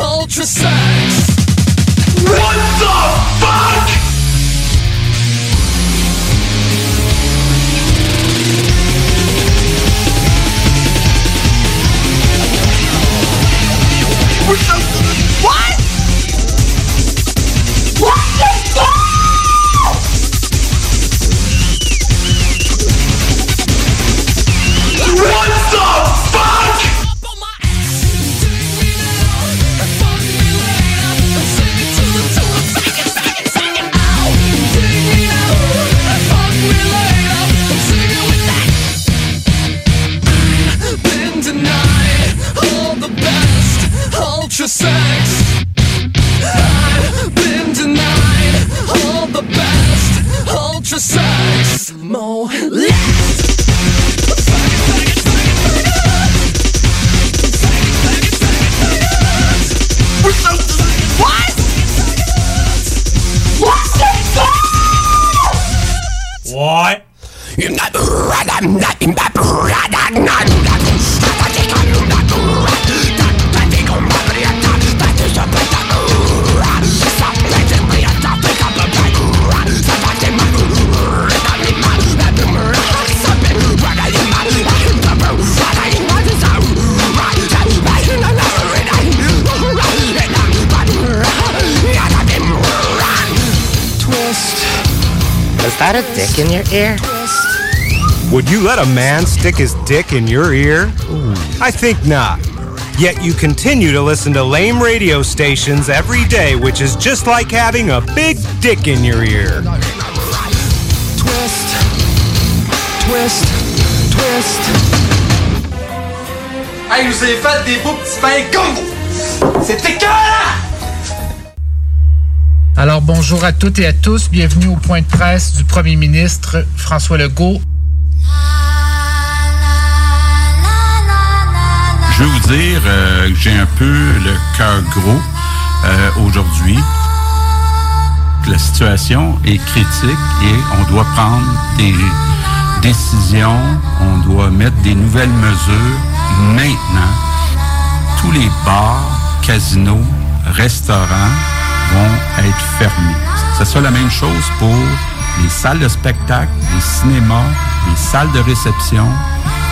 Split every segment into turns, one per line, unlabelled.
Ultra sex. What the fuck? What? What the fuck? What the fuck? Been denied all the best ultra sex. I've been denied all the best ultra sex. More less. What? What the fuck?
What?
Was that a dick in your ear?
Would you let a man stick his dick in your ear? I think not. Yet you continue to listen to lame radio stations every day, which is just like having a big dick in your ear.
Twist, twist, twist. Hey, vous avez fait des beaux petits pains comme vous. C'est écœurant!
Alors bonjour à toutes et à tous, bienvenue au point de presse du Premier ministre François Legault.
Je veux vous dire euh, que j'ai un peu le cœur gros euh, aujourd'hui. La situation est critique et on doit prendre des décisions, on doit mettre des nouvelles mesures maintenant. Tous les bars, casinos, restaurants vont être fermés. Ce sera la même chose pour les salles de spectacle, les cinémas, les salles de réception,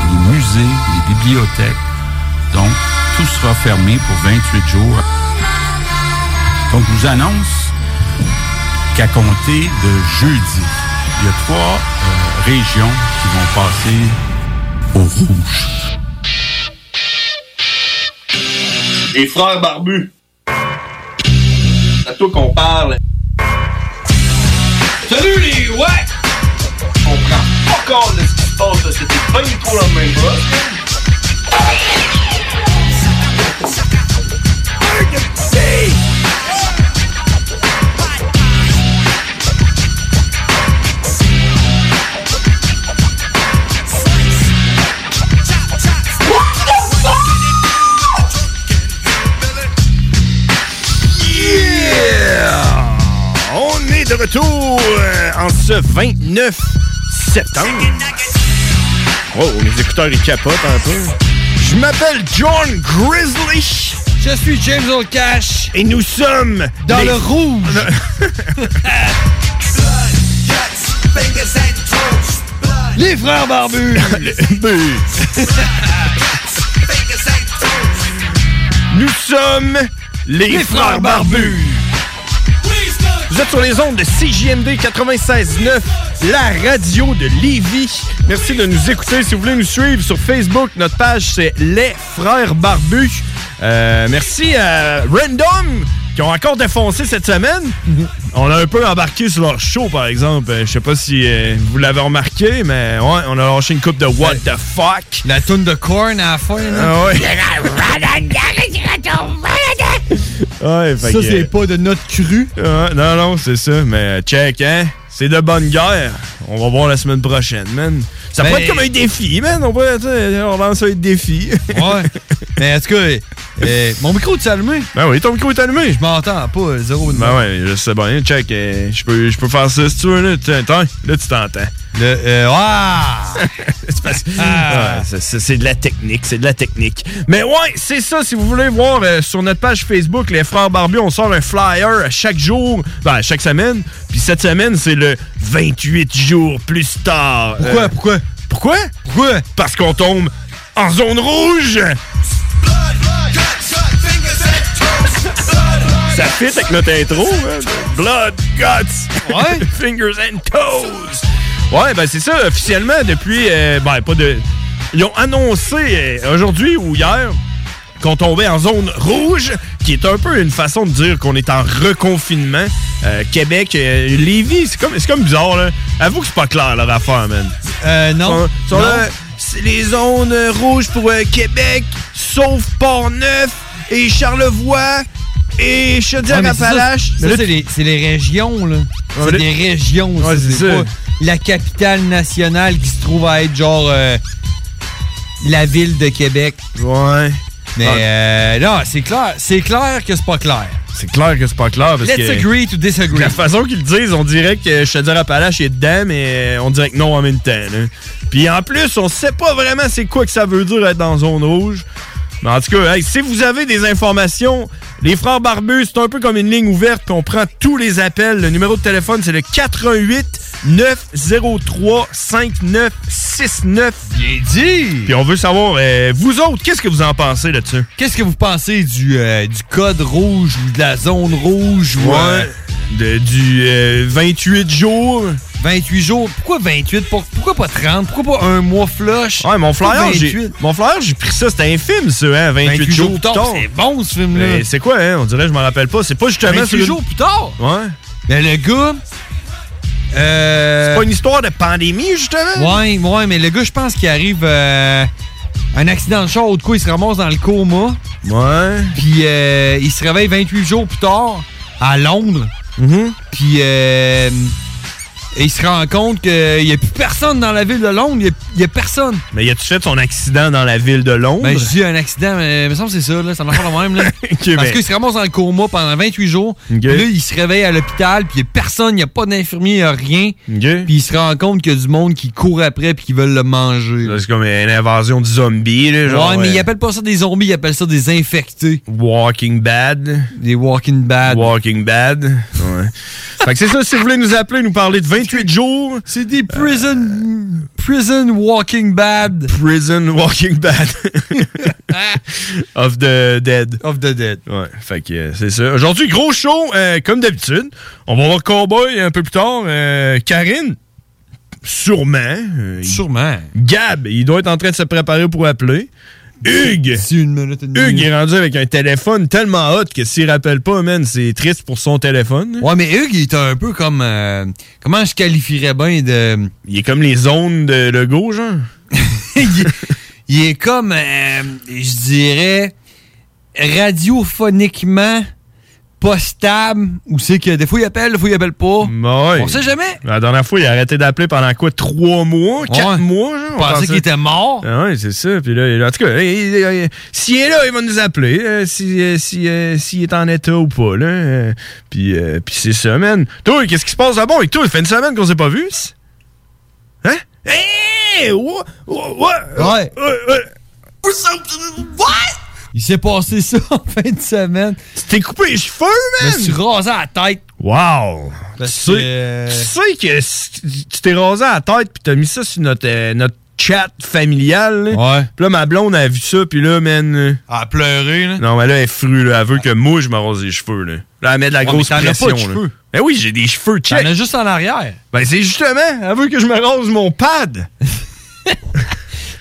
les musées, les bibliothèques. Donc, tout sera fermé pour 28 jours. Donc, je vous annonce qu'à compter de jeudi, il y a trois euh, régions qui vont passer au rouge.
Les frères barbus. C'est à toi qu'on parle. Salut les ouais! On prend pas compte de ce qui se passe, là. c'était pas du tout la même chose.
Yeah! On est de retour euh, en ce 29 septembre. Oh, les écouteurs, ils capotent un peu. Je m'appelle John Grizzly.
Je suis James Old Cash.
Et nous sommes
Dans
les-
le rouge. Les frères barbus.
Nous sommes les,
Les
frères,
Frères
barbus. Vous êtes sur les ondes de CJMD 96.9, la radio de Lévis. Merci de nous écouter. Si vous voulez nous suivre sur Facebook, notre page, c'est Les Frères Barbus. Euh, merci à Random, qui ont encore défoncé cette semaine. On a un peu embarqué sur leur show, par exemple. Euh, Je sais pas si euh, vous l'avez remarqué, mais ouais, on a lâché une coupe de What the fuck.
Ben, La toune de corn à la fin.
Ah ouais. Ouais, fait
Ça,
que-
c'est pas de notre cru.
Ouais, non, non, c'est ça. Mais check, hein? C'est de bonne guerre. On va voir la semaine prochaine, man. Ça
Ben-
pourrait être comme un défi, man. On peut, tu sais, on lance un défi.
Ouais. Mais en tout cas, euh, mon micro est allumé.
Ben oui, ton micro est allumé.
Je m'entends pas, zéro de
Ben ouais, je sais bien. Check, euh, je peux, je peux faire ça si tu veux. Là, Tiens, attends, là tu t'entends.
Le, euh, ah!
c'est parce que- Ouais, c'est- c'est c'est de la technique, c'est de la technique. Mais ouais, c'est ça. Si vous voulez voir euh, sur notre page Facebook, les Frères Barbus, on sort un flyer à chaque jour, ben, à chaque semaine. Puis cette semaine, c'est le 28 jours plus tard.
Pourquoi,
Euh,
pourquoi?
Pourquoi? Pourquoi? Parce qu'on tombe en zone rouge! Ça fit avec notre intro, hein? Blood, guts, fingers and toes. Ouais, ben c'est ça, officiellement, depuis. euh, ben, pas de. Ils ont annoncé euh, aujourd'hui ou hier qu'on tombait en zone rouge, qui est un peu une façon de dire qu'on est en reconfinement. Euh, Québec, euh, Lévis, c'est comme, c'est comme bizarre, là. Avoue que c'est pas clair, leur affaire, man.
Euh, non.
Sont- sont
Non.
là, c'est les zones euh, rouges pour euh, Québec, sauf Port-Neuf et Charlevoix et
Ouais, mais c'est ça,
Chaudière-Appalaches.
ça, c'est les, c'est les régions, là.
mais
C'est
là-
des régions.
Ouais,
ça,
c'est
c'est
ça.
pas la capitale nationale qui se trouve à être genre euh, la ville de Québec.
Ouais.
Mais
Ouais.
euh, non, c'est clair. C'est clair que c'est pas clair.
C'est clair que c'est pas clair. Parce
Let's
que,
agree to disagree.
La façon qu'ils le disent, on dirait que Chaudière-Appalaches est dedans, mais on dirait que non en même temps. là. Puis en plus, on sait pas vraiment c'est quoi que ça veut dire être dans zone rouge. Mais en tout cas, hey, si vous avez des informations, les frères Barbus, c'est un peu comme une ligne ouverte qu'on prend tous les appels. Le numéro de téléphone, c'est le 418 903 5969. Bien dit! Puis on veut savoir, euh, vous autres, qu'est-ce que vous en pensez là-dessus?
Qu'est-ce que vous pensez du, euh, du code rouge ou de la zone rouge? ou,
Ouais.
euh,
De- du euh, 28 jours.
28 jours. Pourquoi 28? Pour- pourquoi pas 30? Pourquoi pas un mois flush?
Ouais, mon flyer, j'ai
28.
mon flyer, j'ai pris ça, c'était un film, ça, hein, 28,
28
jours
jours
plus
plus tard,
tard.
c'est bon, ce film-là.
Mais C'est quoi, hein? On dirait, je m'en rappelle pas. C'est pas justement
28
sur une-
jours plus tard?
Ouais.
Mais le gars.
C'est pas une histoire de pandémie, justement?
Euh, Ouais, ouais, mais le gars, je pense qu'il arrive euh, un accident de char ou de quoi, il se ramasse dans le coma.
Ouais.
Puis euh, il se réveille 28 jours plus tard à Londres.
Mm-hmm.
Puis euh, il se rend compte qu'il n'y a plus personne dans la ville de Londres. Il n'y a, personne.
Mais y a-tu fait son accident dans la ville de Londres?
Ben, je dis un accident, mais il me semble que c'est ça, là. Ça me rappelle le même, là. Parce
ben.
qu'il se ramasse dans le coma pendant 28 jours. Puis là, il se réveille à l'hôpital, puis il n'y a personne, il n'y a pas d'infirmier, il n'y a rien. Puis il se rend compte qu'il y a du monde qui court après, puis qui veulent le manger.
C'est comme une invasion de zombies, là, genre.
ouais, mais
euh,
ils appellent pas ça des zombies, ils appellent ça des infectés.
Walking Bad.
Des Walking Bad.
Walking Bad. Ouais. fait que c'est ça, si vous voulez nous appeler, nous parler de 28 jours. Euh,
C'est des prison. Prison Walking Bad.
Prison Walking Bad. of the Dead.
Of the Dead.
Ouais, fait que euh, c'est ça. Aujourd'hui, gros show, euh, comme d'habitude. On va voir Cowboy un peu plus tard. Euh, Karine, sûrement. euh, il-
Sûrement.
Gab, il doit être en train de se préparer pour appeler. Hugues!
Si une minute et demie.
Hugues est rendu avec un téléphone tellement hot que s'il rappelle pas, man, c'est triste pour son téléphone.
Ouais, mais Hugues, il est un peu comme. euh, comment je qualifierais bien de.
Il est comme les zones de Lego, genre.
Il est comme. euh, je dirais. radiophoniquement. pas stable. Ou c'est que des fois il appelle, des fois il appelle pas.
Ben Ouais.
On sait jamais.
La dernière fois, il a arrêté d'appeler pendant quoi? Trois mois? Quatre
Ouais.
mois? Genre,
On pensait qu'il était mort.
Ah ouais, c'est ça. Puis là, il- en tout cas, il- il- il- s'il est là, il va nous appeler. euh, si, euh, si, euh, s'il est en état ou pas. Là, Euh, puis euh, puis c'est ça, man. Toi, qu'est-ce qui se passe là-bas avec toi? Ça fait une semaine qu'on s'est pas vu. Hein? Hey! Hey, what?
Ouais.
Or something. What?
Il s'est passé ça en fin de semaine.
C'était coupé les cheveux,
man! Je me suis rasé à la tête.
Wow! Tu sais,
que-
tu sais que si- tu t'es rasé à la tête puis t'as mis ça sur notre, euh, notre chat familial. là. Puis là, ma blonde a vu ça, puis là, man. euh,
Elle a pleuré, là.
Non, mais là, elle est frue, là. Elle veut que moi, je me rase les cheveux, là. Là, elle met de la
Ouais,
grosse
mais t'en as pas de
pression, là.
cheveux.
Ben oui, j'ai des cheveux, check.
T'en as juste en arrière.
Ben, c'est justement, elle veut que je me rase mon pad.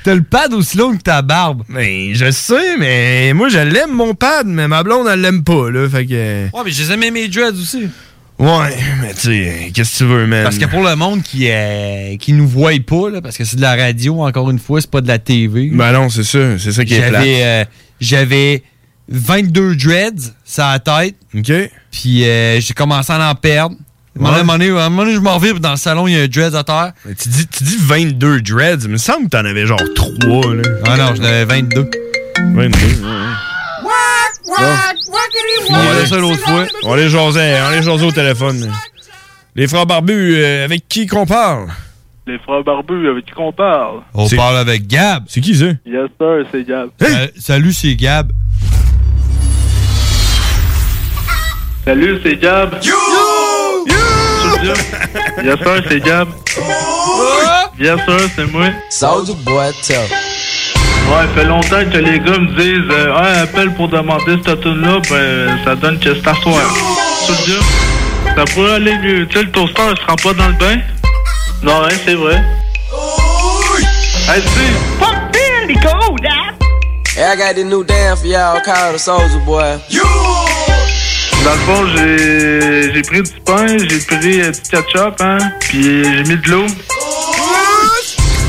T'as le pad aussi long que ta barbe.
Ben, je sais, mais moi, je l'aime, mon pad, mais ma blonde, elle l'aime pas, là. Fait que.
Ouais, mais j'ai jamais mes dreads aussi.
Ouais, mais tu sais, qu'est-ce que tu veux, man?
Parce que pour le monde qui, euh, qui nous voit pas, là, parce que c'est de la radio, encore une fois, c'est pas de la TV.
Ben non, c'est ça, c'est ça qui est
J'avais,
plat.
euh, J'avais 22 dreads sur la tête.
OK.
Puis euh, j'ai commencé à en perdre. À un moment donné, à un moment donné, je m'en vais, puis dans le salon, il y a un dread à terre.
tu, dis, tu dis 22 dreads, il me semble que t'en avais genre 3, là.
Ah non, j'en avais 22.
22,
On va
aller ça l'autre fois. On les jasait, on les jasait au téléphone. Les frères barbus, euh, avec qui qu'on parle?
Les frères barbus, avec qui qu'on parle?
On parle avec Gab.
C'est qui ça?
Yes, sir, c'est Gab.
Euh, salut, c'est Gab.
Salut, c'est Gab. You! Yes, sir, c'est Gab. Yes, sir, c'est moi. Sors du boîte. Ouais, fait longtemps que les gars me disent euh, Ah, appelle pour demander cette tune-là, ben ça donne que c'est à soir. Tu le dis? Ça pourrait aller mieux. Tu sais, le toaster, il se rend pas dans le bain? Non, hein, c'est vrai. Hey, tu
Fuck Billy Gold, Hey, I got this new dance for y'all called the Soldier Boy.
Dans le fond, j'ai j'ai pris du pain, j'ai pris euh, du ketchup, hein, puis j'ai mis de l'eau.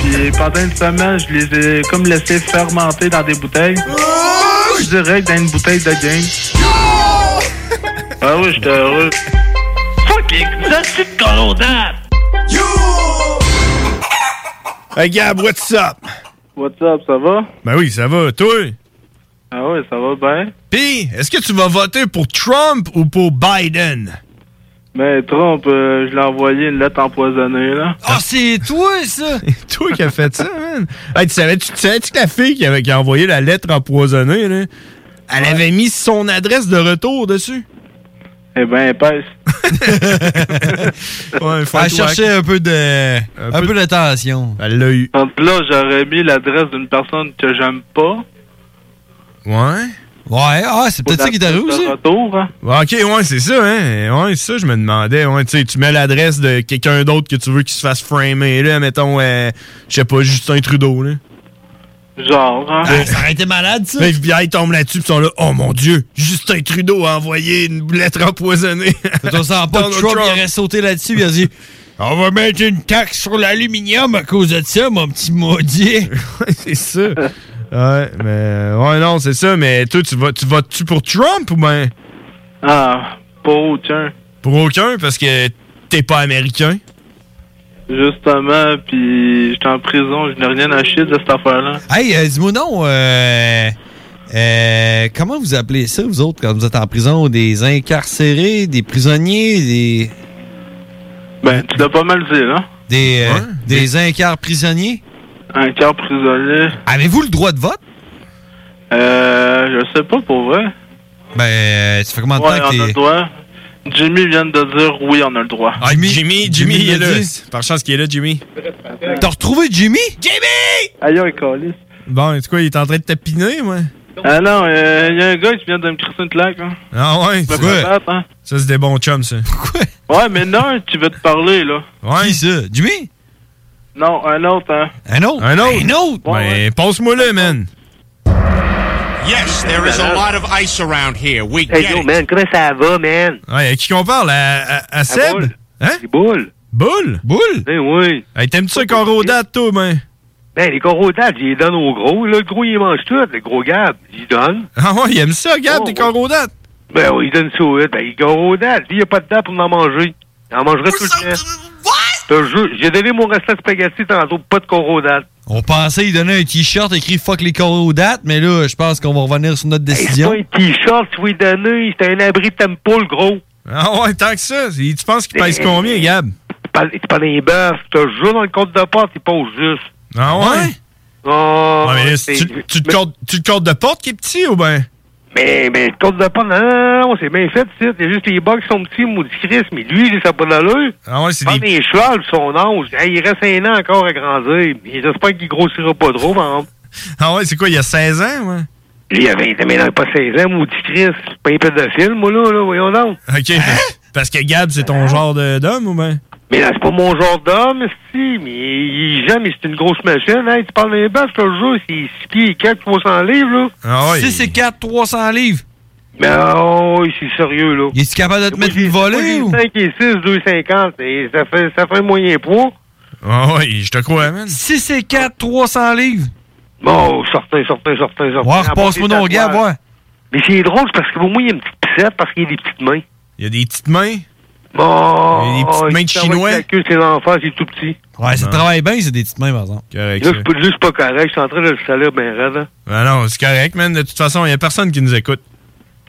Puis pendant une semaine, je les ai comme laissés fermenter dans des bouteilles. Je dirais que dans une bouteille de game. Ah oui, j'étais heureux. Fucking classique colonade!
Hey Gab, what's up?
What's up, ça va?
Ben oui, ça va, toi?
Ah oui, ça va bien.
Pis, est-ce que tu vas voter pour Trump ou pour Biden?
Mais Trump, euh, je l'ai envoyé une lettre empoisonnée, là.
Ah, c'est toi, ça!
toi qui as fait ça, man. Hey, tu savais-tu tu savais-tu que la fille qui, avait, qui a envoyé la lettre empoisonnée, là, elle avait mis son adresse de retour dessus?
Eh ben, épaisse.
ouais,
Elle cherchait Ah, un peu de. Un, peu,
peu-
d'attention.
Elle l'a eu.
Donc là, j'aurais mis l'adresse d'une personne que j'aime pas.
Ouais?
Ouais, ah, c'est
peut-être ça qui est arrivé aussi. Retour, hein?
Ok, ouais, c'est ça, hein. Ouais, c'est ça, je me demandais. Ouais, tu sais, tu mets l'adresse de quelqu'un d'autre que tu veux qu'il se fasse framer, là, mettons, euh, je sais pas, Justin Trudeau, là.
Genre, hein?
ça
Ah, aurait été malade,
ça. Le FBI tombe là-dessus, pis sont là, oh mon dieu, Justin Trudeau a envoyé une lettre empoisonnée.
On sent pas que
Donald
Trump,
Trump.
il aurait sauté là-dessus, il a dit On va mettre une taxe sur l'aluminium à cause de ça, mon petit maudit.
c'est ça. Ouais, mais. euh, Ouais, non, c'est ça, mais toi, tu, vas, tu votes-tu pour Trump ou ben.
Ah, pour aucun.
Pour aucun, parce que t'es pas américain.
Justement, puis j'étais en prison, je n'ai rien à chier de cette affaire-là.
Hey, euh, dis-moi non, euh, euh, comment vous appelez ça, vous autres, quand vous êtes en prison? Des incarcérés, des prisonniers, des.
Ben, tu l'as pas mal dit, là.
Des, euh, des incar-prisonniers?
Un cœur prisonnier.
Avez-vous le droit de vote?
Euh, je sais pas pour vrai.
Ben, ça fait combien de
Ouais,
temps
on a
que
le
t'es. Ah,
droit. Jimmy vient de dire oui, on a le droit.
Jimmy, Jimmy,
Jimmy
il est
l'a
là.
dit.
Par chance qu'il est là, Jimmy.
T'as retrouvé Jimmy?
Jimmy!
Aïe, un calice.
Bon, c'est quoi, il est en train de tapiner, moi?
Ah non, il y a un gars qui vient de me crisser une claque, hein.
Ah ouais,
Je me
c'est quoi?
prépare, hein.
Ça, c'est des bons chums, ça.
Ouais, mais non, tu veux te parler, là.
Ouais. Qui ça? Jimmy?
Non, un autre, hein.
Un autre?
Un autre? Un autre? Ben, passe-moi le, man.
Yes, there is a lot of ice around here. We get it.
man, comment ça va, man? Ouais, à qui qu'on parle? À, à, à Seb?
Boule.
Hein?
Boule.
Boule?
Boule?
Eh oui.
Hey, t'aimes-tu ça, Corodate, toi, man?
Ben, les corodates, ils les donnent au gros. Là, le gros, il mange tout. Le gros Gab, il donne. Oh,
Ah ouais, il aime ça, Gab, des corodates.
Ben oui, il donne ça aux Ben, les corodates, il n'y a pas de temps pour en manger. Il en mangerait tout le temps. Je te jure, J'ai donné mon restant de spaghetti tantôt, pas de corodates.
On pensait il donnait un t-shirt écrit fuck les corrodates, mais là, je pense qu'on va revenir sur notre décision.
Pas un t-shirt, tu lui donner. C'est un abri de tempo, le gros.
Ah ouais, tant que ça. Tu penses qu'il pèse combien, Gab?
Il parle il parle des bœufs. Je te jure, dans le compte de porte, il pose juste.
Ah ouais?
Ah,
Ouais, mais là,
c'est-
tu, tu te comptes, tu te comptes de porte qui est petit ou ben?
Mais, mais, le compte de pas, non, non, non, c'est bien fait, c'est. Il y a juste les bugs qui sont petits, maudit Chris, mais lui, il ça a pas d'allure.
Ah ouais, c'est
des. des chevals, son âge. Hey, il reste un an encore à grandir. Mais J'espère qu'il grossira pas trop, par exemple.
Ah ouais, c'est quoi, il y a 16 ans, ouais?
Lui, il a 20 mais il a pas 16 ans, maudit Chris. C'est pas un pédophile, moi, là, là, voyons donc.
OK.
Hein?
Parce que Gab, c'est ton genre de- d'homme ou ben?
Mais là, c'est pas mon genre d'homme, si, mais il il- jamais, c'est une grosse machine, hein. Tu parles d'un bœuf, je te le jure, c'est 6 pieds et 4, 300 livres, là.
Ah
ouais. 6 et 4, 300 livres.
Mais oh, oui, c'est sérieux, là.
Il est capable de te mettre une volée ou?
5 et 6, 2,50, et ça fait, ça fait un moyen poids.
Ah ouais, je te crois, man.
6 et 4, 300 livres.
Bon, sortez, sortez, sortez, sortez.
Ouais, repasse-moi nos gars, ouais.
Mais c'est drôle, c'est parce que pour moi, il y a une petite pissette parce qu'il y a des petites mains.
Il y a des petites mains?
Bon, oh,
Il y a des petites mains de Chinois?
La queue, de ses enfants, c'est tout petit.
Ouais, ça
Non.
travaille bien, c'est des petites mains, par exemple.
Correct.
Là,
ça.
je peux juste pas correct. Je suis en train de le salir bien raide. hein.
Ah non, c'est correct, man. De toute façon, il n'y a personne qui nous écoute.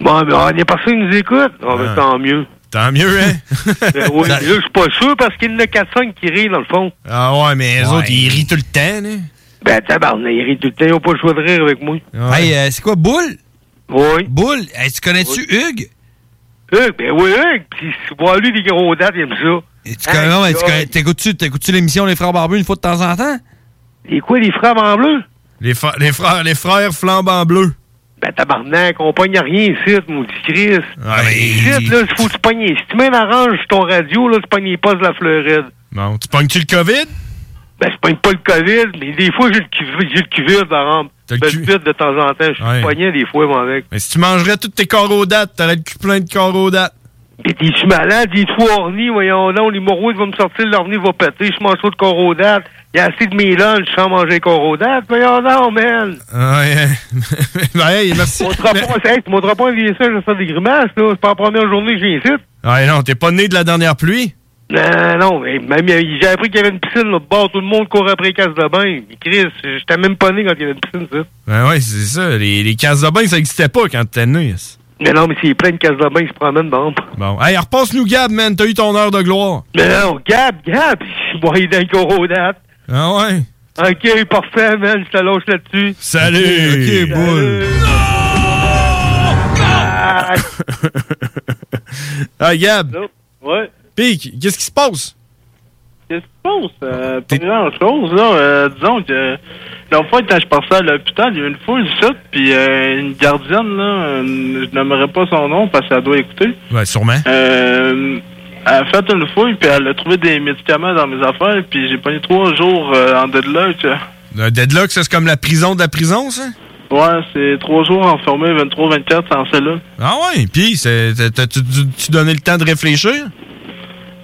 Bon, mais ah, il y a personne qui nous écoute. Ah, ben, tant mieux.
Tant mieux, hein?
Ben oui, là, je suis pas sûr parce qu'il y en a 4-5 qui rient, dans le fond.
Ah ouais, mais les autres, ils rient tout le temps, là.
Ben, tabarnak, ils rient tout le temps. Ils ont pas le choix de rire avec moi.
Hey, euh, c'est quoi, Boule?
Oui.
Boule, hey, tu connais-tu Hugues?
Hugues, ben oui, Hugues. Puis, si tu vois, lui, les gros dates, il aime ça.
Tu connais- non, mais tu connais- T'écoutes-tu t'écoutes-tu l'émission Les Frères Barbus une fois de temps en temps?
Et quoi, les Frères en bleu?
Les, fa- les frères, les frères flambant bleus.
Ben, tabarnak, on pogne rien ici, maudit Chris. Ici, là, il faut que tu pognes. Si tu mets l'orange sur ton radio, là, tu pognes les postes de la Floride.
Non, tu pognes-tu le COVID?
Ben, je pogne pas le COVID, mais des fois, j'ai le cuvide, j'ai le cuvide, par exemple. Ben, le cuvide, de temps en temps, je suis pogné des fois, mon mec.
Mais si tu mangerais toutes tes corrodates, t'aurais le cul plein de corrodates.
Mais t'es-tu malade? Il est tout orni, voyons donc. Les moraux, vont me sortir, l'orni va péter, je mange ça de corodate. Il y a assez de mes lunchs sans manger corodate, voyons donc, man.
Ah ouais. hein. ben, hey, merci.
Mon pas, hey, tu m'autres pas viens ça, je vais faire des grimaces, là. C'est pas la première journée que j'ai ici.
Ah non, t'es pas né de la dernière pluie?
Non, non, mais même, euh, j'ai appris qu'il y avait une piscine là bord, tout le monde court après les casse de bain. Mais Chris, j'étais même pas né quand il y avait une piscine, ça.
Ben ouais, c'est ça. Les, les cases de bain, ça n'existait pas quand t'étais né. ça.
Mais non, mais c'est plein de casse de bain qui se promènent, bon.
Bon. Hey, repasse-nous Gab, man. T'as eu ton heure de gloire.
Mais non, Gab, Gab, je suis dans le corodate.
Ah ouais?
Ok, parfait, man, je te lâche là-dessus.
Salut!
Ok,
boule! ah, Gab!
Ouais.
Pic, qu'est-ce qui se passe?
Qu'est-ce qui se passe? Euh, pas grand-chose, là. Euh, disons que l'autre fois, quand je passais à l'hôpital, il y a eu une foule ici, puis euh, une gardienne, là, une- je n'aimerais pas son nom parce qu'elle doit écouter.
Ouais, sûrement.
Euh, elle a fait une fouille, puis elle a trouvé des médicaments dans mes affaires, puis j'ai pogné trois jours euh, en deadlock.
Un deadlock, ça, c'est comme la prison de la prison, ça?
Ouais, c'est trois jours enfermé, 23-24 en cellule.
Ah ouais? Puis, c'est- t'as- t'as- tu, tu- tu donnais le temps de réfléchir?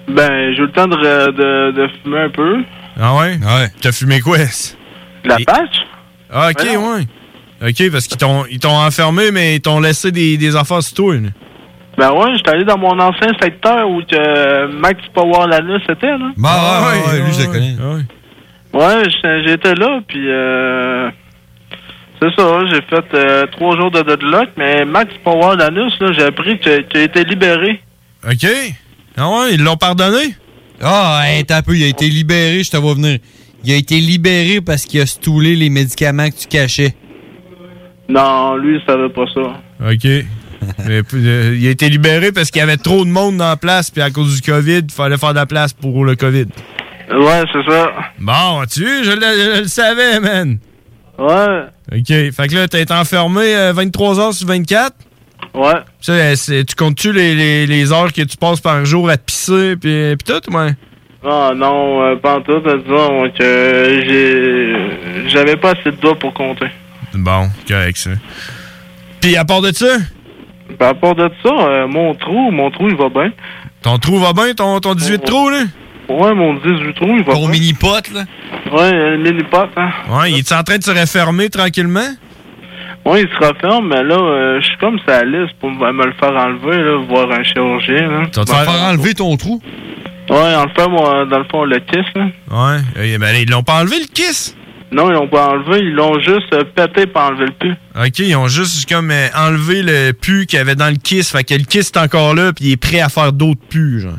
Ben, j'ai eu le temps de, re- de, de fumer un peu.
Ah ouais? Ouais. T'as fumé quoi?
La patch?
Ah, ok,
Ouais, non.
ouais. Ok, parce qu'ils t'ont ils t'ont enfermé, mais ils t'ont laissé des, des affaires sur toi. là.
Ben ouais, j'étais allé dans mon ancien secteur où que euh, Max Power Lanus était, là.
Ah, ouais, ouais, lui, je le connais.
Ouais, j'étais- j'étais là, puis euh, c'est ça, j'ai fait euh, trois jours de deadlock, mais Max Power Lanus, là, j'ai appris que- qu'il a été libéré.
OK. Ah ouais, ils l'ont pardonné?
Ah, hey, t'as un peu, il a été libéré, je te vois venir. Il a été libéré parce qu'il a stoulé les médicaments que tu cachais.
Non, lui, il savait pas ça.
OK. Mais, euh, il a été libéré parce qu'il y avait trop de monde dans la place, puis à cause du COVID, il fallait faire de la place pour le COVID.
Ouais, c'est ça.
Bon, tu sais, je, le- je le savais, man.
Ouais.
OK. Fait que là, t'as été enfermé euh, 23 heures sur 24.
Ouais.
Ça, euh, c'est- tu comptes-tu les, les- les heures que tu passes par jour à pisser, puis, puis tout, ouais?
Ah non, euh, pas en tout, euh, disons que j'ai j'avais pas assez de doigts pour compter.
Bon, correct, ça. Puis à part de ça?
Par rapport Ben, de ça, euh, mon trou, mon trou, il va bien.
Ton trou va bien, ton, ton 18 trous, là?
Ouais, mon 18 trous, il va bien.
mini-pot, là?
Ouais, le mini-pot, hein.
Ouais, il est en train de se refermer tranquillement?
Ouais, il se referme, mais là, euh, je suis comme ça à liste pour me me le faire enlever, là, voir un chirurgien, là.
Tu vas te faire enlever
ton trou?
Ouais, enlever, moi, dans le fond, le kiss, là.
Ouais. Eh ben, ils l'ont pas enlevé, le kiss?
Non, ils l'ont pas enlevé, ils l'ont juste euh, pété pour enlever le pu.
OK, ils ont juste comme euh, enlevé le pu qu'il y avait dans le kiss. Fait que le kiss est encore là, puis il est prêt à faire d'autres pus, genre.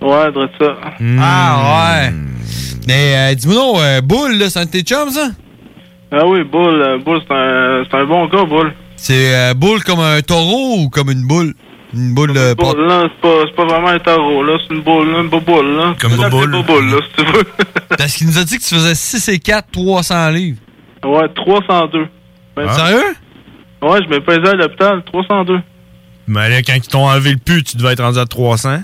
Ouais, de ça.
Ah ouais.
Mais euh, dis-moi donc, euh, Boule, là, c'est un de tes chums, ça?
Ah oui, Bull, euh, Bull, c'est un, c'est un bon gars, Bull.
C'est euh, Boule comme un taureau ou comme une boule? Une boule euh, de...
Bull, là, c'est pas, c'est pas vraiment un tarot, là, c'est une boule, là, une boboule, là. Comme boboule. boboule, là, si tu veux.
Parce qu'il nous a dit que tu faisais 6 et 4, 300 livres.
Ouais, 302. Ben,
Sérieux?
Ouais, je me pesais à l'hôpital, 302.
Mais Ben, là, quand ils t'ont enlevé le pu, tu devais être rendu à 300.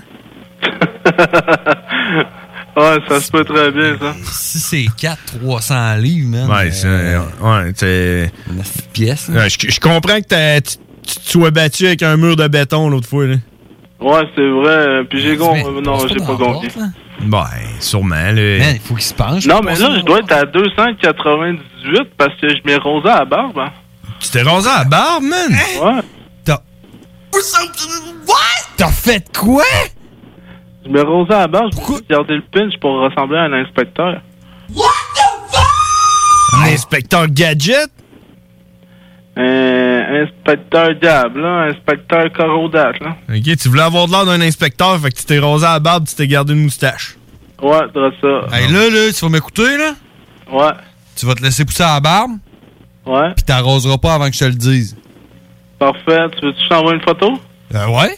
Ouais, ça se peut très bien, ça.
6 et 4, 300 livres, man. Euh,
Ouais, c'est. ouais, t'es.
Une pièce,
Ouais, je, je comprends que t'as- tu, tu te sois battu avec un mur de béton l'autre fois, là.
Ouais, c'est vrai. Puis j'ai
Mais
compris. Non, j'ai pas compris.
Ben, sûrement, là.
il faut qu'il se penche.
Non, mais là, je dois être à 298 parce que je m'ai rosé à la barbe. hein.
Tu t'es rasé à la barbe, man?
Ouais.
Or something. What?
T'as fait quoi?
Je m'ai rosé à la barbe pour garder le pinch pour ressembler à un inspecteur.
Inspecteur Gadget?
Euh, inspecteur Diable, là. Inspecteur Corodate, là.
Ok, tu voulais avoir de l'air d'un inspecteur, fait que tu t'es rasé à la barbe, tu t'es gardé une moustache.
Ouais, dresse ça.
Hey, là, là, tu vas m'écouter, là?
Ouais.
Tu vas te laisser pousser à la barbe?
Ouais.
Puis t'arroseras pas avant que je te le dise.
Parfait. Tu veux-tu que je t'envoie une photo?
Euh, ouais?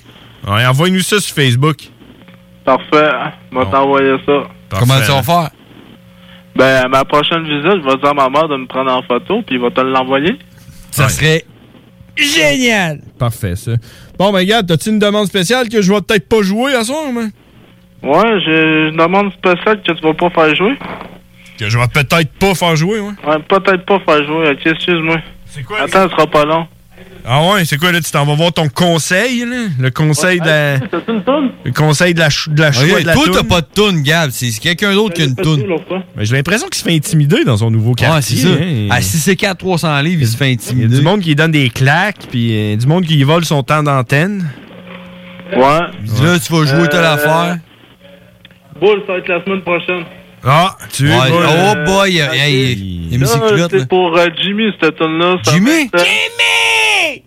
Ouais, envoie-nous ça sur Facebook.
Parfait. Je vais t'envoyer ça.
Comment tu vas faire?
Ben, à ma prochaine visite, je vais dire à ma mère de me prendre en photo, puis il va te l'envoyer.
Ça serait génial!
Parfait, ça. Bon, ben, gars, t'as-tu une demande spéciale que je vais peut-être pas jouer à soir, man?
Ouais, je, je demande spécial que tu vas pas faire jouer.
Que je vais peut-être pas faire jouer, ouais.
Ouais, peut-être pas faire jouer, ok, excuse-moi.
C'est quoi?
Attends, ce sera pas long.
Ah ouais, c'est quoi, là? Tu t'en vas voir ton conseil, là? Le conseil de la...
T'as-tu une toune?
Le conseil de la, ch- de la choix
Ok,
de la
toi,
toune.
t'as pas Ah, de toune, Gab. C'est quelqu'un d'autre qui a une toune.
Mais j'ai l'impression qu'il se fait intimider dans son nouveau
Ouais,
quartier.
c'est ça.
hein.
À 6 et 4, 300 livres, il se fait
Il y a
intimider.
du monde qui lui donne des claques, puis euh, du monde qui lui vole son temps d'antenne.
Ouais.
Là, tu vas jouer telle
Euh,
affaire.
Boule, ça va être la semaine prochaine.
Ah, tu
Ouais,
vois,
Oh
euh,
boy, hey, hey, il a mis ses
Là,
culottes. là.
C'est pour euh, Jimmy, cette toune-là. Jimmy? Jimmy! euh,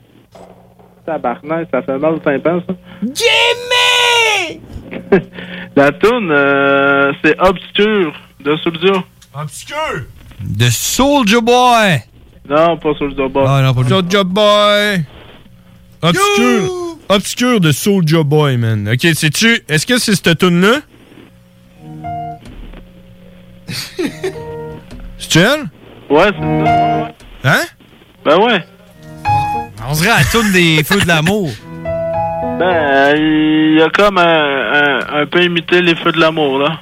Tabarnak, ça fait mal au tympan, ça. Jimmy! la toune, euh, c'est Obscure, de Soulja.
Obscure?
De Soldier Boy!
Non, pas Soulja Boy.
Ah non, pas
Soldier Boy! Obscure! Obscure de Soulja Boy, man. Ok, sais-tu, est-ce que c'est cette tune-là? C'est elle?
Ouais, c'est ça.
Hein?
Ben ouais.
On serait à la toune des Feux de l'amour.
Ben, euh, il a comme un, un, un peu imité les feux de l'amour, là.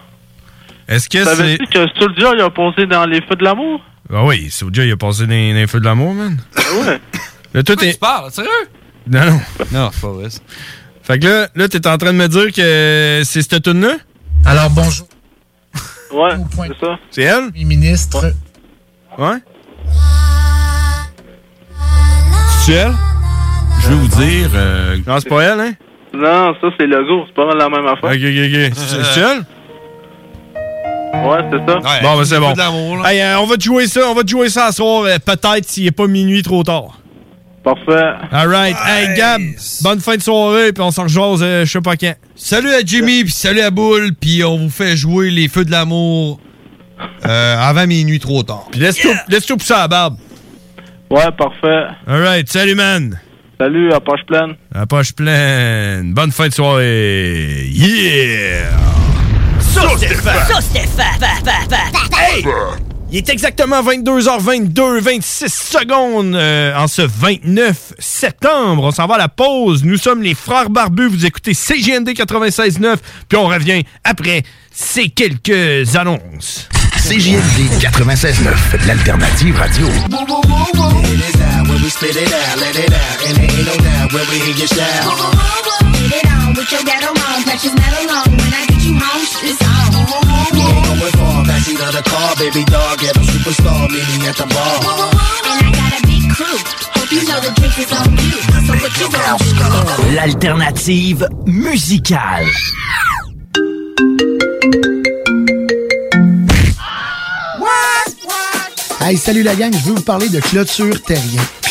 Est-ce que c'est.
Savais-tu que Soulja, il a posé dans les feux de l'amour?
Ah oui, Soulja, il a passé dans les feux de l'amour, man.
ouais.
Là, toi, t'es.
Tu parles, sérieux?
Non, non.
Non, c'est pas vrai.
Fait que là, là t'es en train de me dire que c'est cette tune-là?
Alors, bonjour.
Ouais, c'est ça.
C'est elle?
Premier ministre.
Ouais?
C'est elle? Je veux vous dire. euh,
Non, c'est pas elle, hein?
Non, ça, c'est le go. C'est pas mal la même affaire.
Ok, ok, ok. C'est c'est elle?
Ouais, c'est ça.
bon, ben c'est bon.
de l'amour,
Hey, euh, on va te jouer ça, on va te jouer ça à soir, euh, peut-être s'il est pas minuit trop tard.
Parfait.
All right. Hey, Gab, bonne fin de soirée, puis on s'en rejase, euh, je sais pas quand.
Salut à Jimmy, puis salut à Boule, puis on vous fait jouer les Feux de l'amour euh, avant minuit trop tard.
Puis laisse-toi laisse tout pousser à la barbe.
Ouais, parfait.
All right, salut, man.
Salut, à poche pleine.
La poche pleine. Bonne fin de soirée. Yeah!
Sauce Stéphane. Sauce Stéphane. Hey.
Il est exactement 22h22, 26 secondes euh, en ce 29 septembre. On s'en va à la pause. Nous sommes les Frères Barbus. Vous écoutez CGND 96.9. Puis on revient après ces quelques annonces.
CJMD 96.9, l'alternative radio.
Whoa, whoa, whoa, whoa. It is out when we spit it out, let it out, and it ain't no doubt when we hit your style. Whoa, whoa, whoa, whoa. Hit it on with your dad alone, precious metal on. When I get you home, it's on. Whoa, whoa, whoa, whoa. We ain't going far, backseat of the car, baby dog, get them superstar, meeting at the bar. Whoa, whoa, whoa. And I got a big crew. Hope you know the drink is on you. So what you gonna do?
L'alternative musicale.
Hey, salut la gang, je veux vous parler de Clôture Terrien.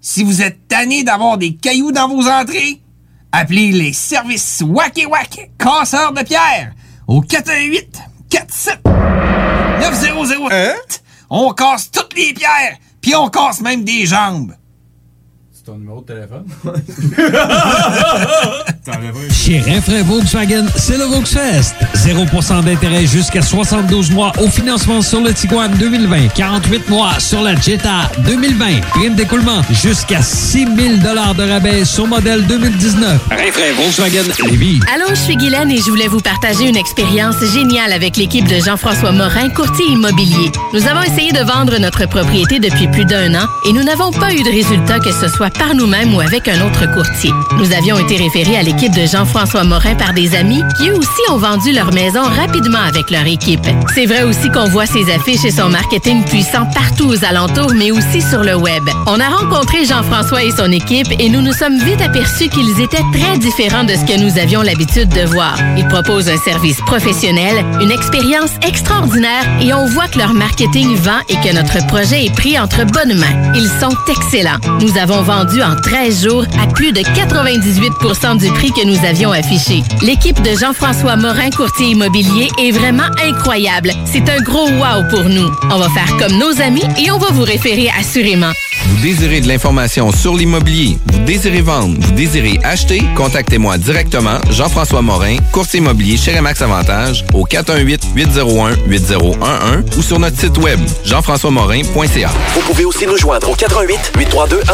Si vous êtes tanné d'avoir des cailloux dans vos entrées, appelez les services Wacky Wack casseurs de pierres au 418 47 9008.
Hein?
On casse toutes les pierres, puis on casse même des jambes.
C'est ton numéro de téléphone?
Chez Renfrais Volkswagen, c'est le Volksfest. 0% d'intérêt jusqu'à 72 mois au financement sur le Tiguan 2020. 48 mois sur la Jetta 2020. Prime d'écoulement jusqu'à 6 000 de rabais sur modèle 2019. Renfrais Volkswagen Lévis.
Allô, je suis Guylaine et je voulais vous partager une expérience géniale avec l'équipe de Jean-François Morin, courtier immobilier. Nous avons essayé de vendre notre propriété depuis plus d'un an et nous n'avons pas eu de résultat que ce soit par nous-mêmes ou avec un autre courtier. Nous avions été référés à l'équipe de Jean-François Morin par des amis qui eux aussi ont vendu leur maison rapidement avec leur équipe. C'est vrai aussi qu'on voit ses affiches et son marketing puissant partout aux alentours, mais aussi sur le web. On a rencontré Jean-François et son équipe et nous nous sommes vite aperçus qu'ils étaient très différents de ce que nous avions l'habitude de voir. Ils proposent un service professionnel, une expérience extraordinaire et on voit que leur marketing vend et que notre projet est pris entre bonnes mains. Ils sont excellents. Nous avons vendu en 13 jours à plus de 98 du prix que nous avions affiché. L'équipe de Jean-François Morin, courtier immobilier, est vraiment incroyable. C'est un gros wow pour nous. On va faire comme nos amis et on va vous référer assurément.
Vous désirez de l'information sur l'immobilier, vous désirez vendre, vous désirez acheter, contactez-moi directement, Jean-François Morin, courtier immobilier chez Remax Avantage, au 418-801-8011 ou sur notre site web, jean-françois-morin.ca.
Vous pouvez aussi nous joindre au 88 832 1001.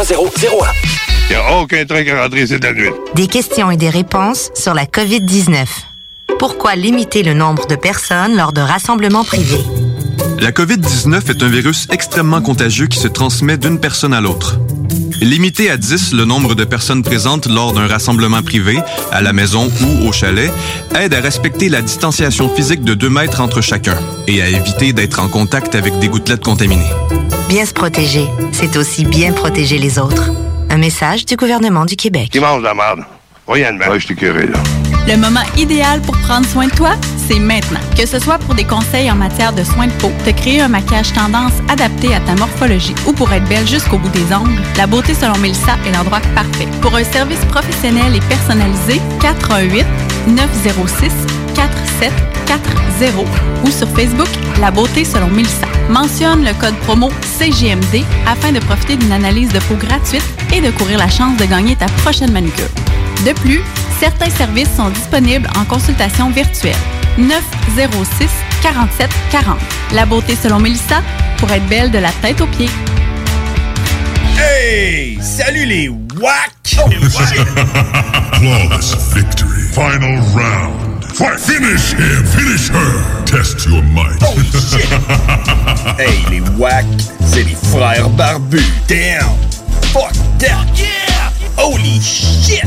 Il n'y a aucun train qui est rentré cette nuit.
Des questions et des réponses sur la COVID-19. Pourquoi limiter le nombre de personnes lors de rassemblements privés?
La COVID-19 est un virus extrêmement contagieux qui se transmet d'une personne à l'autre. Limiter à 10 le nombre de personnes présentes lors d'un rassemblement privé, à la maison ou au chalet, aide à respecter la distanciation physique de 2 mètres entre chacun et à éviter d'être en contact avec des gouttelettes contaminées.
Bien se protéger, c'est aussi bien protéger les autres. Un message du gouvernement du Québec.
Qui mange de la merde? Voyons, Ouais, je suis curé, là.
Le moment idéal pour prendre soin de toi, c'est maintenant. Que ce soit pour des conseils en matière de soins de peau, te créer un maquillage tendance adapté à ta morphologie ou pour être belle jusqu'au bout des ongles, la beauté selon Mélissa est l'endroit parfait. Pour un service professionnel et personnalisé, 418 906 4740 ou sur Facebook La beauté selon Mélissa. Mentionne le code promo CGMD afin de profiter d'une analyse de peau gratuite et de courir la chance de gagner ta prochaine manucure. De plus, certains services sont disponibles en consultation virtuelle. 906 47 40. La beauté selon Mélissa, pour être belle de la tête aux pieds.
Hey! Salut les WAC! Flawless victory. Final round. Fight. Finish him! Finish her! Test your might.
Oh, Hey, les WAC, c'est les frères barbus. Damn! Fuck that! Holy shit!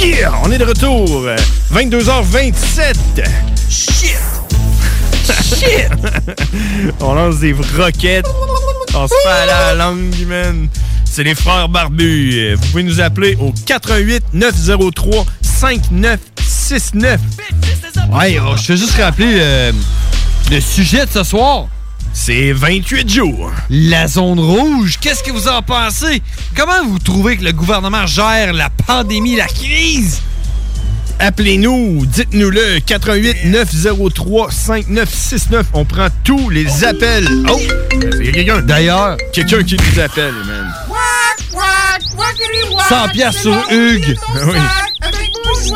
Yeah! On est de retour! euh, 22h27!
Shit!
Shit! On lance des roquettes. On se fait aller à la langue, man. C'est les frères barbus. Vous pouvez nous appeler au 88 903 5969.
Ouais, oh, je veux juste rappeler euh, le sujet de ce soir.
C'est 28 jours.
La zone rouge, qu'est-ce que vous en pensez? Comment vous trouvez que le gouvernement gère la pandémie, la crise?
Appelez-nous, dites-nous-le 88 903 5969. On prend tous les appels. Oh, il y a quelqu'un.
D'ailleurs,
quelqu'un qui nous appelle, man.
100 piastres sur Hugues.
Ah Oui.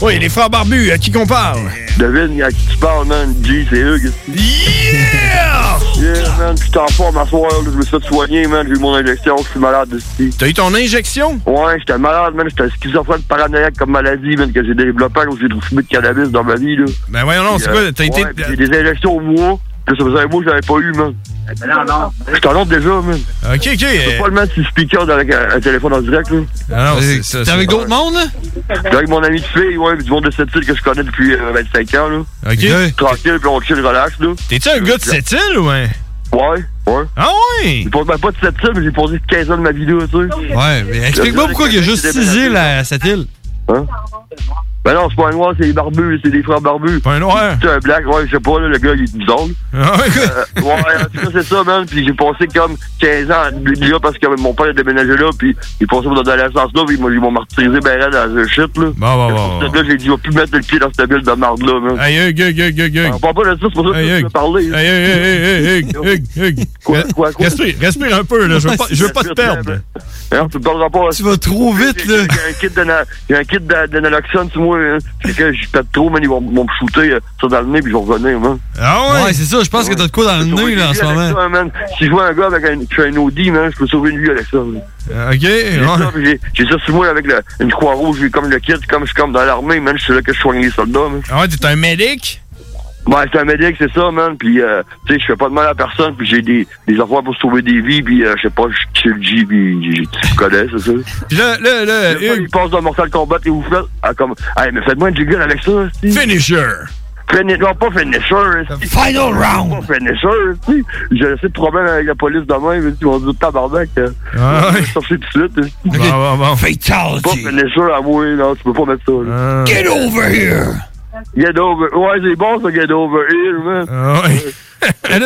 Oui, les frères barbus, à qui qu'on parle?
Devine, à qui tu parles, man. G, c'est Hugues.
Yeah!
Yeah, man, je suis en forme à soir. là. Je me suis fait soigner, man. J'ai eu mon injection. Je suis malade aussi.
T'as eu ton injection?
Ouais, j'étais malade, man. J'étais schizophrène paranoïaque comme maladie, man, que j'ai développé à cause j'ai trop fumé de cannabis dans ma vie, là.
Ben voyons, non, c'est
Puis, euh,
quoi? T'as été.
ouais, puis J'ai des injections au mois. Que ça faisait un mois que j'avais pas eu, man. Non, non. Je t'en honte déjà, man.
Ok, ok.
Je peux pas le mettre sur le speaker avec un, un téléphone en direct, là.
Ah non, c'est ça.
Euh, avec d'autres
mondes, là?
avec mon ami de fille, ouais, puis du monde de cette île que je connais depuis euh, 25 ans, là.
Ok.
Tranquille, puis on chill, relax, là.
T'es-tu un gars de cette île ou un?
Ouais, ouais.
Ah ouais?
J'ai pas, ben, pas de cette île, mais j'ai posé 15 ans de ma vie là, tu sais.
Ouais, mais explique-moi pourquoi il y a juste six îles à cette île.
Hein? Ben non, c'est pas un noir, c'est les barbus, c'est des frères barbus.
Pas un noir? hein?
C'est un black, ouais, je sais pas, là, le gars, il est bizarre.
Ah ouais,
ouais, en tout cas, c'est ça, man. Puis j'ai passé comme 15 ans là parce que mon père a déménagé là, puis il passait dans l'adolescence là, puis ils m'ont- ils m'ont martyrisé ben là dans le shit, là.
Bon, bon, bon.
Cette là, j'ai dit, je vais plus mettre le pied dans cette ville de merde là, man.
Hey, Hug, Hug, Hug, Hug, Hug.
On parle pas de ça, c'est pour ça que je veux parler.
Hey, hey, hey, hey, hey, Hug, Hug, Hug. Respire, respire un peu, là. Je veux pas, je veux pas te perdre.
Hein, tu, vas trop vite, là. J'ai un kit de na- j'ai un kit d'a- de naloxone sur moi. Hein. C'est que je pète trop, man. Ils vont, vont me shooter euh, ça dans le nez, puis je vais revenir, hein. man.
Ah
ouais? c'est ça, je pense que t'as de quoi dans le nez, là, en ce moment.
Ça, hein, man. Si je vois un gars avec un, je suis un Audi, man, je peux sauver une vie avec ça. hein. man.
Ok,
J'ai ça, puis j'ai- J'ai ça sur moi avec le- une croix rouge, j'ai comme le kit, comme je suis comme dans l'armée, man. Je suis là que je soigne les soldats, man.
Ah ouais, t'es un médic?
Ouais, c'est un médic, c'est ça, man. Puis, euh, tu sais, je fais pas de mal à personne. Puis, j'ai des, des affaires pour sauver des vies. Puis, euh, je sais pas, je suis le G. Puis, j'ai- tu me connais, c'est ça.
Puis là, là, là.
Il passe dans Mortal Kombat et vous faites. Ah, comme. Hey, mais faites-moi un jiggle avec ça. esti.
Finisher.
Fini- Non, pas finisher. esti.
Final round.
Pas finisher. esti. J'ai assez de problèmes avec la police demain. Ils vont dire tabarnak. euh,
Ah
on va sortir tout de suite. hein.
Bon,
esti.
bon, bon.
Pas finisher à moi, non, tu peux pas mettre ça. là.
Get over here!
Get over. Ouais, c'est bon ça, get over here, man.
Ah, ouais.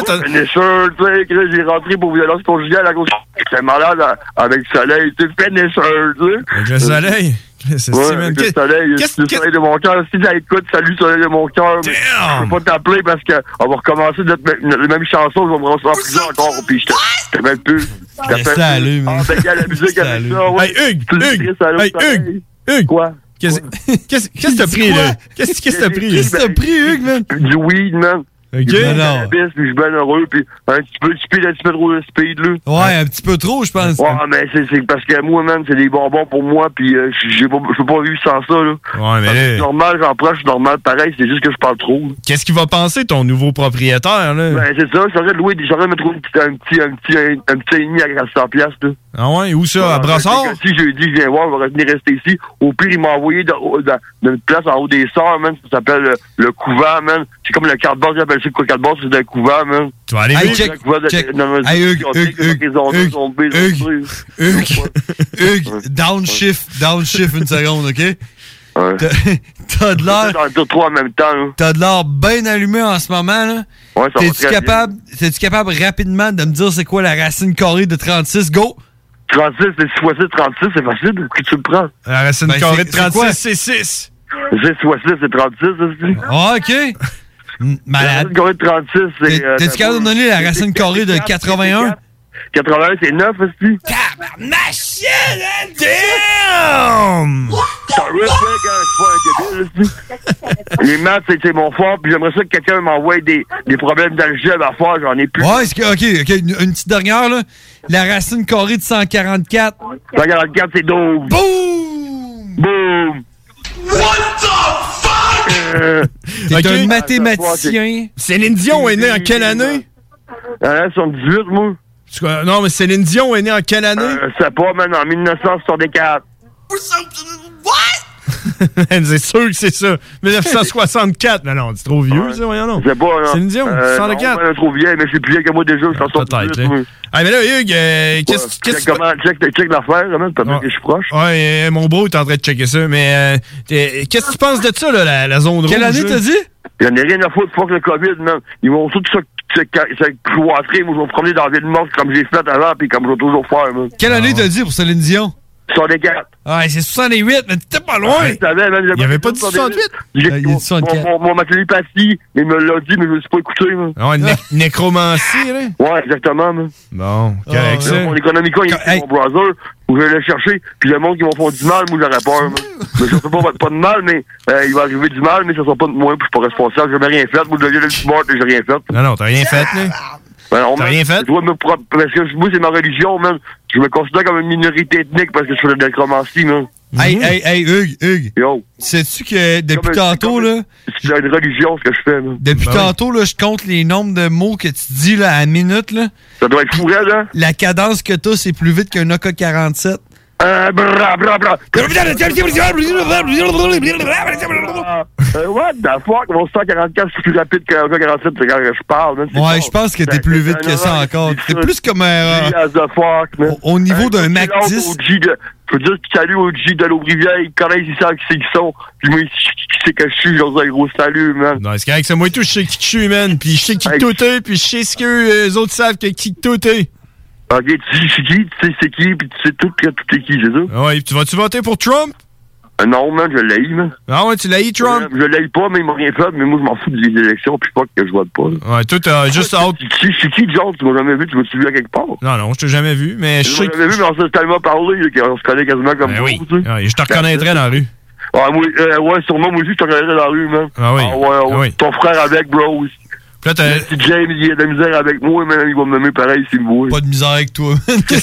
Pas Finisher, tu sais, que j'ai rentré pour violence conjugale à cause. J'étais malade à- avec le soleil, tu sais, finisher, tu sais.
Avec le soleil. C'est
Ouais,
si, man.
avec le soleil, le soleil de mon cœur. Si j'écoute, salut soleil de mon cœur. mais Je peux pas t'appeler parce qu'on va recommencer notre, la même chanson, je vais me recevoir en prison encore, puis je te- je t'appelle plus. Je t'appelle plus.
Salut, man.
Ah, ben, gars, la musique avec ça, ouais.
Hey, Hugues, Hugues, hey, Hugues, Hugues.
Quoi?
Qu'est-ce qu'est-ce- qu'est-ce que t'as pris, là? Qu'est-ce qu'est-ce que t'as pris?
Qu'est-ce que t'as pris, Hugues, man? Du weed, man.
Ok.
Du
Non, non.
cannabis, puis je suis bien heureux, puis un petit peu de speed, un petit peu trop de speed, là.
Ouais, un petit peu trop, je pense.
Ouais, mais c'est c'est parce que moi, man, c'est des bonbons pour moi, puis euh, j'ai pas- je peux pas vivre sans ça, là.
Ouais, mais là-
C'est normal, j'en prends, je suis normal, pareil, c'est juste que je parle trop.
Qu'est-ce qu'il va penser, ton nouveau propriétaire, là?
Ben, c'est ça, j'aurais loué, j'aurais me trouver un petit, un petit, un, un petit ennemi à 400 piastres, là.
Ah ouais, où ça? À Brassard?
Quand Si je dis, je viens voir, je vais venir rester ici. Au pire, il m'a envoyé dans, dans- dans une place en haut des sorts, man. Ça s'appelle euh, le couvent, man. C'est comme le cardboard, j'appelle ça le cardboard, c'est un couvent, man.
Tu vas aller
C'est
Hey,
un
check,
couvent de-
check.
dans un-
Hey, Hugues,
on sait
Hugues,
que les ondes
Hugues,
sont baises,
Hugues,
on sait.
Hugues, Hugues, downshift, downshift une seconde, OK? T'as- T'as de l'air...
en même temps, hein.
T'as de l'air bien allumé en ce moment, là.
Ouais, ça va
T'es-tu
très bien.
capable, t'es-tu capable rapidement de me dire c'est quoi la racine carrée de 36? Go!
36, c'est 6 fois 6, 36, c'est facile. Qui tu le prends?
La racine
Ben,
carrée de
c'est- c'est quoi?
36, c'est 6.
C'est 6 fois 6, c'est 36, c'est
Ah, OK. Malade.
La racine carrée de 36, c'est... euh,
T'es-tu capable de me donner la racine carrée de 81?
81, c'est 9, aussi.
Ma chienne,
Damn!
T'as un respect quand je suis pas un débile, aussi. Les maths, c'est c'est mon fort, puis j'aimerais ça que quelqu'un m'envoie des, des problèmes d'algèbre à faire, j'en ai plus.
Ouais, est-ce que- OK, OK, une, une petite dernière, là. La racine carrée de 144.
144, c'est 12.
Boum!
Boum! Euh,
T'es
Ah,
un mathématicien.
Céline Dion est née en quelle année?
Euh, 78, moi.
Non, mais Céline Dion est née en quelle année?
Euh, je sais pas, man, en 1964.
Man, c'est sûr que c'est ça. 1964. Non, non, c'est trop vieux, ça, voyons, non.
Je sais pas, là.
Cunidion,
Euh,
104.
non, ben, trop vieille, mais je suis plus vieille que moi déjà, je t'en sors
Peut-être, là. Ah, mais là, Hugues, euh, qu'est-ce Ah.
Check
qu'est-ce que tu
comment, check, check l'affaire, là, man, t'as vu que je suis proche.
Ouais, euh, mon bro est en train de checker ça, mais euh, t'es- qu'est-ce que tu penses de ça, là, la, la zone rouge?
Quelle année
là?
t'as dit? J'en ai rien à foutre, fuck le COVID, man. Ils vont tous se, se, se, se cloîtrer, moi, je vais me promener dans la ville morte comme j'ai fait avant, puis comme je vais toujours faire, man.
Quelle année t'as dit pour Céline Dion?
64.
Ouais, c'est 68, mais t'étais pas loin!
Je savais, man,
Il y avait pas dit 68?
J'ai-
Euh, il y a dit
mon-
64.
Mon, mon, ma télépathie, il me l'a dit, mais je ne suis pas écouté, man.
Ah, ouais, né- nécromancie, là?
Ouais, exactement, man.
Bon, correct,
Là,
ça.
Mon économico, il est mon browser, où je vais le chercher, puis le monde qui vont faire du mal, moi j'aurais peur. moi. mais je ne pas, pas de mal, mais euh, il va arriver du mal, mais ça sera pas de moi, puis je suis pas responsable, je n'ai rien fait, moi j'ai le smart et j'ai rien fait.
Non, non, t'as rien fait, là.
Ben, on même- Je dois me pro- parce que moi, c'est ma religion, même. Je me considère comme une minorité ethnique parce que je suis de la nécromancie, man.
Hey, hey, hey, Hugues, Hugues.
Yo.
Sais-tu que depuis
Comme un-
tantôt, là,
C'est une religion, ce que je fais, man.
depuis tantôt, là, je compte les nombres de mots que tu dis, là, à la minute, là.
Ça doit être fourré, là.
La cadence que t'as, c'est plus vite qu'un AK-47.
Euh, bra, bra, bra. Euh, what the fuck? Mon 144, c'est plus rapide qu'un 147, c'est quand je parle, man. C'est
Ouais,
fort.
je pense que
Ben,
t'es plus vite que ça encore. T'es plus comme un... euh,
As the fuck, man.
Au niveau d'un Mac
Salut
10.
au G de- Faut dire que salut au G de l'Aubrivière, ils connaissent, ils savent qui c'est qu'ils sont. Puis moi, je- qui c'est que je suis, j'ose un gros salut, man.
Non, c'est correct, c'est moi et tout, je sais qui que je suis, man. Puis je sais qui que tout est, puis je sais ce que euh, les autres savent que qui que tout est.
Ok, tu sais je suis qui, tu sais c'est qui, puis tu sais tout que tout est qui, c'est ça?
Ah Ouais, puis tu vas-tu voter pour Trump?
Euh, non, man, je l'ai, man. Euh,
Ah ouais, tu l'as eu, Trump?
Je, je l'ai pas, mais ils m'ont rien fait, mais moi, je m'en fous des élections, puis je pense que je vote pas. là.
Ouais, toi, t'as juste hâte.
Je suis qui, John? Tu m'as jamais vu, tu m'as-tu vu à quelque part?
Non, non, je t'ai jamais vu, mais je
Je
sais
l'avais
que.
vu, mais on s'est tellement parlé là, qu'on se connaît quasiment comme
Ben
vous,
oui.
tu sais.
Ouais, je te reconnaîtrais dans la rue.
Ouais, moi, euh, ouais, sûrement, moi aussi, je te reconnaîtrais dans la rue, man.
Ah oui.
ouais, ouais.
Ah oui.
Ton frère avec, bro. Puis
là, t'as.
Si James, il a de la misère avec moi, man, il va me nommer pareil, s'il me voit. Pas
de misère avec toi, man.
Puis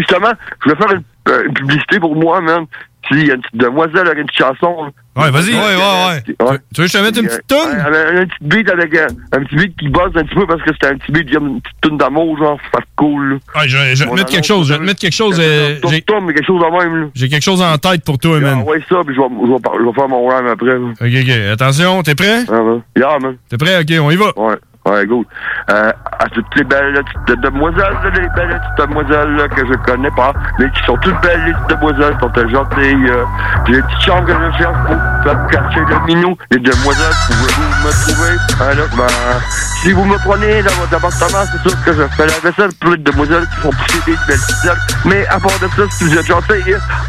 justement, je vais faire une, euh, une publicité pour moi, man. Si, il y a une petite demoiselle avec une petite chanson.
Ouais, vas-y. Ouais, ouais,
ouais.
Tu veux que je te mette une petite toune?
Un, un petit beat avec un, un petit beat qui bosse un petit peu parce que c'était un petit beat, il y a une petite toune d'amour, genre, fuck cool. là.
Ouais, je, je vais te
Mon
mettre quelque
annonce,
chose, je vais te mettre quelque chose. euh,
Tom,
j'ai-
Tom, mais quelque chose de même, là.
J'ai quelque chose en tête pour toi, man.
Ouais, ça, puis je vais, je vais par- je vais faire mon rhyme après. là.
Ok, ok. Attention, t'es prêt?
Ah, ouais. Yeah, man.
T'es prêt? Ok, on y va.
Ouais, ouais, go. Euh, à toutes les belles petites demoiselles, les belles petites demoiselles là, que je connais pas, mais qui sont toutes belles, les petites demoiselles sont très gentilles. euh. J'ai une petite chambre que je cherche pour faire cacher le minou. Les demoiselles, pouvez-vous me trouver un logement? Si vous me prenez dans votre appartement, c'est sûr que je fais la vaisselle pour les demoiselles qui font pousser des belles petites ailes. Mais à part de ça, si vous êtes gentil,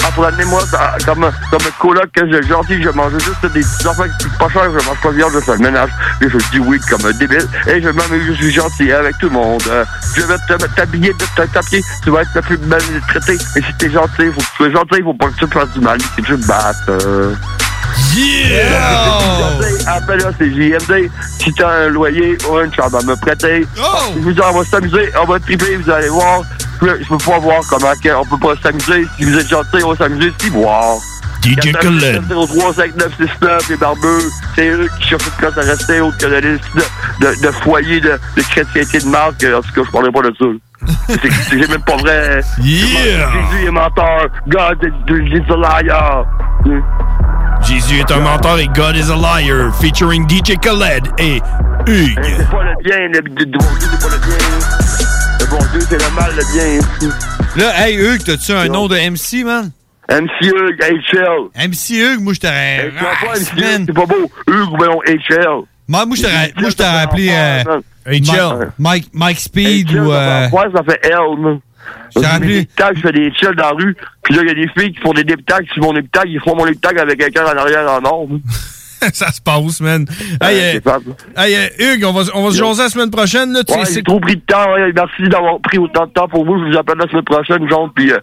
apprenez-moi ça, comme, comme un coloc que j'ai gentil, je mange juste des petits enfants qui coûtent pas cher, je mange pas de viande, je fais le ménage, et je dis oui comme un débile, et je m'amuse, je suis gentil avec tout le monde. Euh, Je vais te- te- t'habiller de ta tapis, tu vas être la plus belle des traitées, et si t'es gentil, faut que tu sois gentil, faut pas que tu fasses du mal, que tu te battes. euh. Appelle-la, c'est JMD. Si t'as un loyer ou une chambre à me prêter, je vous dis, on va s'amuser, on va triper, vous allez voir. Je peux- je peux pas voir comment que- on peut pas s'amuser. Si vous êtes gentil, on va s'amuser, si voir.
DJ Cullen.
035969, les barbeux, c'est eux qui cherchent une place à rester, autre que la liste de, de, de foyers de, de chrétienté de marque. En tout cas, je parlerai pas de ça. C'est- C'est c'est même pas vrai.
Yeah!
Jésus est menteur. God is is a liar.
Jésus est un menteur et God is a liar, featuring DJ Khaled et Hugues.
C'est pas le bien, le, le bon Dieu, c'est pas le bien. Le bon Dieu, c'est le mal, le bien. euh,
Là, hey, Hugues, t'as-tu un nom de MC, man?
MC Hugues, HL.
MC Hugues, moi, je t'aurais... Ah,
Hey, tu vas pas, MC, C'est pas beau. Hugues, voyons, HL.
Moi, moi, je t'aurais- moi, je t'aurais appelé... euh,
HL.
Mike, Mike Speed
Chill,
ou...
ça
euh,
fait- ouais, ça fait L, man. Je fais des diptages, je fais des chills dans la rue, puis là, il y a des filles qui font des diptages, qui font des diptages, ils font mon diptage avec quelqu'un en arrière en or. man.
ça se passe, man. Hey, euh, hey, euh, Hugues, on va, on va se jaser la semaine prochaine. Là, tu
Ouais,
sais-
j'ai trop pris de temps, ouais, merci d'avoir pris autant de temps pour vous, je vous appelle la semaine prochaine, genre, puis euh,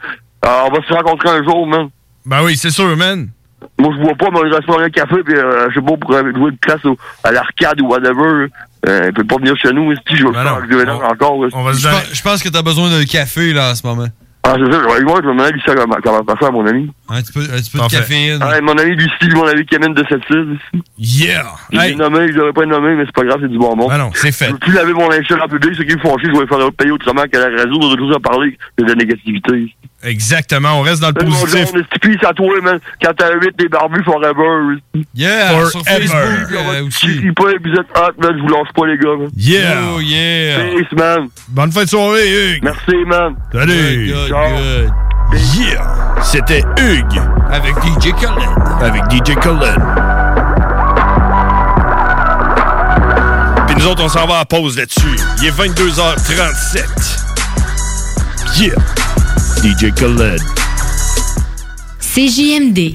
euh, on va se rencontrer un jour, man.
Ben oui, c'est sûr, man.
Moi, je vois pas, mais je reste pas un café, puis euh, je sais pas, pour euh, jouer une place au- à l'arcade ou whatever, euh, il peut pas venir chez nous, si je
Ben
veux faire deux ans encore.
Je pense- Je pense que t'as besoin d'un café, là, en ce moment.
Ah, c'est ça, je vais voir, je vais demander à Lucie comment, comment faire ça, mon ami.
Un petit peu, un petit peu de caféine.
Ouais, Ah, mon ami Lucie, mon ami Kevin de cette ici.
Yeah!
Je l'ai nommé, je l'aurais pas nommé, mais c'est pas grave, c'est du bonbon.
Ah non, c'est fait.
Je veux plus laver mon linge sale en public, ceux qui me font chier, je vais faire payer autrement qu'à la radio, d'autres choses à parler que de la négativité.
Exactement, on reste dans le
Mon
positif.
genre, c'est pis à toi, man. 418, les barbus forever.
Yeah,
Forever. sur Facebook, euh,
Je suis pas, vous êtes hot, man. Je vous lance pas, les gars, man.
Yeah.
Oh,
yeah.
Peace, man.
Bonne fin de soirée, Hugues.
Merci, man.
Salut. Yeah! C'était Hugues. Avec DJ Khaled. Avec DJ Khaled. Puis nous autres, on s'en va à la pause là-dessus. Il est 22h37. Yeah! DJ Khaled.
CJMD.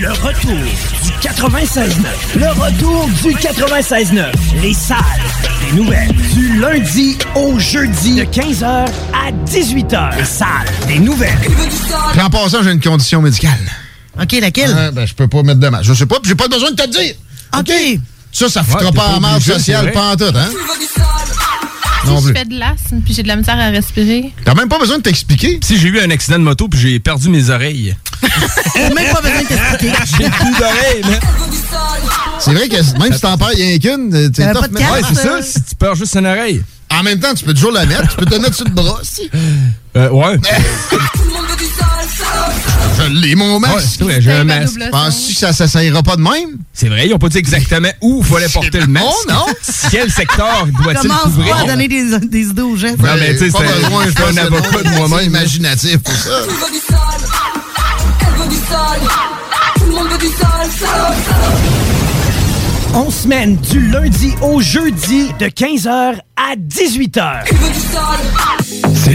Le retour du 96.9. Le retour du 96.9. Les salles des nouvelles. Du lundi au jeudi. De 15h à 18h. Les salles des nouvelles.
Puis en passant, j'ai une condition médicale.
OK, laquelle?
ben, je peux pas mettre de masque. Je sais pas, puis j'ai pas besoin de te le dire.
OK.
Ça, ça foutra
Ouais, t'es
pas
pas
en marge
obligé,
sociale
c'est vrai.
pantoute, hein?
Si
Non
je
plus.
fais de l'asthme puis j'ai de la misère à respirer.
T'as même pas besoin de t'expliquer.
Si j'ai eu un accident de moto puis j'ai perdu mes oreilles.
même pas besoin de t'expliquer.
J'ai plus d'oreilles, man.
C'est vrai que même si t'en perds rien qu'une, euh, t'es
T'avais
tough,
pas de
mais-
carte, Ouais, c'est ça, euh. si
tu perds juste une oreille. En même temps, tu peux toujours la mettre, tu peux te la mettre sur le bras aussi.
Euh, ouais.
Je l'ai, mon masque.
Ouais, c'est vrai, j'ai un masque.
Penses-tu que ça s'assaillera pas de même?
C'est vrai, ils ont pas dit exactement où il fallait porter le masque.
Oh, non.
Quel secteur doit-il
Commence
couvrir?
pas à donner des, des idées aux gens.
Non, mais tu sais, c'est un- c'est un avocat de moi-même.
imaginatif pour ça.
On semaine du lundi au jeudi de 15h à 18h.
C'est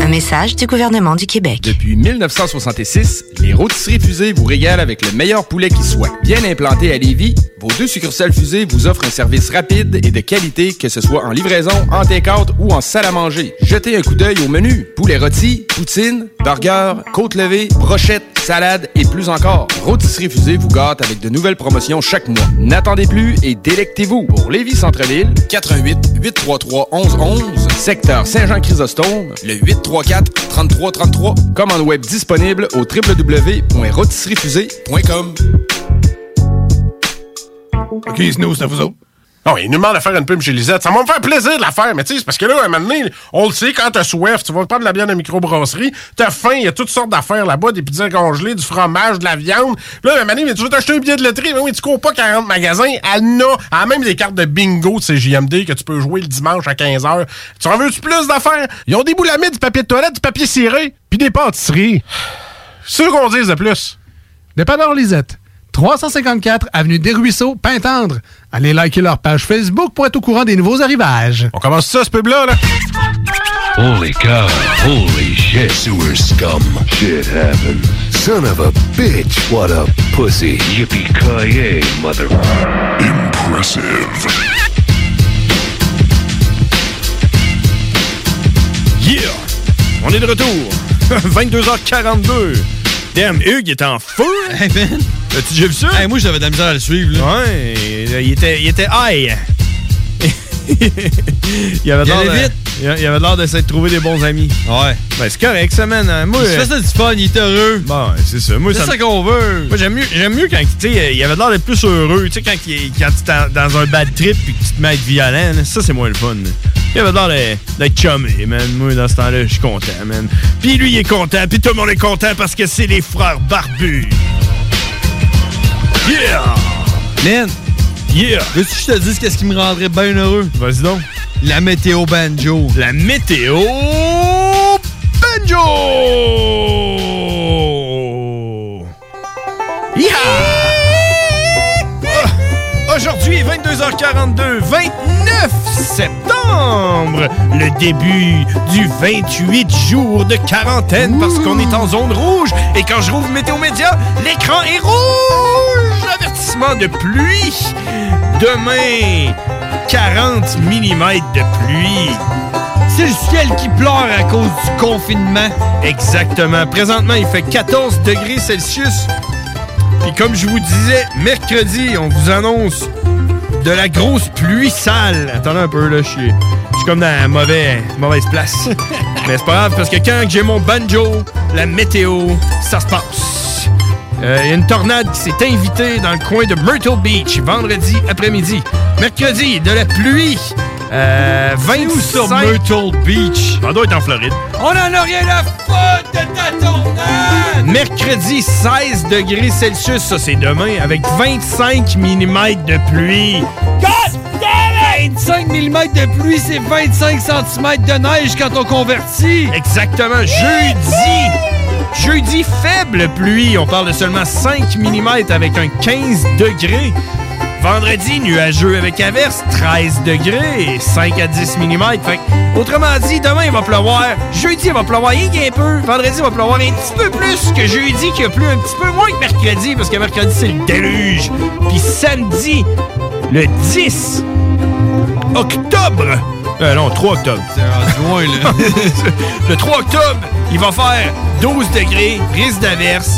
Un message du gouvernement du Québec.
Depuis 1966, les rôtisseries fusées vous régalent avec le meilleur poulet qui soit. Bien implanté à Lévis, vos deux succursales fusées vous offrent un service rapide et de qualité, que ce soit en livraison, en take-out ou en salle à manger. Jetez un coup d'œil au menu. Poulet rôti, poutine, burger, côte levée, brochette, salade et plus encore. Rôtisserie fusée vous gâte avec de nouvelles promotions chaque mois. N'attendez plus et délectez-vous. Pour Lévis Centre-Ville, 88 833 1111, secteur Saint-Jean-Chrysostome, le 834 3333. Commande web disponible au www.rôtisseriefusée.com.
OK, Snooze, c'est à vous autres. Non, il Ah nous demande de faire une pub chez Lisette. Ça va me faire plaisir de la faire, mais tu sais, c'est parce que là, à un moment donné, on le sait, quand t'as soif, tu vas prendre de la bière de microbrasserie, t'as faim, il y a toutes sortes d'affaires là-bas, des pizzas congelées, du fromage, de la viande. Là, à un moment donné, mais tu veux t'acheter un billet de loterie, mais oui, tu cours pas 40 magasins. Elle n'a, elle a même des cartes de bingo de CJMD que tu peux jouer le dimanche à 15h. Tu en veux-tu plus d'affaires? Ils ont des boulamides, du papier de toilette, du papier ciré, puis des pâtisseries. C'est ce qu'on dise de plus.
Dépanneur Lisette. 354 Avenue des Ruisseaux, Pintendre. Allez liker leur page Facebook pour être au courant des nouveaux arrivages.
On commence ça, ce pub-là, là?
Holy cow. Holy shit. Sewer scum. Shit happened. Son of a bitch. What a pussy. Yippee-ki-yay, mother... Impressive.
Yeah! On est de retour. 22h42. Damn, Hugues est en feu. Hey, Ben. As-tu déjà vu ça? moi, j'avais de la misère à le suivre. Ouais, il était, il était high. il avait
Il
l'air
allait
de-
vite.
Il a- il avait l'air d'essayer de trouver des bons amis. Ouais. Ben, c'est correct, ça, man. Moi, euh,
Il se faisait
du fun, il était heureux. Bon, ouais, c'est ça. Euh, Moi,
C'est ça
qu'on veut. Moi, j'aime mieux, j'aime mieux quand, tu sais, il avait l'air d'être plus heureux. Tu sais, quand, il- quand tu t'en- dans un bad trip puis que tu te mets à être violent, là, ça, c'est moins le fun. là. Il avait l'air d'être- d'être chumé, man. Moi, dans ce temps-là, je suis content, man. Puis lui, il est content. Puis tout le monde est content parce que c'est les frères barbus. Yeah!
Man!
Yeah!
Veux-tu que je te dise qu'est-ce qui me rendrait bien heureux?
Vas-y donc.
La météo banjo.
La météo Oh, banjo! Yeah! 22h42, 29 septembre, le début du 28 jours de quarantaine parce qu'on est en zone rouge et quand je rouvre Météo Média, l'écran est rouge! Avertissement de pluie! Demain, 40 mm de pluie. C'est le ciel qui pleure à cause du confinement. Exactement. Présentement, il fait 14 degrés Celsius. Puis comme je vous disais, mercredi, on vous annonce de la grosse pluie sale. Attendez un peu, là, je suis je suis comme dans la mauvaise, mauvaise place. Mais c'est pas grave, parce que quand j'ai mon banjo, la météo, ça se passe. Euh, Il y a une tornade qui s'est invitée dans le coin de Myrtle Beach vendredi après-midi. Mercredi, de la pluie. Euh, 25... sur Myrtle Beach? On doit être en Floride. On en a rien à foutre de ta tornade! Mercredi, 16 degrés Celsius, ça c'est demain, avec 25 mm de pluie. God damn it! 25 mm de pluie, c'est 25 cm de neige quand on convertit. Exactement. Jeudi, jeudi faible pluie. On parle de seulement 5 mm avec un 15 degrés. Vendredi, nuageux avec averse, 13 degrés, 5 à 10 mm. Fait que, autrement dit, demain, il va pleuvoir. Jeudi, il va pleuvoir rien qu'un peu. Vendredi, il va pleuvoir un petit peu plus que jeudi, qui a plu un petit peu moins que mercredi, parce que mercredi, c'est le déluge. Puis samedi, le 10 octobre. Euh, non, 3 octobre. le 3 octobre, il va faire 12 degrés, risque d'averse.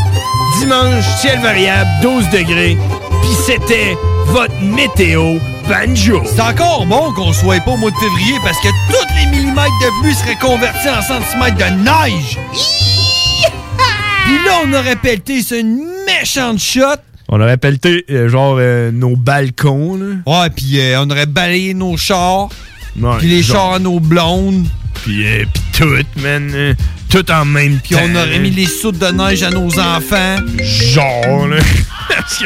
Dimanche, ciel variable, 12 degrés. Puis c'était votre météo banjo.
C'est encore bon qu'on soit pas au mois de février parce que tous les millimètres de pluie seraient convertis en centimètres de neige. Puis là, on aurait pelleté sur une méchante shot.
On aurait pelleté, euh, genre, euh, nos balcons. Ouais, puis
euh,
on aurait balayé nos chars.
Puis les chars à nos blondes.
Puis euh, puis tout, man. euh, tout en même
Puis
temps.
on aurait mis les soutes de neige à nos enfants.
Genre, là. Parce que,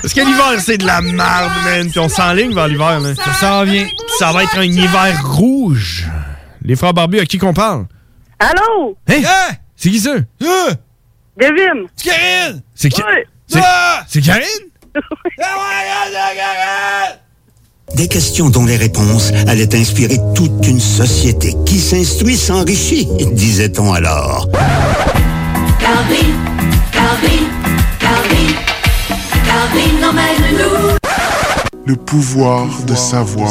parce que l'hiver, c'est de la merde, man. Puis on s'enligne vers l'hiver, là. Ça s'en vient. Ça va être un hiver rouge. Les frères barbus, à qui qu'on parle?
Allô?
Hein? C'est qui ça?
Eh!
Devine!
C'est Karine!
C'est qui? C'est c'est Karine?
Des questions dont les réponses allaient inspirer toute une société qui s'instruit s'enrichit, disait-on alors.
Calvin, Calvin, Calvin, Calvin emmène-nous.
Le pouvoir de savoir.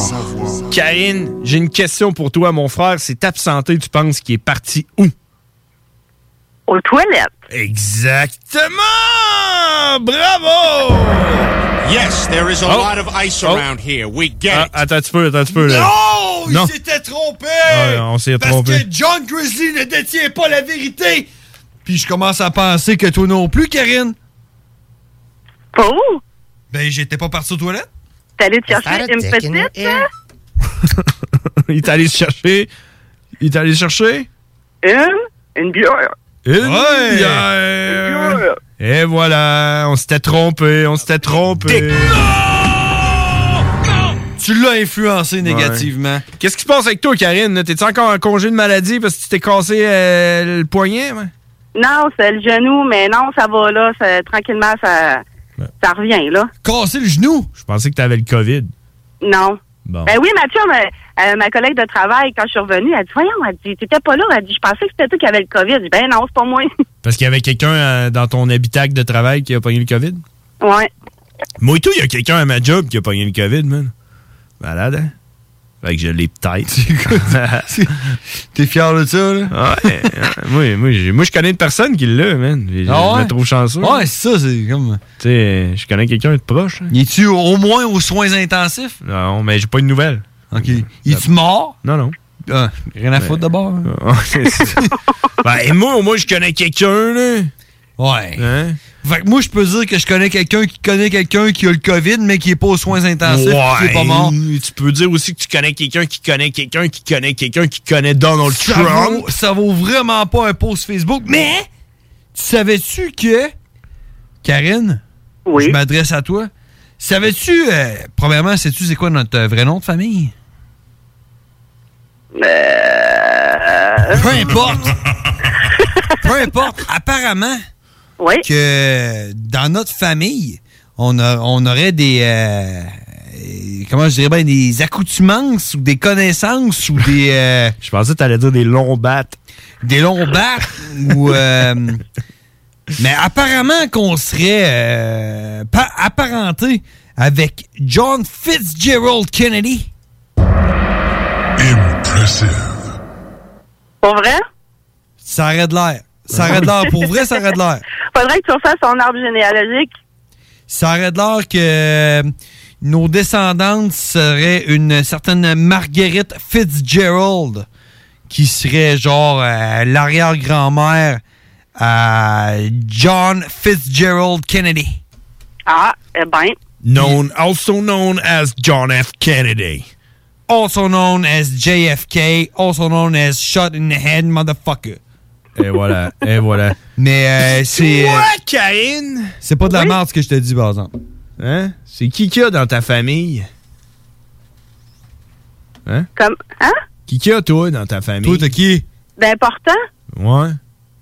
Karine, j'ai une question pour toi. Mon frère s'est absenté, tu penses qu'il est parti où?
Aux toilettes.
Exactement! Bravo!
Yes, there is a
Oh.
lot of ice
Oh.
around here. We get
Ah,
it.
attends un petit peu, attends un petit peu. Là.
Non,
il Non.
s'était trompé!
Ah, on s'est
Parce
trompé.
que John Grizzly ne détient pas la vérité. Puis je commence à penser que toi non plus, Karine.
Pas où?
Ben, j'étais pas parti aux toilettes.
T'es allé te chercher
Arrête,
une
t'es qu'une
petite? hein?
il est allé se chercher. Il est allé se chercher?
Une? Une bière.
Une
Ouais.
bière. Et voilà, on s'était trompé, on s'était trompé. Tu l'as influencé
négativement.
Qu'est-ce qui se passe avec toi, Karine? T'es-tu encore en congé de maladie parce que tu t'es cassé euh, le poignet? ouais?
Non, c'est le genou, mais non, ça va là. ça- tranquillement, ça, ça revient là.
Cassé le genou? Je pensais que t'avais le COVID.
Non.
Bon.
Ben oui, Mathieu, ma, euh, ma collègue de travail, quand je suis revenue, elle dit Voyons, elle dit, t'étais pas là. Elle dit Je pensais que c'était toi qui avais le COVID. Je dis, ben non, c'est pas moi.
Parce qu'il y avait quelqu'un euh, dans ton habitacle de travail qui a pogné le COVID?
ouais.
Moi et tout, il y a quelqu'un à ma job qui a pogné le COVID, man. Malade, hein? Fait que je l'ai peut-être. T'es fier de ça, là? Ouais. ouais. moi, moi, j'ai- moi, je connais une personne qui l'a, man. Je-
Ah
Je
ouais?
me trouve chanceux.
Ouais, c'est ça, c'est comme.
Tu sais, je connais quelqu'un de proche. hein.
Il est-tu au moins aux soins intensifs?
Non, mais j'ai pas eu de nouvelles.
OK. Il est-tu mort? Euh,
Non, non.
rien à foutre d'abord. hein?
Ben, et moi, au moins, je connais quelqu'un, là.
Ouais. Fait que moi, je peux dire que je connais quelqu'un qui connaît quelqu'un qui a le COVID, mais qui est pas aux soins intensifs, puis qui est pas mort.
Tu peux dire aussi que tu connais quelqu'un qui connaît quelqu'un qui connaît quelqu'un qui connaît Donald
ça
Trump.
Vaut, ça vaut vraiment pas un post Facebook. Mais, tu savais-tu que. Karine? Je m'adresse à toi. Savais-tu, euh, premièrement, sais-tu c'est quoi notre euh, vrai nom de famille?
Euh,
Peu importe. Peu importe. Apparemment, que dans notre famille, on, a- on aurait des, euh, comment je dirais bien, des accoutumances ou des connaissances ou des. je pensais que tu allais dire des lombates. Des lombates ou. euh, mais apparemment qu'on serait euh, pa- apparenté avec John Fitzgerald Kennedy.
Pour vrai?
Ça aurait de l'air. Ça aurait de l'air. Pour vrai, ça aurait de l'air.
Faudrait que tu refasses son arbre généalogique.
Ça aurait de l'air que euh, nos descendantes seraient une certaine Marguerite Fitzgerald qui serait genre euh, l'arrière-grand-mère à John Fitzgerald Kennedy.
Ah, eh ben.
Known, also known as John F. Kennedy.
Also known as JFK, also known as shot in the head motherfucker.
Et voilà, et voilà.
Mais euh, c'est
Karine?
c'est pas de la merde ce que je te dis par exemple.
Hein? C'est qui qu'il y a dans ta famille? Hein?
Comme, hein?
Qui qu'il y a, toi, dans ta famille? Toi, t'as
qui?
Ben, D'important?
Ouais.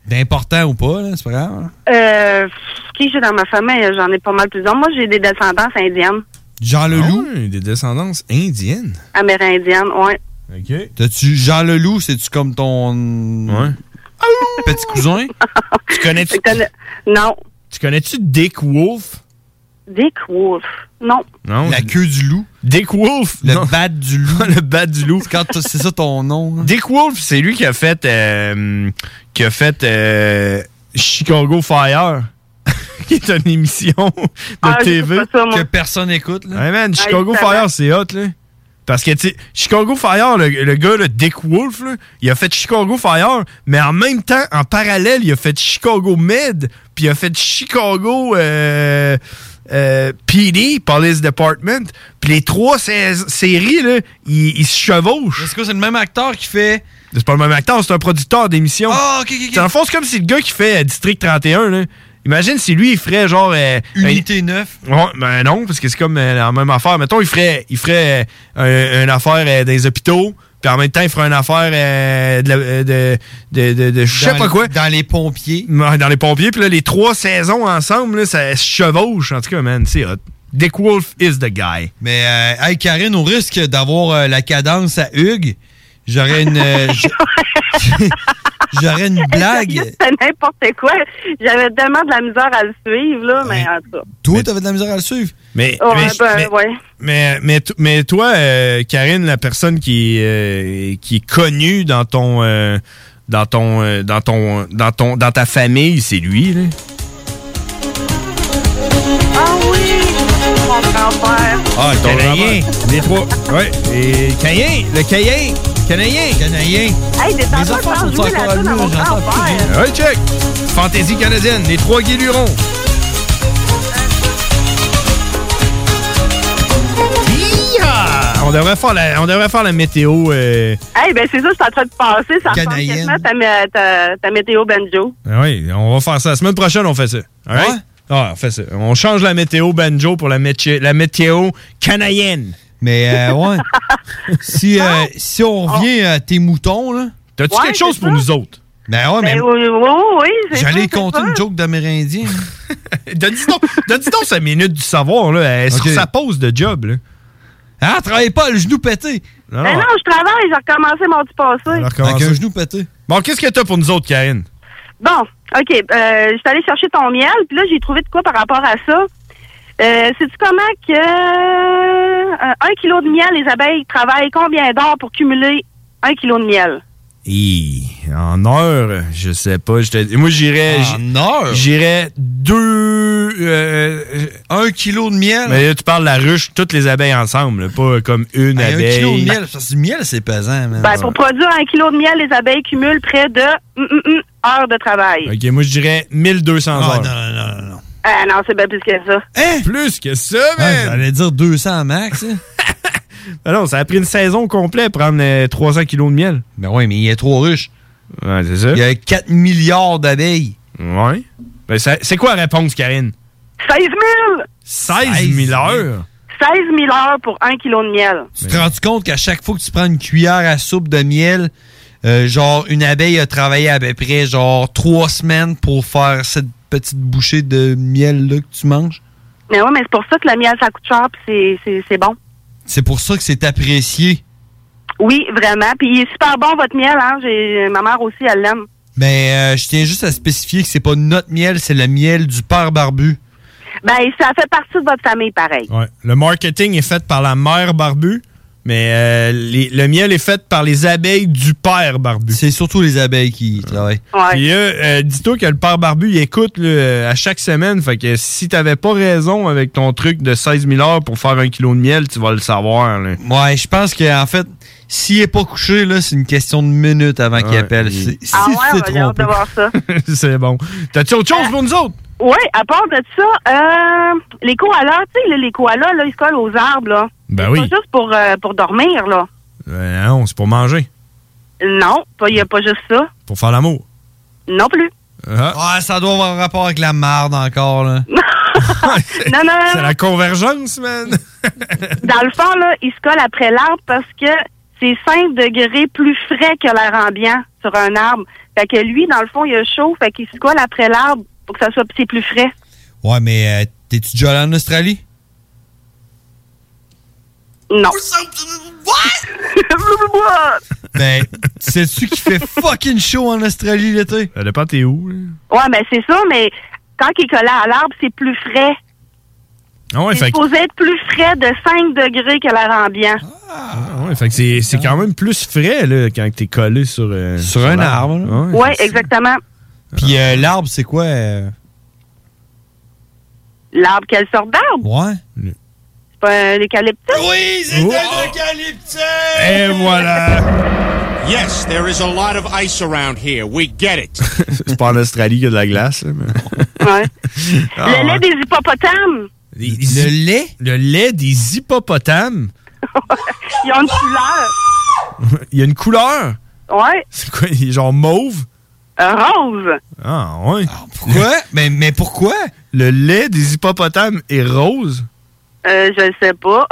D'important ou pas, là, c'est pas grave. hein. là.
Euh, pff, qui j'ai dans ma famille? J'en ai pas mal plusieurs. Moi, j'ai des descendances indiennes,
Jean
Leloup? Ah des descendances indiennes.
amérindiennes, ouais.
OK.
T'as-tu Jean Leloup, c'est-tu comme ton. Ouais.
Ah!
Petit cousin?
tu connais-tu
Je connais- Non.
tu connais-tu Dick Wolf?
Dick Wolf. Non.
Non.
La queue du loup.
Dick Wolf.
Le bat du loup.
le bat du loup.
C'est ça ton nom. hein?
Dick Wolf, c'est lui qui a fait euh, qui a fait euh, Chicago Fire. qui est une émission de
Ah, j'écoute
TV
pas ça, moi. Ah, Que personne n'écoute.
Ouais, man, Chicago
justement.
Fire, c'est hot, là. Parce que, tu sais, Chicago Fire, le, le gars, le Dick Wolf, là, il a fait Chicago Fire, mais en même temps, en parallèle, il a fait Chicago Med, puis il a fait Chicago euh, euh, PD, Police Department. Puis les trois sais- séries, là, ils, ils se chevauchent.
Est-ce que c'est le même acteur qui fait.
C'est pas le même acteur, c'est un producteur d'émission.
Ah, ok, ok, ok.
Dans le fond, c'est comme si le gars qui fait euh, District 31, là. Imagine si lui, il ferait genre. euh,
Unité 9.
Ouais, ben non, parce que c'est comme euh, la même affaire. Mettons, il ferait, il ferait euh, un- une affaire euh, dans les hôpitaux, puis en même temps, il ferait une affaire euh, de, la- euh, de, de, de- de- je sais
Dans
pas
les-
quoi.
Dans les pompiers.
Ouais, Dans les pompiers, puis là, les trois saisons ensemble, là, ça se chevauche. En tout cas, man, c'est hot. Dick Wolf is the guy.
Mais, euh, hey, Karine, au risque d'avoir euh, la cadence à Hugues, j'aurais une. euh, j- j'aurais une blague.
C'est n'importe quoi. J'avais tellement de la misère à le suivre, là, mais en tout cas.
Toi, t'avais de la misère à le suivre.
Mais,
Ouais,
Eh, mais-
ben,
mais-
ouais.
Mais, mais, t- mais toi, euh, Karine, la personne qui, euh, qui est connue dans ton, euh, dans ton, euh, dans ton, dans ton, dans ta famille, c'est lui, là.
Ah oui! Mon grand-père.
Ah, ton Canadien. Les trois. Ouais. Et Cayen. Le Cayen. Canadien. Canadien.
Hey, des
enfants
enfants
sont
sont joués
encore
là-dessus
allumés,
nou.
dans mon
j'entends plus
grand-père.
Ouais, check. Fantaisie canadienne. Les trois guilurons.
Ah.
Yeah! On devrait faire la, on devrait faire la météo. euh,
Hey, ben c'est ça, je suis en train de passer. Ça ressemble
Canaïenne.
quasiment à ta, mé- ta, ta météo banjo.
Ah Oui, on va faire ça. La semaine prochaine, on fait ça. All right? Ah, on fait ça. On change la météo banjo pour la, métier- la météo canadienne. Ah!
Mais, euh, ouais. si, euh, si on revient à tes moutons, là.
T'as-tu Ouais, quelque chose c'est pour ça. nous autres?
Ben,
Oh,
ouais, mais.
Ben, oui, oui, oui, c'est ça,
J'allais
c'est
compter
ça.
une joke d'Amérindien.
Donne-y donc, donne-y donc sa minute du savoir, là, euh, sur sa pause de job. Là.
Hein, travaille pas, le genou pété.
Non,
Ben non, je travaille, j'ai recommencé mon petit passé.
genou pété.
Bon, qu'est-ce que t'as pour nous autres, Karine?
Bon, OK. Euh, je suis allée chercher ton miel, puis là, j'ai trouvé de quoi par rapport à ça. Euh, Sais-tu comment que euh, un kilo de miel, les abeilles travaillent combien d'heures pour cumuler un kilo de miel?
Hi, en heure, je sais pas. Je te- Moi, j'irais.
En heure?
J'irais deux. euh,
un kilo de miel.
Mais là, tu parles de la ruche, toutes les abeilles ensemble, là, pas comme une
Hey,
abeille.
un kilo de miel, parce que le miel, c'est pesant,
Ah.
man.
Ben, pour produire un kilo de miel, les abeilles cumulent près de mm, mm, mm, heures de travail.
Ok, moi, je dirais 1200
Ah,
heures.
non, non, non, non.
Ah non, c'est bien plus que ça.
Plus que ça,
man! Hein? J'allais dire 200 max. hein.
Alors, ça a pris une saison complète prendre euh, 300 kilos de miel.
Ben oui, mais il est trop riche.
Ouais, c'est ça.
Il y a 4 milliards d'abeilles.
Ouais. Ben, ça- c'est quoi la réponse, Karine?
16 000!
16 000 heures?
16 000 heures pour un kilo de miel.
Tu te rends compte qu'à chaque fois que tu prends une cuillère à soupe de miel, euh, genre, une abeille a travaillé à peu près, genre, 3 semaines pour faire cette petite bouchée de miel-là que tu manges?
Mais oui, mais c'est pour ça que le miel, ça coûte cher, puis c'est- c'est- c'est bon.
C'est pour ça que c'est apprécié.
Oui, vraiment. Puis il est super bon, votre miel. Hein? J'ai- Ma mère aussi, elle l'aime.
Mais euh, je tiens juste à spécifier que c'est pas notre miel, c'est le miel du père barbu.
Ben, ça fait partie de votre famille, pareil.
Ouais. Le marketing est fait par la mère barbu, mais euh, les- le miel est fait par les abeilles du père barbu.
C'est surtout les abeilles qui travaillent.
Puis eux, euh, dis-toi que le père barbu, il écoute là, euh, à chaque semaine. Fait que si t'avais pas raison avec ton truc de 16 000 heures pour faire un kilo de miel, tu vas le savoir. là.
Ouais, je pense qu'en fait, s'il est pas couché, là, c'est une question de minutes avant qu'il
Ouais,
appelle.
il-
C'est- Si
Ah ouais,
c'est
on a hâte de voir ça.
c'est bon. T'as-tu autre chose pour nous autres?
Oui, à part de ça, euh, les koalas, tu sais, là, les koalas, là, ils se collent aux arbres, là.
Ben
C'est
oui.
Pas juste pour, euh, pour dormir, là.
Euh, non, c'est pour manger,
Non, pas- il n'y a pas juste ça.
pour faire l'amour. Hein?
Non plus.
Ouais, ça doit avoir un rapport avec la marde encore, là.
Non, non, non.
C'est la convergence, man.
Dans le fond, là, ils se collent après l'arbre parce que c'est 5 degrés plus frais que l'air ambiant sur un arbre. Fait que lui, dans le fond, il a chaud, fait qu'il se colle après l'arbre pour que ça soit c'est plus frais.
Ouais, mais euh, t'es-tu déjà allé en Australie?
Non.
Ben, sais-tu qu'il fait fucking chaud en Australie l'été?
Ça dépend t'es où,
ouais, mais c'est ça, mais quand il est collé à l'arbre, c'est plus frais.
Ah ouais,
C'est
fait que,
supposé être plus frais de 5 degrés que l'air ambiant.
ah ouais, fait que c'est, c'est quand même plus frais là, quand t'es collé sur, euh, sur
un
l'arbre.
Oui, ouais, exactement.
Puis euh, l'arbre, c'est quoi? euh?
L'arbre, quelle sorte d'arbre?
Ouais.
C'est pas un eucalyptus?
Oui,
c'est
un
un
eucalyptus!
Eh!
Et
Ah. Oh. voilà.
Yes, there is a lot of ice around here. We get it.
c'est pas en Australie qu'il y a de la glace. là, mais-
Ouais.
Ah,
Le lait des hippopotames,
le lait? Le lait des hippopotames.
ils ont une couleur.
Il y a une couleur.
Ouais,
C'est quoi? Il est genre mauve?
rose.
Ah, ouais. pourquoi? mais, mais pourquoi? Le lait des hippopotames est rose?
Euh, je le sais pas.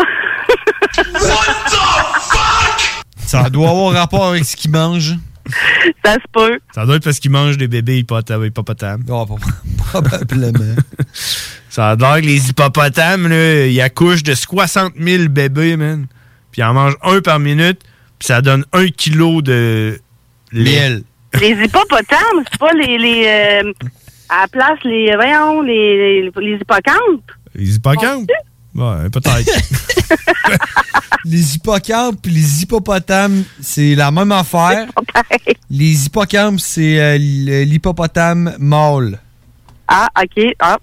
Ça doit avoir rapport avec ce qu'il mange.
Ça se peut.
Ça doit être parce qu'ils mangent des bébés hippota- hippopotames.
Ah, probablement.
Ça a l'air que les hippopotames, là, ils accouchent de 60 000 bébés, man. Puis ils en mangent un par minute, puis ça donne un kilo de miel.
Les hippopotames, c'est pas les. les euh, à la place, les. euh, Voyons, les, les, les hippocampes.
Les hippocampes? Ouais, peut-être.
les hippocampes puis les hippopotames, c'est la même affaire. Les hippocampes, c'est euh, le- l'hippopotame mâle.
Ah, OK. Ah.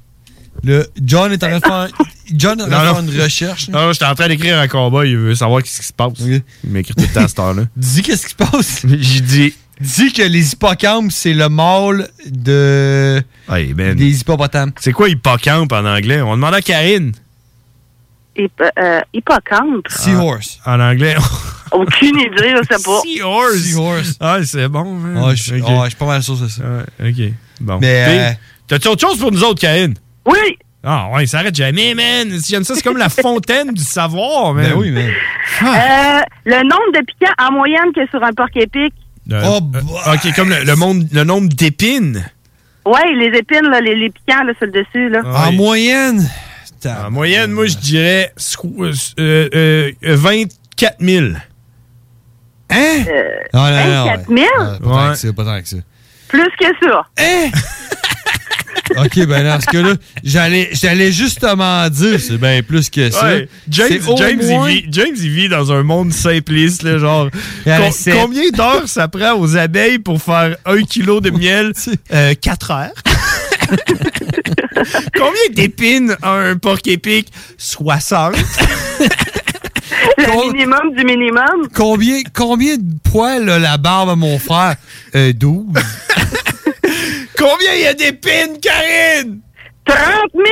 Le John est en train de faire, John est en train de faire une recherche.
Non, non, j'étais en train d'écrire un combat, il veut savoir qu'est-ce qui se passe. Il m'écrit tout le temps à cette heure-là.
Dis qu'est-ce qui se passe. J'ai dit. Dis que les hippocampes, c'est le mâle de. Des hippopotames.
C'est quoi hippocampe en anglais? On demande à Karine.
Hippo, euh, hippocampe. Ah.
Seahorse.
En anglais.
Aucune idée, je sais pas.
Seahorse. Ah, c'est bon, man.
Ouais, je suis- ouais, je suis pas mal sûr de ça.
ok. Bon.
Mais,
Puis,
euh,
T'as-tu autre chose pour nous autres, Karine?
Oui!
Ah, ouais, ça arrête jamais, man. Si J'aime ça, c'est comme la fontaine du savoir, man.
Ben oui, man.
Euh, le nombre de piquants en moyenne que sur un porc épic.
Oh,
Euh,
bah.
euh, ok, comme le, le monde, le nombre d'épines.
Ouais, les épines, là, les, les piquants là, sur le dessus. Là.
Ah, En
moyenne.
En moyenne, moi, je dirais squ- euh, euh, euh, 24 000.
Euh,
Hein?
Ah, non,
non, non,
24 000?
Pas tant Ah, que ça, pas tant que ça.
Plus que ça.
OK, ben dans ce cas-là, j'allais, j'allais justement dire, c'est bien plus que ça.
Ouais. James,
C'est au
James,
moins-
il vit, James, il vit dans un monde simpliste, là, genre.
À la
com-
sept.
combien d'heures ça prend aux abeilles pour faire un kilo de miel?
Euh,
4 heures. combien d'épines a un porc épic? 60.
Le minimum du minimum.
Combien, combien de poils a la barbe à mon frère? Euh, 12.
Combien il y a d'épines, Karine?
30 000!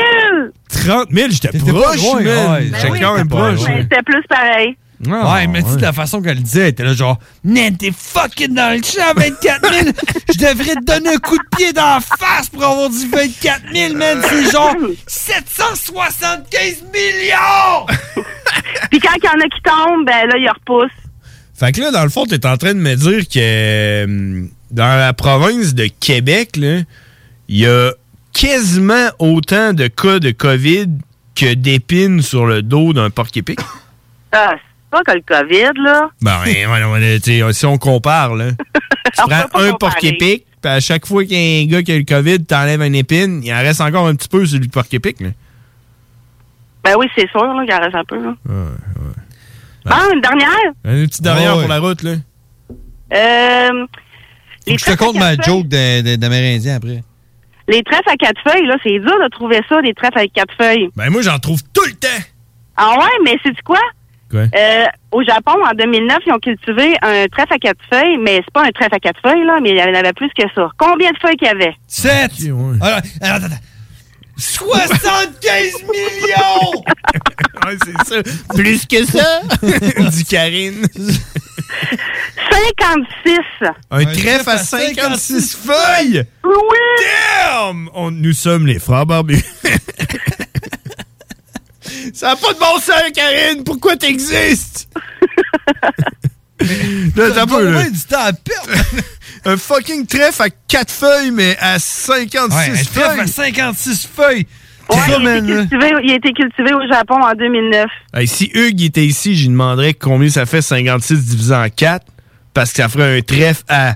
30 000, j'étais
pas
proche,
loin,
man.
ouais.
J'étais
Ben
quand
oui,
même
t'es pas
proche.
loin.
Mais C'était plus pareil.
Ah, ouais, mais tu sais, de la façon qu'elle le disait, elle était là genre, Nan, t'es fucking dans le champ, 24 000! Je devrais te donner un coup de pied dans la face pour avoir dit 24 000, man! C'est genre 775 millions!
Puis quand il y en a qui tombent, ben là, ils repoussent.
Fait que là, dans le fond, t'es en train de me dire que hum, dans la province de Québec, là, il y a quasiment autant de cas de COVID que d'épines sur le dos d'un porc-épic.
Ah, c'est pas que le COVID, là.
Ben, ouais, ouais, ouais, tu sais, si on compare, là, tu
peut
prends
pas
un
comparer.
porc-épic, puis à chaque fois qu'il y a un gars qui a le COVID, t'enlèves une épine, il en reste encore un petit peu sur le porc-épic. là.
Ben oui, c'est sûr, là, qu'il en reste un peu, là. Ah, une dernière?
Un
Ah,
petit derrière pour la route, là.
Euh, les
Je te
trèfles
compte
à
ma
quatre feuilles-
joke de- de- d'Amérindien après.
Les trèfles à quatre feuilles, là, c'est dur de trouver ça, des trèfles à quatre feuilles.
Ben, moi, j'en trouve tout le temps.
Ah ouais, mais c'est quoi?
Quoi?
Euh, au Japon, en 2009, ils ont cultivé un trèfle à quatre feuilles, mais c'est pas un trèfle à quatre feuilles, là, mais il y en avait plus que ça. Combien de feuilles qu'il y avait?
7! Alors, alors, attends, attends.
75 millions! ouais, c'est ça. Plus que ça, dit Karine.
56!
Un trèfle à 56 feuilles!
Oui!
Damn! On- nous sommes les frères barbus. Ça n'a pas de bon sens, Karine! Pourquoi t'existes? là, t'as pas, là. du temps à perdre! Un fucking trèfle à 4 feuilles, mais à 56
Ouais, un
feuilles!
trèfle à
56 feuilles!
Ouais, il, a été cultivé, il a été cultivé au Japon en 2009.
Hey, si Hugues était ici, je lui demanderais combien ça fait 56 divisé en 4, parce que ça ferait un trèfle à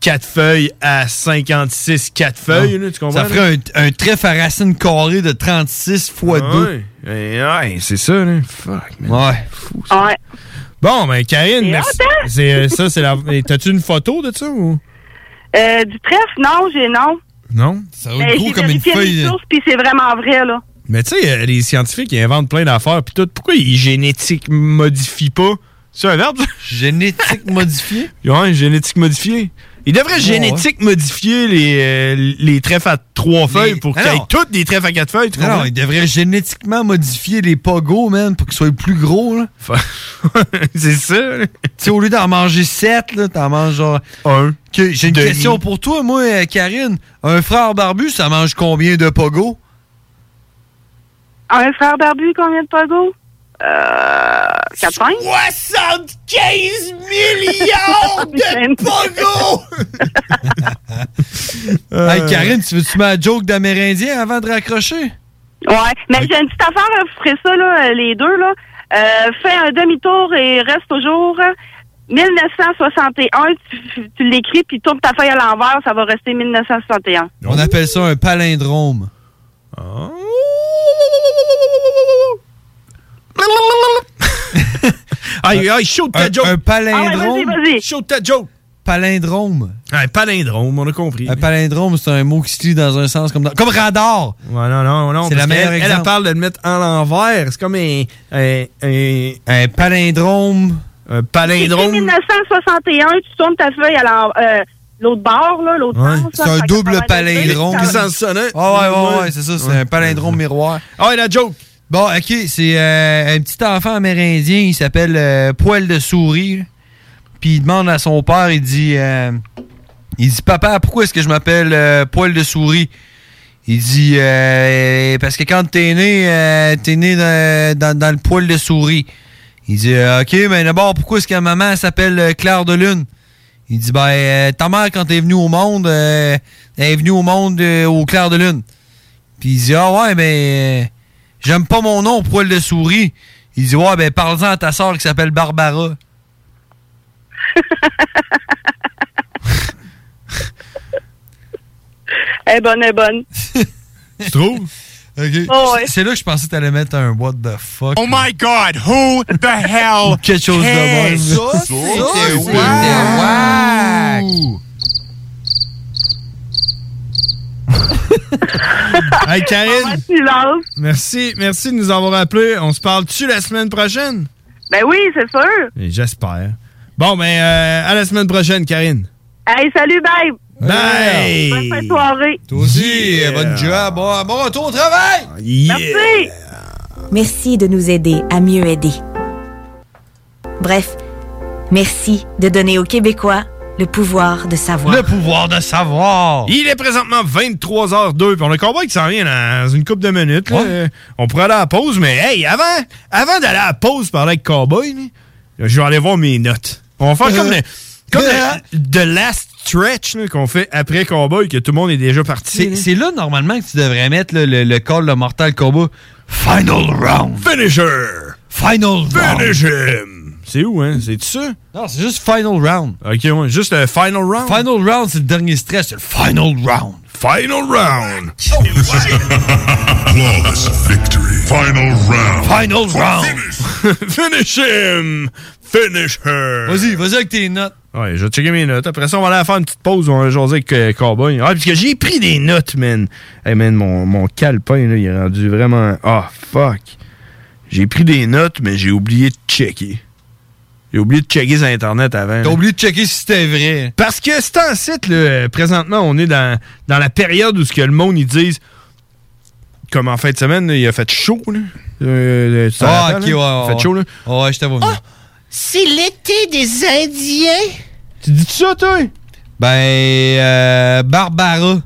4 feuilles à 56 4 feuilles,
Non.
là, tu comprends?
Ça ferait un, un trèfle à racine carrée de 36 fois 2.
Ouais, Eh, ouais, c'est ça, là. Fuck, man. Ouais.
Ouais.
Bon, ben, Karine,
C'est
merci.
hot, hein?
C'est, euh, ça, c'est la. eh, T'as-tu une photo de ça ou.
Euh, du trèfle, non, j'ai non.
Non? Ça
Mais Ben, j'ai vérifié les sources, puis c'est vraiment vrai, là.
Mais tu sais, euh, les scientifiques, ils inventent plein d'affaires, puis tout. Pourquoi ils génétiques modifient pas? C'est un verbe, Génétique modifié? Ouais, génétique modifié. Ils devraient
Ouais,
génétique modifier les, euh, les trèfles à trois feuilles pour
non,
qu'ils aient
non.
toutes des trèfles à quatre feuilles, tu
Non,
comprends?
non, il devrait génétiquement modifier les pogos, man, pour qu'ils soient plus gros, là.
c'est ça, là. Tu
sais, au lieu d'en manger 7, là, t'en manges genre.
Un.
J'ai une
Demi.
question pour toi, moi, euh, Karine. Un frère barbu, ça mange combien de pogos?
Un frère barbu, combien de pogos? Euh. 4
75 milliards de pogos!
Hey, Karine, tu veux-tu mettre la joke d'Amérindien avant de raccrocher?
Ouais, mais j'ai une petite affaire, hein, vous ferez ça, là, euh, les deux, là. Euh, fais un demi-tour et reste toujours. 1961, tu, tu l'écris, puis tourne ta feuille à l'envers, ça va rester 1961.
On appelle ça un palindrome.
Ah. Aïe, aïe, show ta
Un-
joke!
un palindrome. Ah ouais, vas-y,
Show ta joke!
Palindrome.
Un palindrome, on a compris.
Un palindrome, c'est un mot qui se lit dans un sens comme dans- Comme radar!
Ouais, non, non, non.
C'est
parce
la meilleure
qu'elle- elle, elle
exemple.
parle de le mettre en l'envers. C'est comme un. Un, un, palindrome. Un
Écris
palindrome.
1961, tu tournes ta feuille à l'en- euh, l'autre bord, là, l'autre
Ouais.
sens, là, ça va rester.
Qui s'en sonne.
Ah ouais, ouais, ouais, c'est ça, c'est un palindrome miroir.
Ah ouais, la joke.
Bon, ok, c'est euh, un petit enfant amérindien, il s'appelle euh, Poil de souris. Puis il demande à son père, il dit, euh, il dit, papa, pourquoi est-ce que je m'appelle euh, Poil de souris? Il dit, Euh, parce que quand t'es né, euh, t'es né dans, dans- dans le poil de souris. Il dit, Euh, ok, mais d'abord, pourquoi est-ce que maman elle s'appelle euh, Claire de Lune? Il dit, ben, euh, ta mère, quand elle est venue au monde, euh, elle est venue au monde euh, au clair de lune. Puis il dit, ah ouais, mais euh, j'aime pas mon nom, poil de souris. Il dit, ouais, ben, parle-en à ta soeur qui s'appelle Barbara.
Elle est bonne, elle est bonne.
Tu trouves?
Ok.
Oh, ouais.
C'est là que je pensais que t'allais mettre un what the fuck.
Oh my God, who the hell?
Quelque chose de
cares?
même.
Ça, c'est
Wow.
wack.
Hey, Karine. Merci, merci de nous avoir appelés. On se parle-tu la semaine prochaine?
Ben oui, c'est sûr.
Et J'espère. Bon, ben, euh, à la semaine prochaine, Karine.
Hey, salut, babe!
Bye.
Bonne fin de soirée!
Toi aussi, bonne job, bon, bon retour au travail!
Merci!
Merci de nous aider à mieux aider. Bref, merci de donner aux Québécois le pouvoir de savoir.
Le pouvoir de savoir. Il est présentement 23h02. Puis on a le combat qui s'en vient dans une couple de minutes. là. Euh, On pourrait aller à la pause, mais hey, avant, avant d'aller à la pause parler avec Cowboy, là, je vais aller voir mes notes. On va faire comme, le, comme le- the last stretch là, qu'on fait après Cowboy, que tout le monde est déjà parti.
C'est- C'est là, normalement, que tu devrais mettre là, le, le call de Mortal Kombat. Final round!
Finisher! Final Finish him! C'est où, hein? C'est ça? Ah. Non, c'est juste Final Round. Ok, ouais, juste le Final Round. Final Round, c'est le dernier stress, c'est le Final Round. Final Round!
Flawless victory. Final round.
Final round. Finish him! Finish her! Vas-y, vas-y avec tes notes. Ouais, je vais checker mes notes. Après ça, on va aller faire une petite pause. On va jaser avec euh, Cowboy. Ah, parce que j'ai pris des notes, man. Hey, man, mon, mon calepin, là, il est rendu vraiment... Ah, fuck. J'ai pris des notes, mais j'ai oublié de checker. J'ai oublié de checker sur Internet avant.
T'as oublié de checker si c'était vrai.
Parce que c'est un site, là, euh, présentement, on est dans, dans la période où ce que le monde, ils disent, comme en fin de semaine, là, il a fait chaud. Là. Euh, tu t'en
Ah,
rappelles,
ok, ouais,
là?
ouais.
Il a fait chaud, là.
Ouais, je t'avoue.
Ah! C'est l'été des Indiens.
Tu dis ça, toi?
Ben, euh, Barbara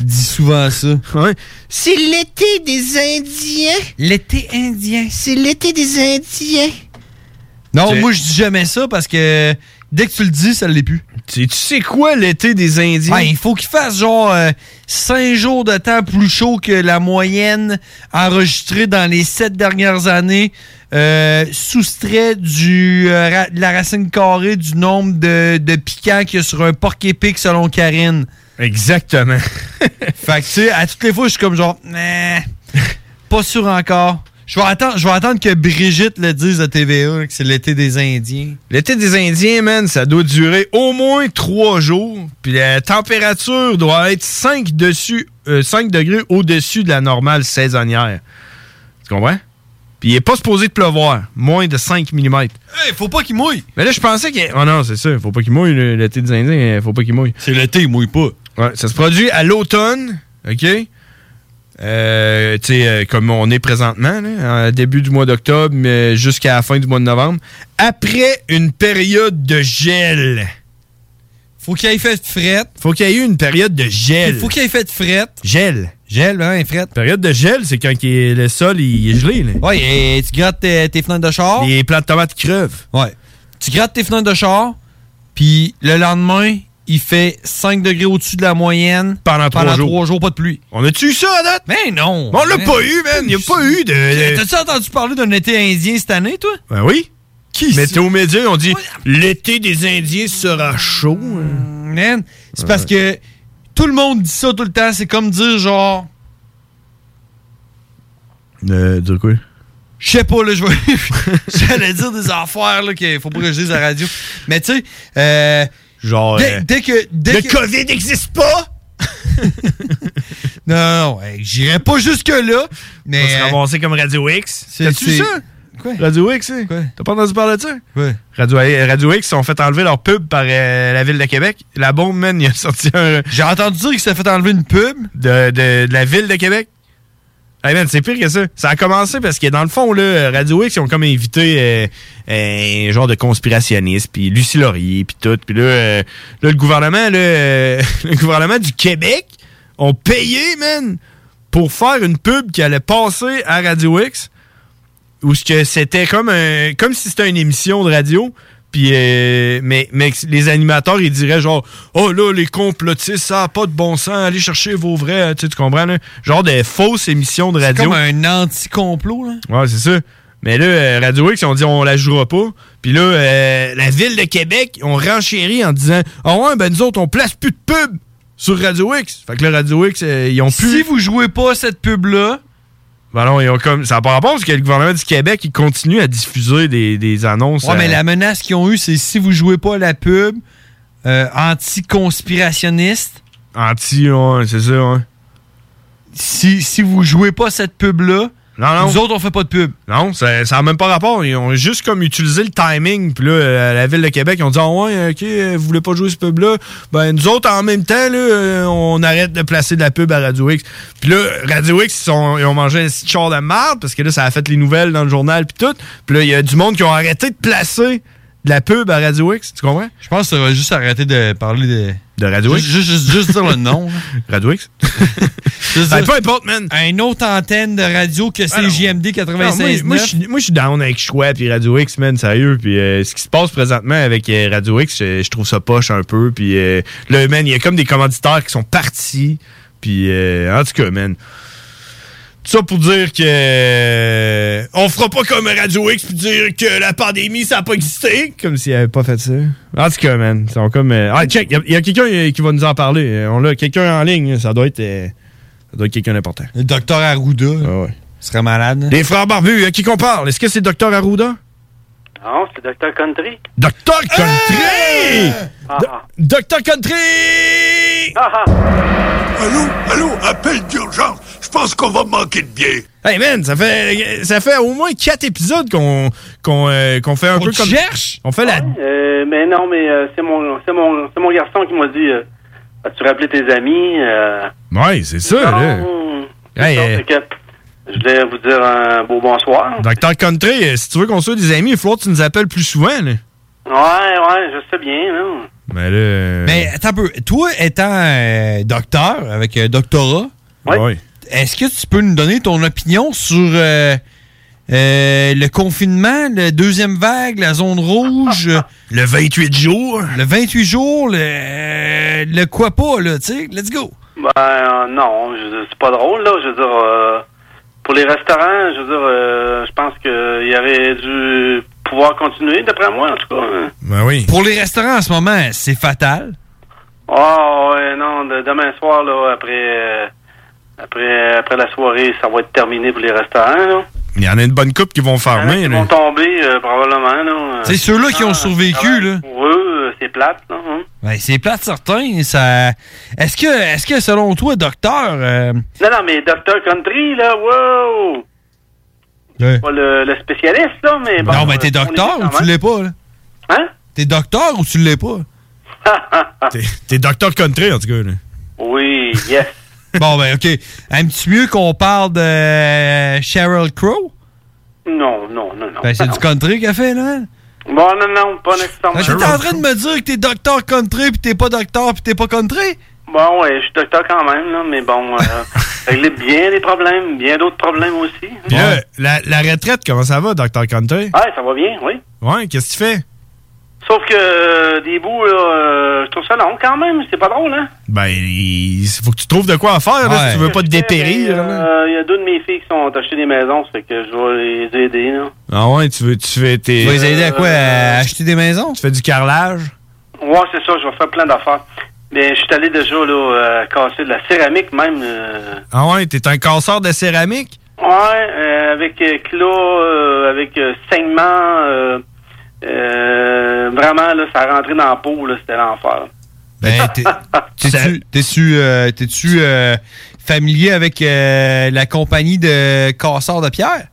dit souvent ça.
Ouais.
C'est l'été des Indiens.
L'été indien.
C'est l'été des Indiens.
Non,
C'est-
moi, je dis jamais ça parce que dès que tu le dis, ça l'est plus.
Tu tu sais quoi, l'été des Indiens?
Ben, il faut qu'il fasse genre 5 jours de temps plus chaud que la moyenne enregistrée dans les 7 dernières années, euh, soustrait du, euh, ra- de la racine carrée du nombre de, de piquants qu'il y a sur un porc-épic selon Karine.
Exactement.
fait que, tu sais, à toutes les fois, je suis comme genre, Nah, pas sûr encore. Je vais attendre, je vais attendre que Brigitte le dise à TVA que c'est l'été des Indiens.
L'été des Indiens, man, ça doit durer au moins trois jours. Puis la température doit être 5, dessus, euh, 5 degrés au-dessus de la normale saisonnière. Tu comprends? Puis il est pas supposé de pleuvoir, moins de 5 mm.
Hey, faut pas qu'il mouille!
Mais là, je pensais que. Oh non, c'est ça. Faut pas qu'il mouille, le- l'été des Indiens. euh, Faut pas qu'il mouille.
C'est l'été, il mouille pas.
Ouais, ça se produit à l'automne, OK? Euh, tu sais, euh, comme on est présentement, là, en début du mois d'octobre mais jusqu'à la fin du mois de novembre, après une période de gel.
Faut qu'il y ait fait de frette.
Faut qu'il y ait eu une période de gel.
Faut qu'il ait fait de frette.
Gel.
Gel, hein, frette.
Période de gel, c'est quand qu'il est- le sol il est gelé. Là.
Ouais, et tu grattes tes, tes fenêtres de char.
Les plants de tomates crevent.
Ouais. Tu grattes tes fenêtres de char, puis le lendemain, il fait 5 degrés au-dessus de la moyenne.
Pendant trois jours.
pas de pluie.
On a-tu eu ça à date?
Mais non!
On l'a pas eu, man! Il a pas eu de.
T'as-tu entendu parler d'un été indien cette année, toi?
Ben oui. Qui Mais aux médias, on dit l'été des Indiens sera chaud.
Man, c'est parce que euh, tout le monde dit ça tout le temps. C'est comme dire genre,
Euh, dire quoi?
je sais pas, là, je vais- J'allais dire des affaires, là, qu'il faut pas que je dise à la radio. Mais tu sais, euh,
Genre.
Dès, dès que. Dès
le
que-
COVID n'existe pas!
non, non, ouais, j'irai pas jusque-là, mais.
On se ramasser comme Radio X.
C'est-
T'as-tu
c'est-
ça?
Quoi?
Radio X, hein? T'as pas entendu parler de ça?
Ouais.
Radio, eh, Radio X ont fait enlever leur pub par euh, la ville de Québec. La bombe, man, il a sorti un.
J'ai entendu dire qu'ils se fait enlever une pub.
De, de- de la ville de Québec. Hey man, c'est pire que ça. Ça a commencé parce que dans le fond, là, Radio X, ils ont comme invité euh, un genre de conspirationniste, puis Lucie Laurier, puis tout. Puis là, euh, là, le gouvernement, là, euh, le gouvernement du Québec ont payé, man, pour faire une pub qui allait passer à Radio X où ce que c'était comme un comme si c'était une émission de radio puis euh, mais, mais que les animateurs ils diraient genre oh là les complotistes ça a pas de bon sens allez chercher vos vrais tu, sais, tu comprends là? genre des fausses émissions de radio
comme un anti-complot, là.
ouais c'est ça mais là euh, Radio X ils ont dit on la jouera pas puis là euh, la ville de Québec on renchérit en disant ah ouais ben nous autres on place plus de pub sur Radio X fait que là Radio X euh, ils ont plus
Si vous jouez pas cette pub-là,
ben non, ils ont comme. Ça n'a pas rapport parce que le gouvernement du Québec, il continue à diffuser des, des annonces.
ouais, mais
euh,
la menace qu'ils ont eue, c'est si vous jouez pas la pub euh, anti-conspirationniste,
Anti, ouais, c'est ça, ouais.
si, si vous jouez pas cette pub-là, nous autres, on fait pas de pub.
Non, ça n'a même pas rapport. Ils ont juste comme utilisé le timing. Puis là, euh, la Ville de Québec, ils ont dit Ah ouais, ok, euh, vous voulez pas jouer ce pub-là Ben, nous autres, en même temps, là, euh, on arrête de placer de la pub à Radio X. Puis là, Radio X, ils, sont- ils ont mangé un petit char de marde parce que là, ça a fait les nouvelles dans le journal, puis tout. Puis là, il y a du monde qui ont arrêté de placer de la pub à Radio X. Tu comprends
Je pense que ça va juste arrêter de parler de.
De Radio X
Juste, juste, juste dire le nom. là.
Radio X
Juste
Ben,
dire-
peu importe, man. Ben
Une autre antenne de radio que c'est JMD
Non, moi,
96.
moi, je suis- moi, je suis down avec Choix puis Radio X, man, sérieux. Puis euh, ce qui se passe présentement avec euh, Radio X, je, je trouve ça poche un peu. Puis euh, là, man, il y a comme des commanditaires qui sont partis. Puis euh, en tout cas, man. Tout ça pour dire que. On fera pas comme Radio X puis dire que la pandémie, ça a pas existé. Comme s'il avait pas fait ça. En tout cas, man, ils sont comme. euh, Ah, check, il y a- il y a, quelqu'un euh, qui va nous en parler. Euh, On l'a, quelqu'un en ligne, ça doit être. euh, ça doit être quelqu'un d'important. Le docteur Arruda. ouais. serait malade. Les frères barbus, à qui qu'on parle? Est-ce que c'est le docteur Arruda?
Non, c'est Dr. Country.
Docteur Country!
Ah, ah.
Docteur Country!
Allô, allô, appel d'urgence. Je pense qu'on va manquer de biais.
Hey man, ça fait, ça fait au moins quatre épisodes qu'on qu'on, euh, qu'on fait un peu comme. cherche? On fait la
Euh, mais non, mais euh, c'est mon, c'est mon, c'est mon garçon qui m'a dit euh, As-tu rappelé tes amis euh,
Ouais, c'est ça, là.
hum,
Hey,
ça,
euh,
c'est que Je voulais vous dire un beau bonsoir.
Docteur Country, euh, si tu veux qu'on soit des amis, il faut que tu nous appelles plus souvent, là.
Ouais, ouais, je sais bien, non?
Mais là. euh,
Mais attends un peu. Toi, étant euh, docteur, avec un doctorat, est-ce que tu peux nous donner ton opinion sur euh, euh, le confinement, la deuxième vague, la zone rouge euh, Le 28 jours. Le 28 jours, le, euh, le quoi pas, là, tu sais, let's go.
Ben euh, non, je veux dire, c'est pas drôle là. Je veux dire, euh, pour les restaurants, je veux dire, euh, je pense qu'il aurait dû pouvoir continuer, d'après moi en tout cas. hein.
Ben oui.
Pour les restaurants en ce moment, c'est fatal.
Oh ouais, non, de- demain soir là, après, euh, après, après la soirée, ça va être terminé pour les restaurants. Là.
Il y en a une bonne coupe qui vont fermer,
Ils
là.
vont tomber euh, probablement là.
Ah,
Ah,
C'est ceux-là qui ont survécu, là.
Pour eux, euh, c'est plate. Là, hein.
Ben, c'est plate certain. Ça... Est-ce que, est-ce que selon toi, docteur, euh,
Non, non, mais Dr Country là, wow.
Ouais.
Pas le, le spécialiste là, mais bon,
non, mais t'es
euh, on
docteur
est
ou tu l'es pas, là?
Hein?
T'es docteur ou tu l'es pas?
T'es-
T'es docteur country, en tout cas, là.
Oui, yes.
bon, ben, OK. Un petit mieux qu'on parle de euh, Sheryl Crow?
Non, non, non, non.
Ben, c'est
non.
du country qu'elle fait, là.
Bon, non, non, pas nécessairement.
Ben, t'es en train de me dire que t'es docteur country, puis t'es pas docteur, puis t'es pas country?
Bon, ouais, je suis docteur quand même, là, mais bon, euh, régler bien des problèmes, bien d'autres problèmes aussi.
Puis là, Euh, la, la retraite, comment ça va, docteur Country?
Ouais, ça va bien, oui.
Ouais, qu'est-ce que tu fais?
Sauf que euh, des bouts, là, euh, je trouve ça long quand même, c'est pas drôle, hein?
Ben, il faut que tu trouves de quoi à
Ah,
faire, là, si tu veux pas te dépérir.
Euh,
là.
Il y a deux de mes filles qui sont achetées des maisons, ça fait que je vais les aider, là.
Ah ouais, tu veux, tu fais tes. Euh,
Tu vas les aider à quoi, à
acheter des maisons?
Tu fais du carrelage?
Ouais, c'est ça, je vais faire plein d'affaires. Mais je suis allé déjà, là, euh, casser de la céramique même. euh,
Ah ouais, t'es un casseur de céramique?
Ouais, euh, avec euh, clos, euh, avec euh, saignement, euh, euh, vraiment, là, ça rentrait dans la peau, là, c'était l'enfer.
Ben, t'es- t'es-tu, t'es-tu, euh, t'es-tu, euh, familier avec euh, la compagnie de casseurs de pierre?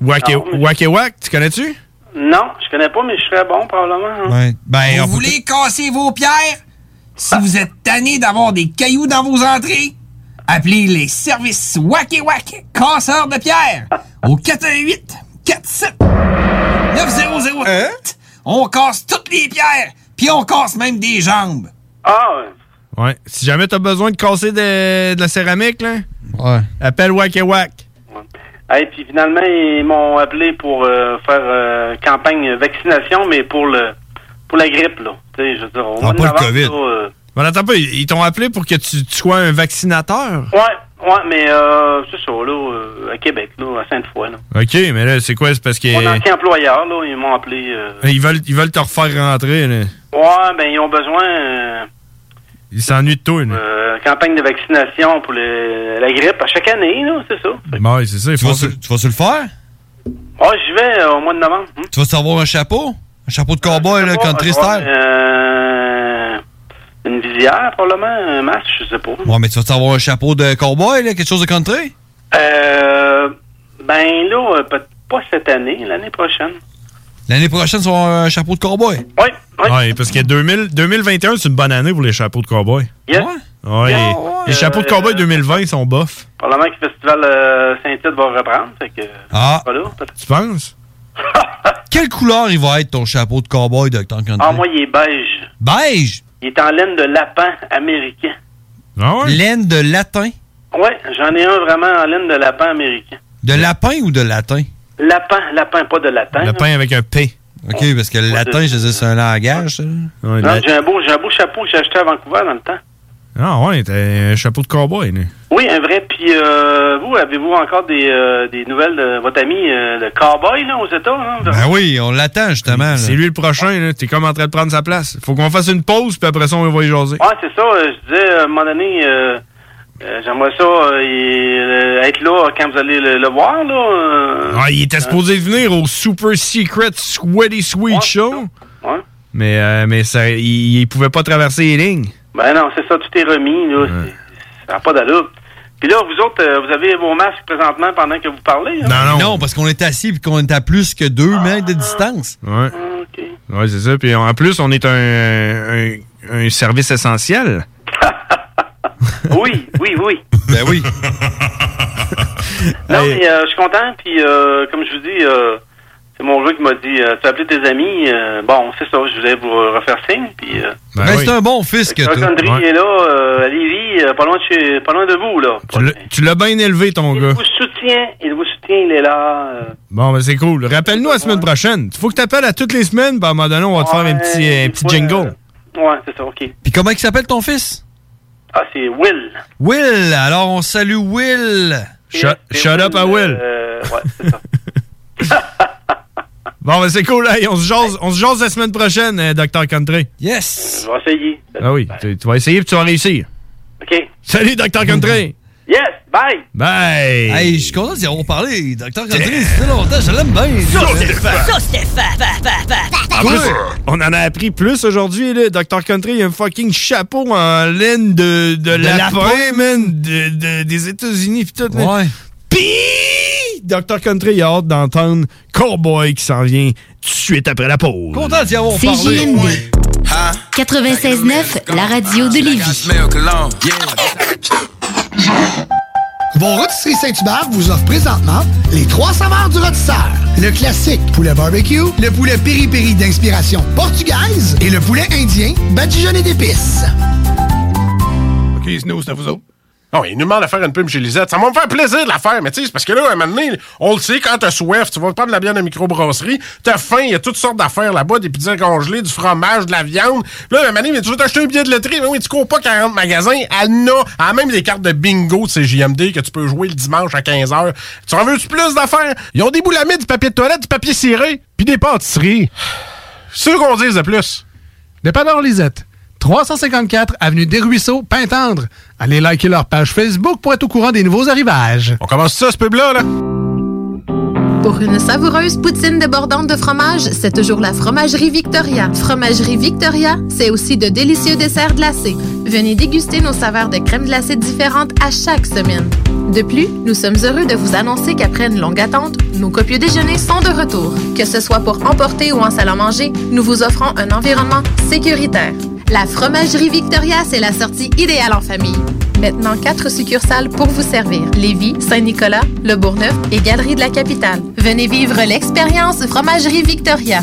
Wack et Wack, et Wack, tu connais-tu?
Non, je connais pas, mais je serais bon, probablement. hein.
Ben, on
Vous
peut-
voulez casser vos pierres? Si vous êtes tanné d'avoir des cailloux dans vos entrées, appelez les services Wack et Wack, casseurs de pierres, au 418 47 9008. On casse toutes les pierres, puis on casse même des jambes.
Ah,
Ouais. Si jamais t'as besoin de casser de, de la céramique, là,
ouais.
appelle Wack et Wack.
Et puis finalement, ils m'ont appelé pour euh, faire euh, campagne vaccination, mais pour le pour la grippe, là. Tu sais, je veux dire, au mois de
Ah, pas le
novembre,
COVID.
là, euh,
Ben, attends pas, ils ils t'ont appelé pour que tu, tu sois un vaccinateur?
ouais, ouais, mais euh, c'est ça, là, euh, à Québec, là, à Sainte-Foy, là.
Ok, mais là, c'est quoi? C'est parce que.
Mon ancien employeur, là, ils m'ont appelé... euh,
Ils veulent, ils veulent te refaire rentrer, là.
ouais, ben, ils ont besoin... euh,
Ils s'ennuient de toi, là.
Euh, campagne de vaccination pour le- la grippe à chaque année, là, c'est ça.
Ben, ouais, c'est ça, il
Tu
faut.
vas, tu, tu vas-tu le faire?
Oh, j'y vais euh, au mois de novembre. hein.
Tu vas savoir un chapeau? Un chapeau de cowboy, là, country
Ah,
style?
euh, une visière, probablement, un masque, je sais pas.
Ouais, mais tu vas savoir un chapeau de cowboy, là, quelque chose de country?
Euh, ben là, euh, peut- pas cette année, l'année prochaine.
L'année prochaine, tu vas avoir un chapeau de cowboy?
Oui, oui.
Ouais, parce que 2000 2021, c'est une bonne année pour les chapeaux de cowboy.
Yes.
Ouais.
Ah
les- les chapeaux de cowboy 2020 sont bof.
Probablement que le festival euh, Saint-Tite va reprendre, fait que...
Ah.
Voilà, peut-être.
Tu penses?
Quelle couleur il va être ton chapeau de cowboy, Dr. Country?
Ah, moi, il est beige.
Beige!
Il est en laine de lapin américain.
Ah
Laine de latin.
Ouais, j'en ai un vraiment en laine de lapin américain.
De lapin ou de latin?
Lapin, lapin, pas de latin. là.
avec un P.
OK, parce que le latin, je disais, c'est un langage, ça.
Non, j'ai un beau, j'ai un beau chapeau que j'ai acheté à Vancouver dans le temps.
Ah ouais, t'as un chapeau de cowboy, là.
Oui, un vrai. Puis euh, vous, avez-vous encore des, euh, des nouvelles de votre ami euh, le cowboy là, aux États? Hein?
Ben oui, on l'attend justement. C'est lui le prochain, là. T'es comme en train de prendre sa place. Faut qu'on fasse une pause, puis après ça, on va y jaser.
Ouais, c'est ça. euh, je disais, à un moment donné, euh, euh, j'aimerais ça euh, et, euh, être là quand vous allez le, le voir. Là, euh,
Ah, il était supposé venir au Super Secret Sweaty Sweet Show.
Ouais.
Mais, euh, mais ça, il, il pouvait pas traverser les lignes.
Ben non, c'est ça, tout est remis. Là, c'est- Ça n'a pas d'allure. Puis là, vous autres, euh, vous avez vos masques présentement pendant que vous parlez. hein?
Non, non.
parce qu'on est assis et qu'on est à plus que 2
Ah.
mètres de distance.
Ouais. Ouais, c'est ça. Puis en plus, on est un, un, un service essentiel.
Oui, oui, oui.
Ben oui.
Non, mais euh, je suis content. Puis euh, comme je vous dis, euh, c'est mon jeu qui m'a dit, euh, tu as appelé tes amis. euh, bon, c'est ça, je voulais vous refaire signe. Puis euh,
Ben, c'est un bon fils que
Chuck
t'as.
Landry est là, euh, à Lévis, euh, pas, loin de chez, pas loin de vous. là.
Tu l'as- Tu l'as bien élevé, ton gars.
Il vous soutient, il vous soutient, il est là. euh,
Bon, ben c'est cool. Rappelle-nous la semaine prochaine. Faut que t'appelles à toutes les semaines, puis à un moment donné, on va te faire un petit, un petit
euh,
jingle.
ouais, c'est ça, OK.
Puis comment il s'appelle ton fils?
Ah, c'est Will.
Will! Alors on salue Will!
Shut-
C'est euh, ouais, c'est ça.
Bon, ben c'est cool. Hey, on se jase, on se jase la semaine prochaine, euh, Dr. Country.
Yes!
Je vais essayer.
Ah oui, tu, tu vas essayer, puis tu vas réussir.
OK.
Salut, Dr. Country.
Yes, bye!
Bye!
Hey, je suis content d'y avoir parlé. Docteur Country, ça fait longtemps, je l'aime bien.
En plus, on en a appris plus aujourd'hui, là. Dr. Country, il a un fucking chapeau en laine de, de, lapin,
lapin.
man, de- de- des États-Unis, pis tout, là.
Ouais.
Pis! Dr. Country, il a hâte d'entendre Cowboy qui s'en vient tout de suite après la pause.
Content d'y avoir
parlé.
parlé.
JMD.
96.9, la radio de Lévis.
Vos rôtisseries Saint-Hubert vous offre présentement les trois saveurs du rôtisseur. Le classique poulet barbecue, le poulet piri-piri d'inspiration portugaise et le poulet indien badigeonné d'épices.
OK, Snow, c'est à vous autres. Non, il nous demande de faire une pub chez Lisette. Ça va me faire plaisir de la faire, mais tu sais, c'est parce que là, à un moment donné, on le sait, quand t'as soif, tu vas prendre de la bière de microbrasserie, t'as faim, il y a toutes sortes d'affaires là-bas, des pizzas congelées, du fromage, de la viande. Là, à un moment donné, mais tu veux t'acheter un billet de loterie, mais oui, tu cours pas 40 magasins, elle n'a, elle a même des cartes de bingo de ces JMD que tu peux jouer le dimanche à 15h. Tu en veux-tu plus d'affaires? Ils ont des boulamides, du papier de toilette, du papier ciré, puis des pâtisseries. C'est ce qu'on dise de plus.
Dépanneur Lisette, 354 avenue des Ruisseaux, Pintendre. Allez liker leur page Facebook pour être au courant des nouveaux arrivages.
On commence ça, ce pub-là, là?
Pour une savoureuse poutine débordante de fromage, c'est toujours la Fromagerie Victoria. Fromagerie Victoria, c'est aussi de délicieux desserts glacés. Venez déguster nos saveurs de crème glacée différentes à chaque semaine. De plus, nous sommes heureux de vous annoncer qu'après une longue attente, nos copieux déjeuners sont de retour. Que ce soit pour emporter ou en salle à manger, nous vous offrons un environnement sécuritaire. La Fromagerie Victoria, c'est la sortie idéale en famille. Maintenant, quatre succursales pour vous servir. Lévis, Saint-Nicolas, Le Bourgneuf et Galerie de la Capitale. Venez vivre l'expérience Fromagerie Victoria.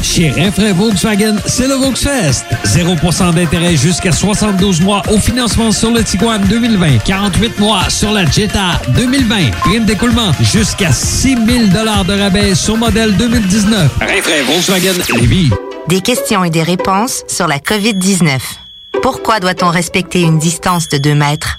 Chez Renfrais Volkswagen, c'est le Volksfest. 0% d'intérêt jusqu'à 72 mois au financement sur le Tiguan 2020. 48 mois sur la Jetta 2020. Prime d'écoulement jusqu'à 6 000 de rabais sur modèle 2019. Renfrais Volkswagen Lévis.
Des questions et des réponses sur la COVID-19. Pourquoi doit-on respecter une distance de 2 mètres?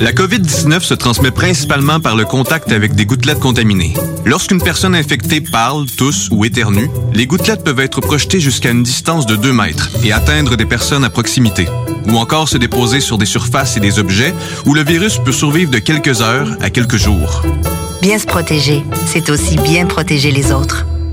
La COVID-19 se transmet principalement par le contact avec des gouttelettes contaminées. Lorsqu'une personne infectée parle, tousse ou éternue, les gouttelettes peuvent être projetées jusqu'à une distance de 2 mètres et atteindre des personnes à proximité, ou encore se déposer sur des surfaces et des objets où le virus peut survivre de quelques heures à quelques jours.
Bien se protéger, c'est aussi bien protéger les autres.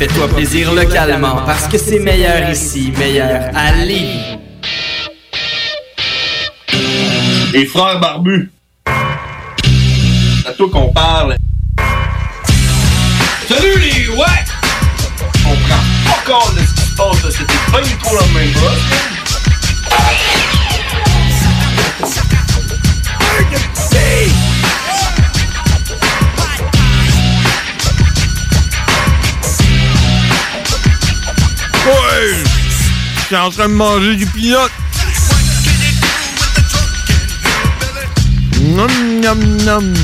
Fais-toi plaisir localement parce que c'est meilleur ici, meilleur à Lévis.
Les frères barbus. C'est à toi qu'on parle.
Salut les ouais! On prend pas compte de ce qui se passe, là. c'était pas du tout la même
Ouais! J'étais en train de manger du pilote. Nom, nom, nom.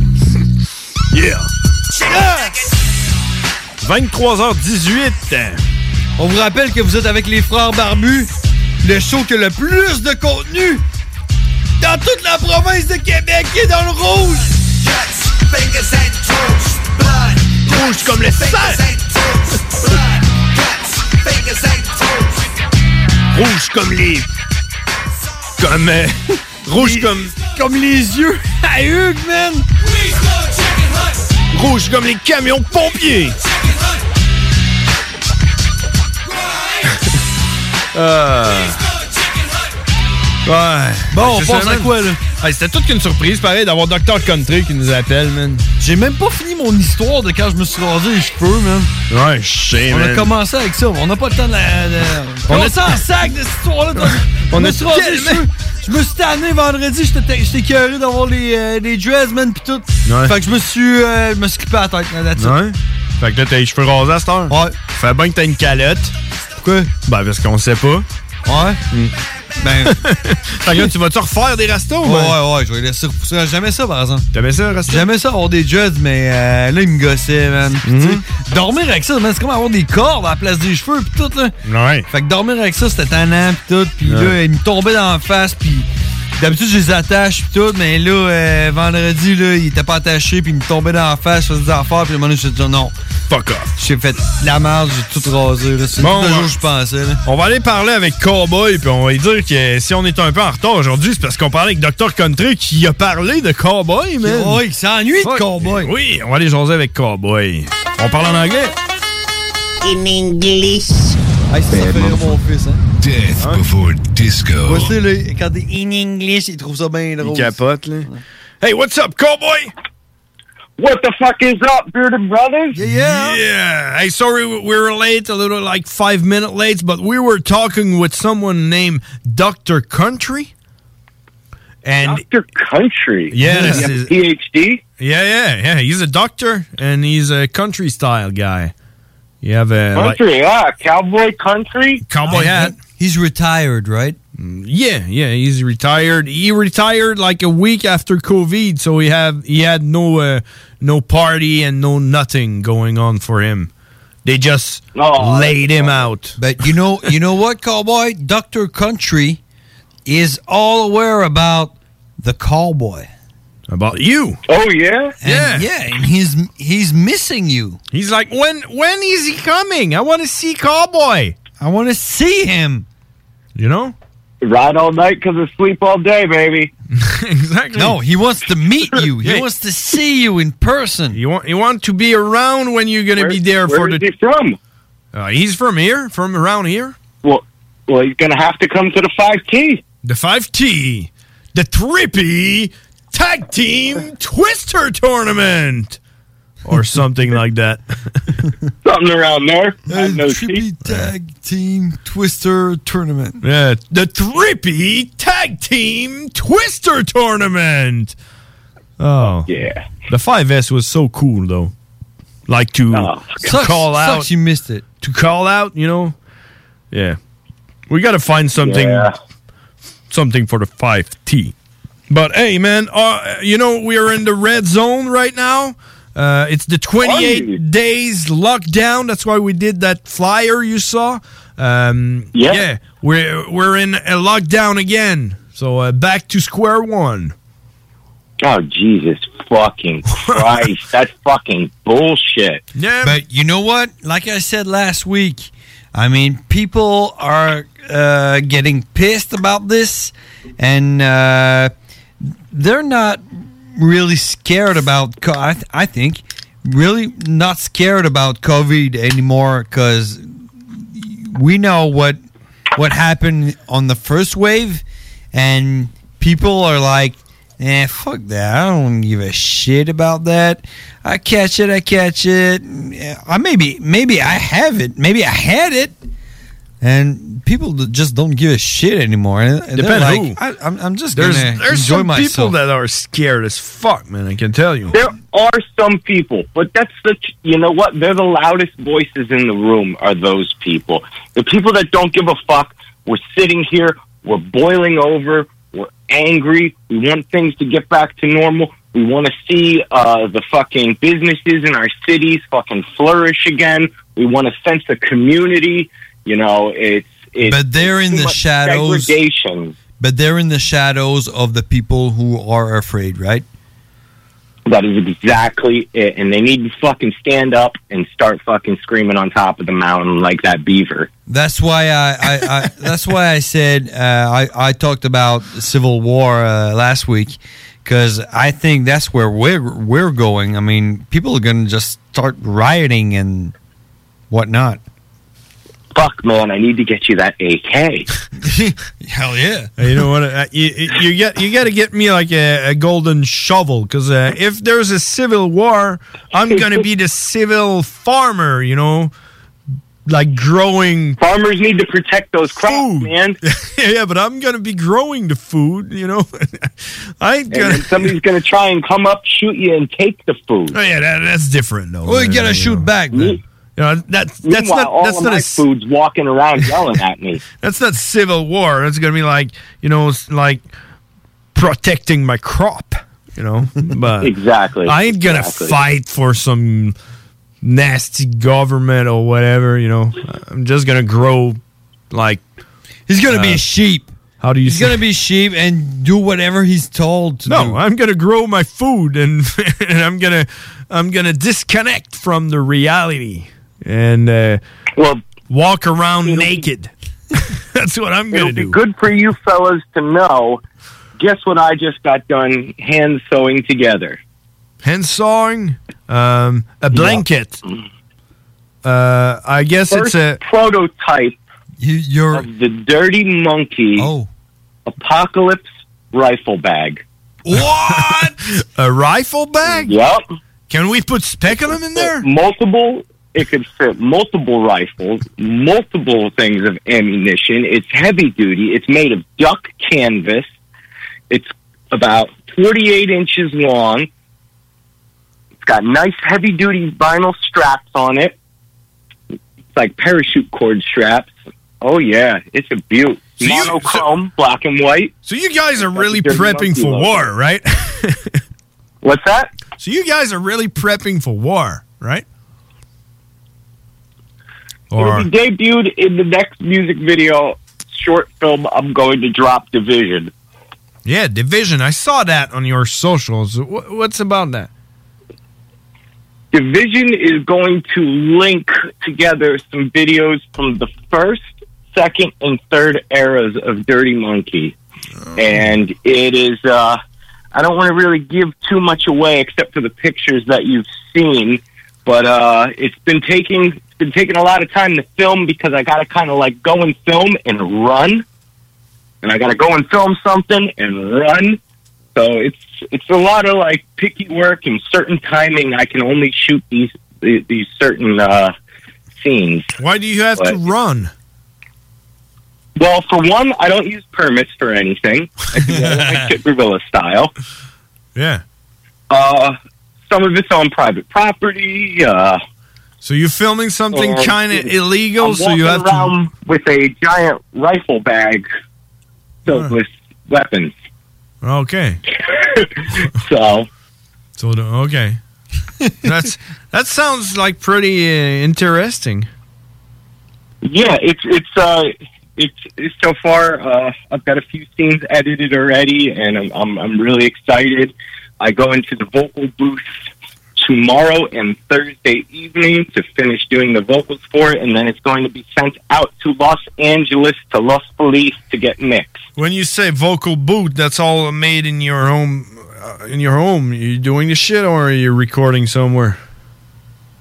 Yeah! 23h18.
On vous rappelle que vous êtes avec les frères barbus, le show qui a le plus de contenu dans toute la province de Québec qui est dans le rouge.
Rouge comme le sang!
Rouge comme les. Comme. euh, rouge comme. Comme les yeux à Hugues, man! Rouge comme les camions de pompiers! Euh. Ouais.
Bon, on
Cette
pense à
semaine-
quoi, là?
Hey, C'était toute qu'une surprise, pareil, d'avoir Dr. Country qui nous appelle, man.
J'ai même pas fini mon histoire de quand je me suis rasé les cheveux, man.
Ouais, je sais,
On
man.
a commencé avec ça, mais on n'a pas le temps de la. de-
On
On
a-
a ça en sac de cette histoire-là. toi.
On
Je me
a
suis rasé les
tellement-
cheveux. Je me suis tanné vendredi, j'étais j'étais curé d'avoir les, euh, les dreads, man, pis tout.
Ouais.
Fait que je me suis. euh, je me suis clippé la tête, là, là-dessus.
Ouais. Fait que là, t'as les cheveux rasés à cette heure. Ouais. Fait bien que t'as une calotte. Pourquoi? Ben, parce qu'on sait pas. Ouais. Ben. fait que là, tu vas-tu refaire des restos, ben?
Ouais,
man?
ouais, ouais, je vais laisser repousser. Jamais ça, par exemple.
T'aimais ça, rester?
J'aimais ça avoir des dreads, mais euh, là, ils me gossaient, man. Puis,
Mhm.
tu sais, Dormir avec ça, man, c'est comme avoir des cordes à la place des cheveux, pis tout, là.
Ouais.
Fait que dormir avec ça, c'était tannant, pis tout. Puis
Ouais.
là, ils me tombaient dans la face, puis d'habitude, je les attache, pis tout. Mais là, euh, vendredi, là, ils étaient pas attachés, puis ils me tombaient dans la face, je faisais des affaires, puis le moment donné, je me suis dit non.
Fuck off.
J'ai fait de la merde, j'ai tout rasé, là. C'est
Bon,
le jour
ouais.
où je pensais, là.
On va aller parler avec Cowboy, puis on va lui dire que si on est un peu en retard aujourd'hui, c'est parce qu'on parlait avec Dr. Country qui a parlé de Cowboy, man.
Ouais, il s'ennuie de Cowboy.
Oui, on va aller jaser avec Cowboy. On parle en anglais?
In English.
Hey, ça, ça fait rire mon fils, hein.
Death before disco.
Moi, c'est, là, quand t'es in English, ils trouvent ça bien drôle.
capote, là. Hey, what's up, Cowboy?
What the fuck is up, bearded brothers?
Yeah, yeah.
Yeah. Hey, sorry we we were late, a little like five minute late, but we were talking with someone named Doctor Country. And
Doctor Country.
Yeah,
Does
this
he have
is-
a PhD.
yeah, yeah, yeah. He's a doctor and he's a country style guy. You have a like-
Country, ah, cowboy country.
cowboy hat. Mm,
He's retired, right?
Yeah, yeah. He's retired. He retired like a week after COVID, so he have he had no uh, no party and no nothing going on for him. They just
Oh,
laid him out.
But you know, you know what, cowboy? Doctor Country is all aware about the cowboy.
About you?
Oh yeah,
Yeah.
yeah. And he's he's missing you.
He's like, when when is he coming? I want to see Cowboy.
I want to see him.
You know?
Ride all night 'cause I sleep all day, baby.
exactly.
No, he wants to meet you. He
Yeah.
wants to see you in person.
You want you want to be around when you're gonna be there for the.
Where's he from?
Uh, he's from here, from around here.
Well, well, he's gonna have to come to the five T.
The five T, the trippy tag team twister tournament, or something like that.
Something around there. I know
Trippy Tag Team Twister Tournament.
Yeah, the trippy tag team twister tournament. Oh
yeah,
the 5S was so cool though. Like to
Oh,
to
Sucks-
call
sucks
out,
you missed it.
To call out, you know. Yeah, we got to find something,
Yeah.
something for the 5T. But hey, man, uh, you know we are in the red zone right now. Uh, it's the 28 days lockdown. That's why we did that flyer you saw. Um,
Yeah.
yeah, we're we're in a lockdown again. So uh, back to square one.
Oh Jesus fucking Christ! That's fucking bullshit.
Yeah.
But you know what? Like I said last week, I mean, people are uh, getting pissed about this, and uh, they're not
really scared about. Co- I, th- I think really not scared about COVID anymore because we know what what happened on the first wave, and people are like, "Eh, fuck that! I don't give a shit about that. I catch it, I catch it. Yeah, I maybe maybe I have it, maybe I had it." And people d- just don't give a shit anymore. And they're
Depends
like,
who.
I, I'm, I'm just
There's,
gonna
there's
enjoy
some people
myself.
that are scared as fuck, man. I can tell you.
There are some people, but that's the you know what? They're the loudest voices in the room. Are those people? The people that don't give a fuck. We're sitting here. We're boiling over. We're angry. We want things to get back to normal. We want to see uh, the fucking businesses in our cities fucking flourish again. We want to sense the community. You know, it's, it's
But they're in
too
the
much
shadows.
Segregation.
But they're in the shadows of the people who are afraid, right?
That is exactly it. And they need to fucking stand up and start fucking screaming on top of the mountain like that beaver.
That's why I, I, I that's why I said uh, I, I talked about civil war uh, last week because I think that's where we're we're going. I mean, people are going to just start rioting and whatnot.
Fuck, man, I need to get you that AK.
Hell yeah!
You know what? uh, You, you get you got to get me like a, a golden shovel because uh, if there's a civil war, I'm gonna be the civil farmer. You know, like growing.
Farmers need to protect those crops, man.
yeah, but I'm gonna be growing the food. You know, I ain't
And
gonna.
then somebody's going to try and come up, shoot you, and take the food.
Oh yeah, that, that's different though.
Well, you gotta
shoot
back.
You know, that's that's
Meanwhile,
not
all
that's
of
not
my
a
food's walking around yelling at me.
That's not civil war. That's gonna be like you know, s- like protecting my crop. You know, but
Exactly.
I ain't gonna
Exactly.
fight for some nasty government or whatever. You know, I'm just gonna grow like uh,
he's gonna be a sheep.
How do you?
He's going to be sheep and do whatever he's told to
no,
do.
I'm gonna grow my food and and I'm gonna I'm gonna disconnect from the reality and uh,
well
walk around naked. That's what I'm
It'll
gonna
be
do.
good for you fellas to know. Guess what I just got done hand sewing together?
Hand sawing, um, a blanket. Uh, I guess
First
it's a
prototype
you're...
of the Dirty Monkey Apocalypse Rifle Bag.
What? a rifle bag?
Yep.
Can we put speculum in there?
Multiple. It could fit multiple rifles, multiple things of ammunition. It's heavy duty. It's made of duck canvas. It's about 48 inches long. It's got nice heavy duty vinyl straps on it. It's like parachute cord straps. Oh, yeah. It's a beaut. Monochrome, black and white.
So you guys are really
Dirty
prepping
Monkey
for
logo.
war, right?
What's that?
So you guys are really prepping for war, right? Or
It'll be debuted in the next music video short film I'm going to drop Division.
yeah, division. I saw that on your socials. Wh- What's about that?
Division is going to link together some videos from the first, second, and third eras of Dirty Monkey. And it is, uh, I don't want to really give too much away except for the pictures that you've seen, but uh, it's been taking it's been taking a lot of time to film because I got to kind of like go and film and run, and I got to go and film something and run. So it's it's a lot of like picky work and certain timing. I can only shoot these these certain uh, scenes.
Why do you have to
What?
run?
Well, for one, I don't use permits for anything. I do all my Kit Gorilla style.
Yeah.
Uh, some of it's on private property. Uh,
So you're filming something
and
kind of illegal,
I'm
so you
walking
have to.
around with a giant rifle bag filled with weapons.
Okay.
So.
So the- okay. That's that sounds like pretty uh, interesting.
Yeah, it's it's uh it's, it's so far uh, I've got a few scenes edited already, and I'm I'm, I'm really excited. I go into the vocal booth tomorrow and Thursday evening to finish doing the vocals for it, and then it's going to be sent out to Los Angeles to Los Feliz to get mixed.
When you say vocal boot, that's all made in your own uh, in your home? Are you doing this shit or are you recording somewhere?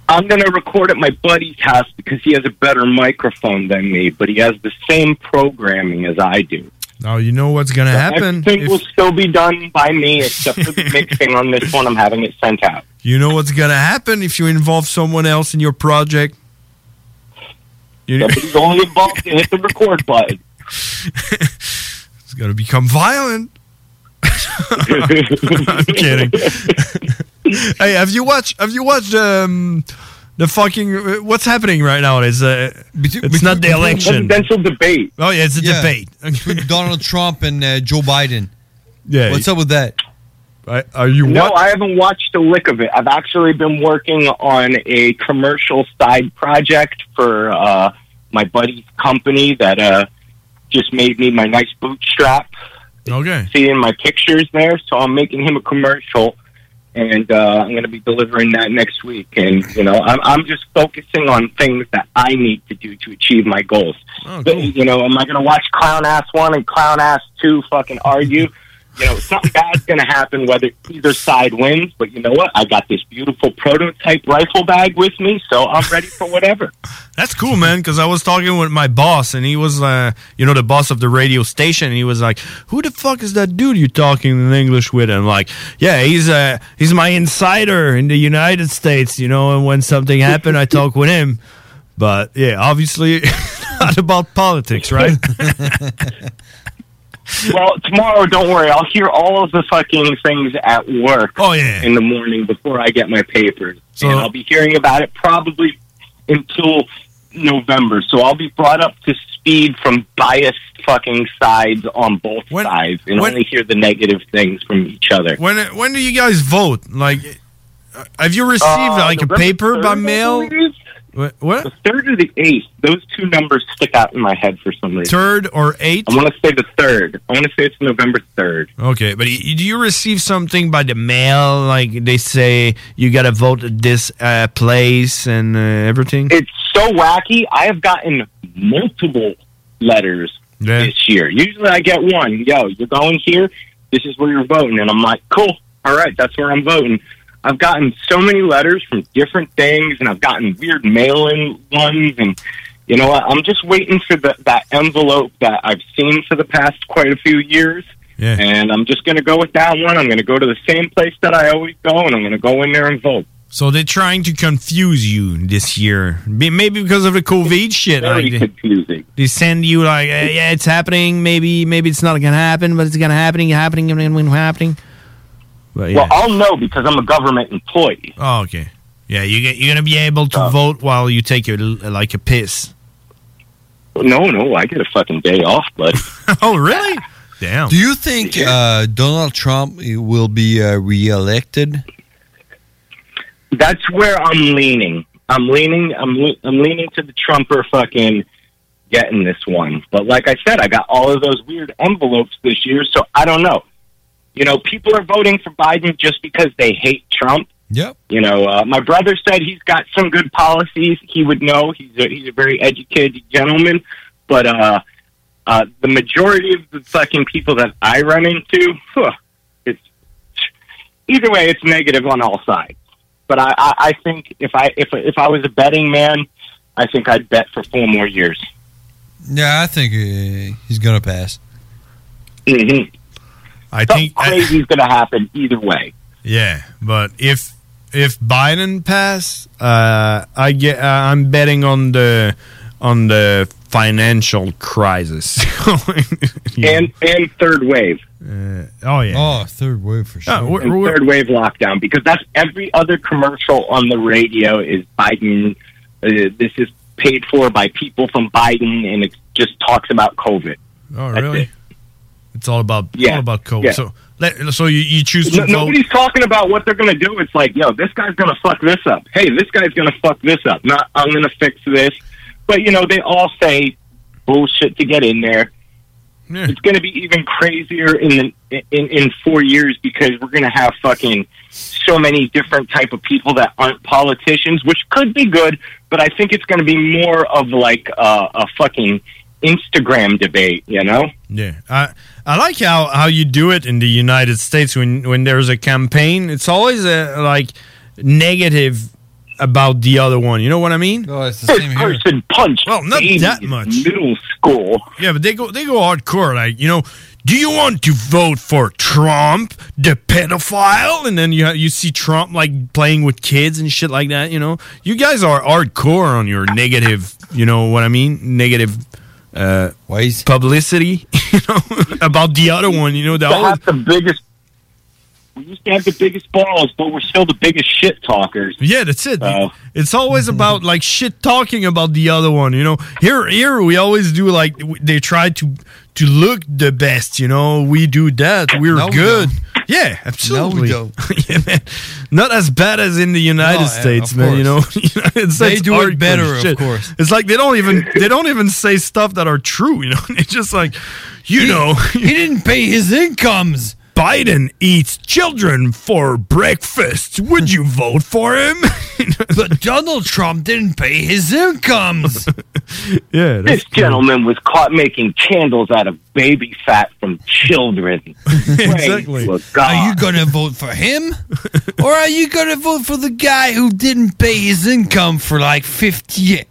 I'm going to record at my buddy's house because he has a better microphone than me, but he has the same programming as I do.
Now you know what's gonna happen.
Everything will still be done by me, except for the mixing on this one. I'm having it sent out.
You know what's gonna happen if you involve someone else in your project. You
Somebody's only involved to hit the record button.
it's gonna become violent. I'm kidding. hey, have you watched? Have you watched? Um, the fucking uh, what's happening right now is uh, it's not the election.
Presidential debate.
Oh yeah, it's a debate.
between Donald Trump and uh, Joe Biden.
Yeah.
What's up with that?
are you
No, I haven't watched a lick of it. I've actually been working on a commercial side project for uh, my buddy's company that uh, just made me my nice bootstrap.
Okay.
See in my pictures there, so I'm making him a commercial, and uh, I'm going to be delivering that next week. And you know, I'm, I'm just focusing on things that I need to do to achieve my goals.
Oh,
But, You know, am I going to watch Clown Ass One and Clown Ass Two fucking argue? you know, something bad's going to happen whether either side wins. But you know what? I got this beautiful prototype rifle bag with me, so I'm ready for whatever.
That's cool, man. Because I was talking with my boss, and he was, uh, you know, the boss of the radio station. And he was like, "Who the fuck is that dude you talking in English with?" And I'm like, "Yeah, he's uh, he's my insider in the United States, you know. And when something happened, I talk with him. But yeah, obviously, not about politics, right?
well, tomorrow, don't worry. I'll hear all of the fucking things at work.
Oh yeah.
In the morning before I get my papers,
So-
and I'll be hearing about it probably until November. So I'll be brought up to speed from biased fucking sides on both sides, and
when-
only hear the negative things from each other.
when when do you guys vote? Like, uh, have you received
Uh,
like a
November
paper
3rd,
by
I
mail?
believe?
What?
The third or the eighth? Those two numbers stick out in my head for some reason.
Third or eighth?
I want to say the third. I want to say it's November third.
Okay, but y- do you receive something by the mail? Like they say, you gotta vote at this uh, place and uh, everything.
It's so wacky. I have gotten multiple letters this year. Usually, I get one. Yo, you're going here. This is where you're voting, and I'm like, cool. All right, that's where I'm voting. I've gotten so many letters from different things, and I've gotten weird mail-in ones, and you know what? I'm just waiting for the, that envelope that I've seen for the past quite a few years. And I'm just going to go with that one. I'm going to go to the same place that I always go, and I'm going to go in there and vote.
So they're trying to confuse you this year, Be- maybe because of the COVID shit.
Very
like they-
confusing.
They send you like, eh, yeah, it's happening. Maybe, maybe it's not gonna happen, but it's gonna happening, happening, happening, happening. But, yeah.
Well, I'll know because I'm a government employee.
Oh, okay. Yeah, you get, you're gonna be able
Uh.
to vote while you take your l- like a piss.
No, no, I get a fucking day off, buddy.
oh, really? Damn.
Do you think uh, Donald Trump will be uh, reelected?
That's where I'm leaning. I'm leaning. I'm le- I'm leaning to the Trumper fucking getting this one. But like I said, I got all of those weird envelopes this year, so I don't know. You know, people are voting for Biden just because they hate Trump.
Yep.
You know, uh, my brother said he's got some good policies. He would know. He's a, he's a very educated gentleman. But uh, uh, the majority of the fucking people that I run into, huh, it's either way, it's negative on all sides. But I, I, I think if I if if I was a betting man, I think I'd bet for four more years.
Yeah, I think uh, he's gonna pass.
Mm-hmm.
I
think crazy's going to happen either way.
Yeah, but if if Biden pass, uh, I get uh, I'm betting on the on the financial crisis.
Oh, And and third wave.
oh yeah.
Ah,
Oh, third wave for sure.
And third wave lockdown because that's every other commercial on the radio is Biden. Uh, this is paid for by people from Biden, and it just talks about COVID.
oh, really? It's all about
Yeah,
all about COVID.
yeah.
So let, so you, you choose to
No-
vote.
nobody's talking about what they're going to do. It's like, yo, this guy's going to fuck this up. Hey, this guy's going to fuck this up. Not, I'm going to fix this. But you know, they all say bullshit to get in there. It's going to be even crazier in, in in four years because we're going to have fucking so many different type of people that aren't politicians, which could be good, but I think it's going to be more of like uh, a fucking Instagram debate, you know?
Yeah, I I like how, how you do it in the United States when when there's a campaign. It's always a, like negative about the other one. You know what I mean?
Oh, it's
the same person
punch.
Well, not that much.
Middle school.
Yeah, but they go they go hardcore. Like you know, do you want to vote for Trump, the pedophile? And then you ha- you see Trump like playing with kids and shit like that. You know, you guys are hardcore on your negative. You know what I mean? Negative. Uh,
Ways.
publicity, you know, about the other one. You know, the
To
always
have the biggest. We used to have the biggest balls, but we're still the biggest shit talkers. Mm-hmm.
Yeah, that's it. It's always about like shit talking about the other one, you know. Here, here we always do like w- they try to to look the best, you know. We do that. We're
No, we
good. yeah, absolutely. yeah, man. Not as bad as in the United
No, eh,
States,
of
man. You know, United
They
States
do it
hardcore
better, of
shit.
course.
It's like they don't even they don't even say stuff that are true. You know, it's just like you know he
didn't pay his incomes.
Biden eats children for breakfast. Would you vote for him?
but Donald Trump didn't pay his incomes.
yeah,
this gentleman was caught making candles out of baby fat from children. exactly.
Are you going to vote
oh.
for him? or are you going to vote for the guy who didn't pay his income for like 58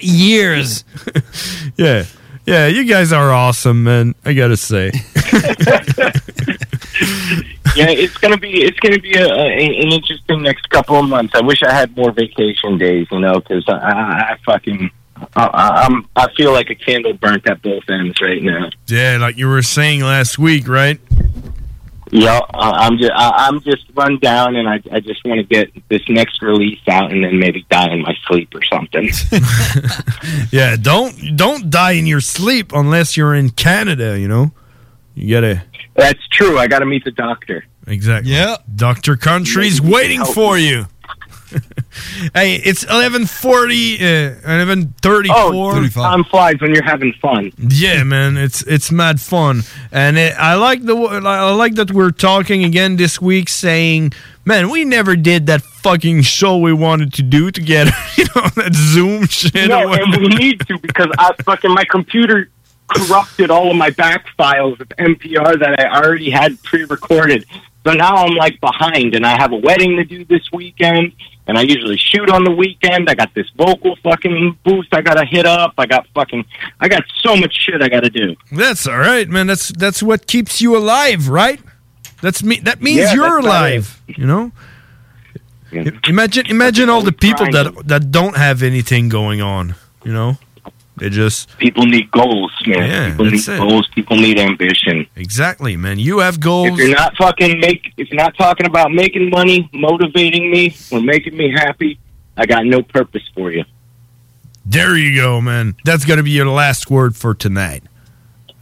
years?
Yeah. Yeah, you guys are awesome, man. I gotta say.
yeah, it's gonna be it's gonna be a, a, an interesting next couple of months. I wish I had more vacation days, you know, because I, I, I fucking I, I, I'm I feel like a candle burnt at both ends right now.
Yeah, like you were saying last week, right?
Yeah, I, I'm just I, I'm just run down, and I I just want to get this next release out, and then maybe die in my sleep or something.
Yeah, don't don't die in your sleep unless you're in Canada, you know? You gotta
That's true. I got to meet the doctor.
Exactly. Yeah. Dr. Country's waiting for you. hey, it's 11:40 uh 11:34.
Oh, time flies when you're having fun.
Yeah, man, it's it's mad fun, and it, I like the wo- I like that we're talking again this week, saying, "Man, we never did that fucking show we wanted to do together, you know, that Zoom shit."
No, and we need to because I fucking my computer corrupted all of my back files of NPR that I already had pre-recorded. So now I'm like behind, and I have a wedding to do this weekend, and I usually shoot on the weekend. I got this vocal fucking boost I gotta hit up. I got fucking I got so much shit I gotta do.
That's all right, man. That's that's what keeps you alive, right? That's me. That means
Yeah,
you're
that's about
alive. You know. I- Imagine imagine all the people that that don't have anything going on. You know, they just
people need goals, man.
Yeah,
people need
that's it.
goals. People need ambition.
Exactly, man. You have goals.
If you're not fucking make, if you're not talking about making money, motivating me, or making me happy, I got no purpose for you.
There you go, man. That's going to be your last word for tonight.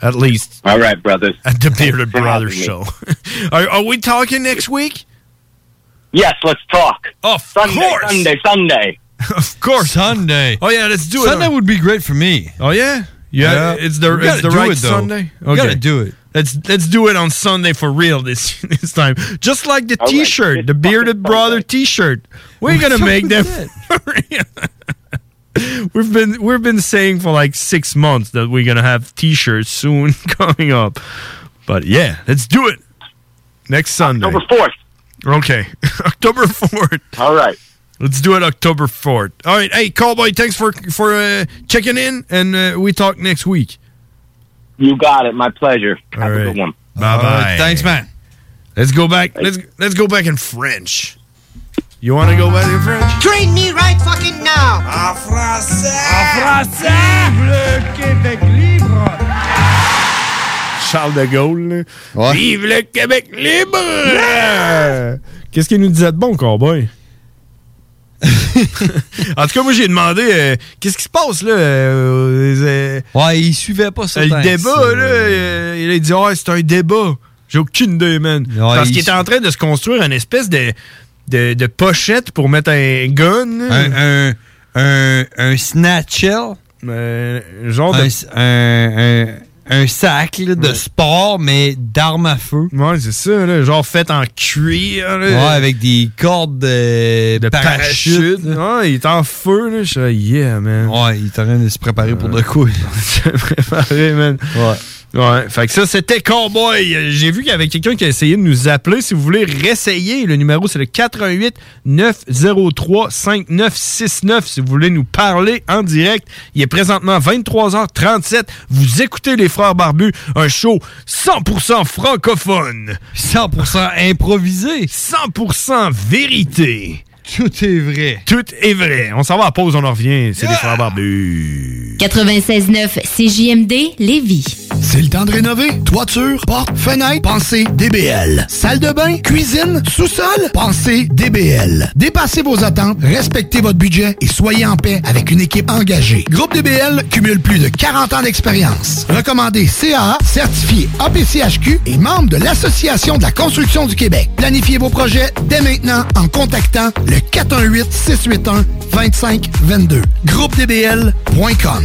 At least.
All right, brothers.
At the Bearded
Thanks for
Brothers show.
having
are, are we talking next week?
Yes, let's talk.
Of
Sunday,
course.
Sunday, Sunday.
Of course.
Sunday.
Oh, yeah, let's do it.
Sunday would be great for me.
Oh, yeah? Yeah, it's the,
You gotta
it's the
do
right
it, though.
Sunday.
You gotta do it.
Let's let's do it on Sunday for real this this time. Just like the T-shirt, the bearded brother T-shirt. We're gonna make them. we've been we've been saying for like six months that we're gonna have T-shirts soon coming up. But yeah, let's do it next Sunday. October
fourth.
Okay, October fourth.
All right.
Let's do it October fourth. All right. Hey, Cowboy, thanks for for uh, checking in, and uh, we talk next week.
You got it. My pleasure. Have a good one.
Bye bye.
thanks, man.
Let's go back. Let's let's go back in French. You want to go back in French?
Train me right fucking now. En français. En français. Québec libre.
Charles de Gaulle. là. Vive le Québec libre! Qu'est-ce qu'il nous disait de bon, cowboy? en tout cas, moi, j'ai demandé euh, qu'est-ce qui se passe, là? euh,
ouais, il suivait pas ça tant
Le
que
débat,
ça,
là, euh, il a dit, ouais, c'est un débat. J'ai aucune idée, man. Parce
il
qu'il était en train de se construire une espèce de, de, de pochette pour mettre un gun. là.
Un, un, un, un snatchel.
Euh, genre
un,
de-
s- un- un-
un sac là, de sport, mais d'armes à feu.
Ouais, c'est ça, là, genre fait en cuir. là.
Ouais, avec des cordes de,
de parachute. Ouais, il est en feu, là. Je suis là, yeah, man.
Ouais, il est en train de se préparer pour de quoi.
préparé, man. Ouais. Ouais, fait que ça, c'était Cowboy. J'ai vu qu'il y avait quelqu'un qui a essayé de nous appeler. Si vous voulez réessayer, le numéro, c'est le 88-903-5969. Si vous voulez nous parler en direct, il est présentement 23h37. Vous écoutez Les Frères Barbus, un show 100% francophone. 100% improvisé. 100% vérité. Tout est vrai. Tout est vrai. On s'en va à pause, on en revient. C'est Les Frères Barbus.
96.9 CJMD Lévis.
C'est le temps de rénover. Toiture, porte, fenêtre, pensez DBL. Salle de bain, cuisine, sous-sol, pensez DBL. Dépassez vos attentes, respectez votre budget et soyez en paix avec une équipe engagée. Groupe DBL cumule plus de 40 ans d'expérience. Recommandé CAA, certifié APCHQ et membre de l'Association de la construction du Québec. Planifiez vos projets dès maintenant en contactant le 418-681-2522. Groupe DBL.com.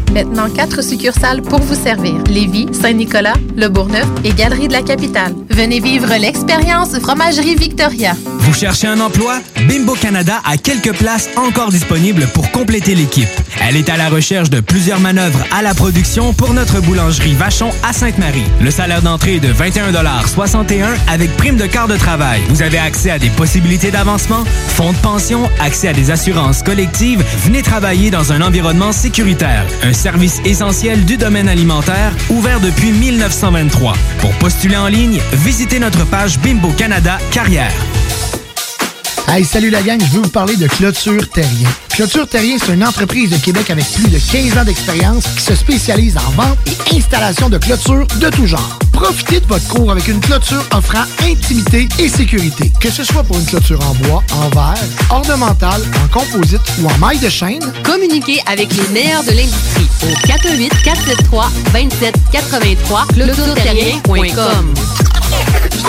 Maintenant, quatre succursales pour vous servir. Lévis, Saint-Nicolas, Le Bourgneuf et Galerie de la Capitale. Venez vivre l'expérience Fromagerie Victoria.
Vous cherchez un emploi? Bimbo Canada a quelques places encore disponibles pour compléter l'équipe. Elle est à la recherche de plusieurs manœuvres à la production pour notre boulangerie Vachon à Sainte-Marie. Le salaire d'entrée est de 21,61 avec prime de quart de travail. Vous avez accès à des possibilités d'avancement, fonds de pension, accès à des assurances collectives. Venez travailler dans un environnement sécuritaire. Un service essentiel du domaine alimentaire ouvert depuis 1923. Pour postuler en ligne, visitez notre page Bimbo Canada Carrière.
Hey, salut la gang, je veux vous parler de Clôture Terrien. Clôture Terrien, c'est une entreprise de Québec avec plus de 15 ans d'expérience qui se spécialise en vente et installation de clôtures de tout genre. Profitez de votre cours avec une clôture offrant intimité et sécurité. Que ce soit pour une clôture en bois, en verre, ornementale, en composite ou en maille de chaîne,
Communiquez avec les meilleurs de l'industrie au 418 473 2783 clôtureterrien.com.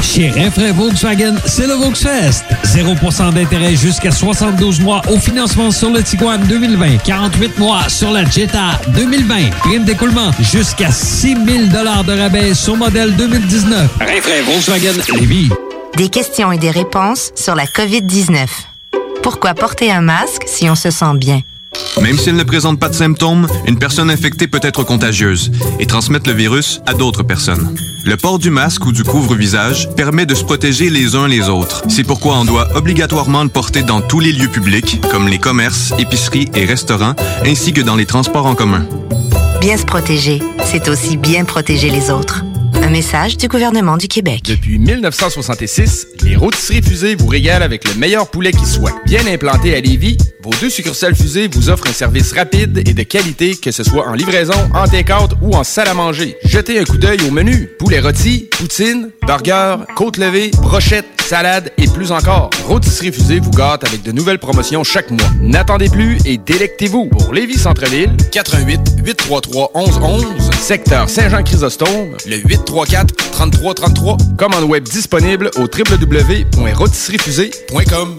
Chez Renfrais Volkswagen, c'est le Volksfest. 0% d'intérêt jusqu'à 72 mois au financement sur le Tiguan 2020. 48 mois sur la Jetta 2020. Prime d'écoulement jusqu'à 6000 de rabais sur modèle 2019. Renfrais Volkswagen Lévis.
Des questions et des réponses sur la COVID-19. Pourquoi porter un masque si on se sent bien?
Même s'il ne présente pas de symptômes, une personne infectée peut être contagieuse et transmettre le virus à d'autres personnes. Le port du masque ou du couvre-visage permet de se protéger les uns les autres. C'est pourquoi on doit obligatoirement le porter dans tous les lieux publics, comme les commerces, épiceries et restaurants, ainsi que dans les transports en commun.
Bien se protéger, c'est aussi bien protéger les autres. Un message du gouvernement du Québec.
Depuis 1966, les rôtisseries fusées vous régalent avec le meilleur poulet qui soit. Bien implanté à Lévis, vos deux succursales fusées vous offrent un service rapide et de qualité, que ce soit en livraison, en take-out ou en salle à manger. Jetez un coup d'œil au menu. Poulet rôti, poutine, burger, côte levée, brochette, salade et plus encore. Rôtisserie fusée vous gâte avec de nouvelles promotions chaque mois. N'attendez plus et délectez-vous. Pour Lévis Centre-Ville, 88 833 1111, secteur Saint-Jean-Chrysostome, le 834 3333. Commande web disponible au www.rôtisseriefusée.com.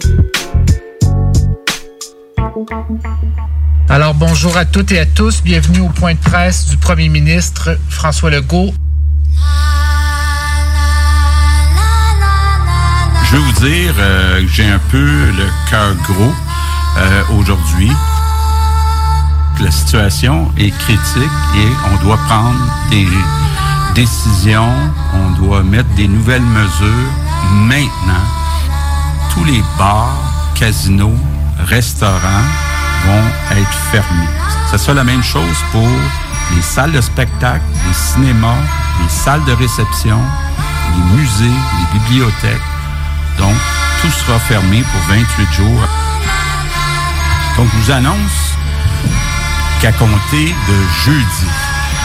Alors bonjour à toutes et à tous, bienvenue au point de presse du Premier ministre François Legault.
Je veux vous dire euh, que j'ai un peu le cœur gros euh, aujourd'hui. La situation est critique et on doit prendre des décisions, on doit mettre des nouvelles mesures maintenant. Tous les bars, casinos, restaurants vont être fermés. Ce sera la même chose pour les salles de spectacle, les cinémas, les salles de réception, les musées, les bibliothèques. Donc, tout sera fermé pour 28 jours. Donc, je vous annonce qu'à compter de jeudi,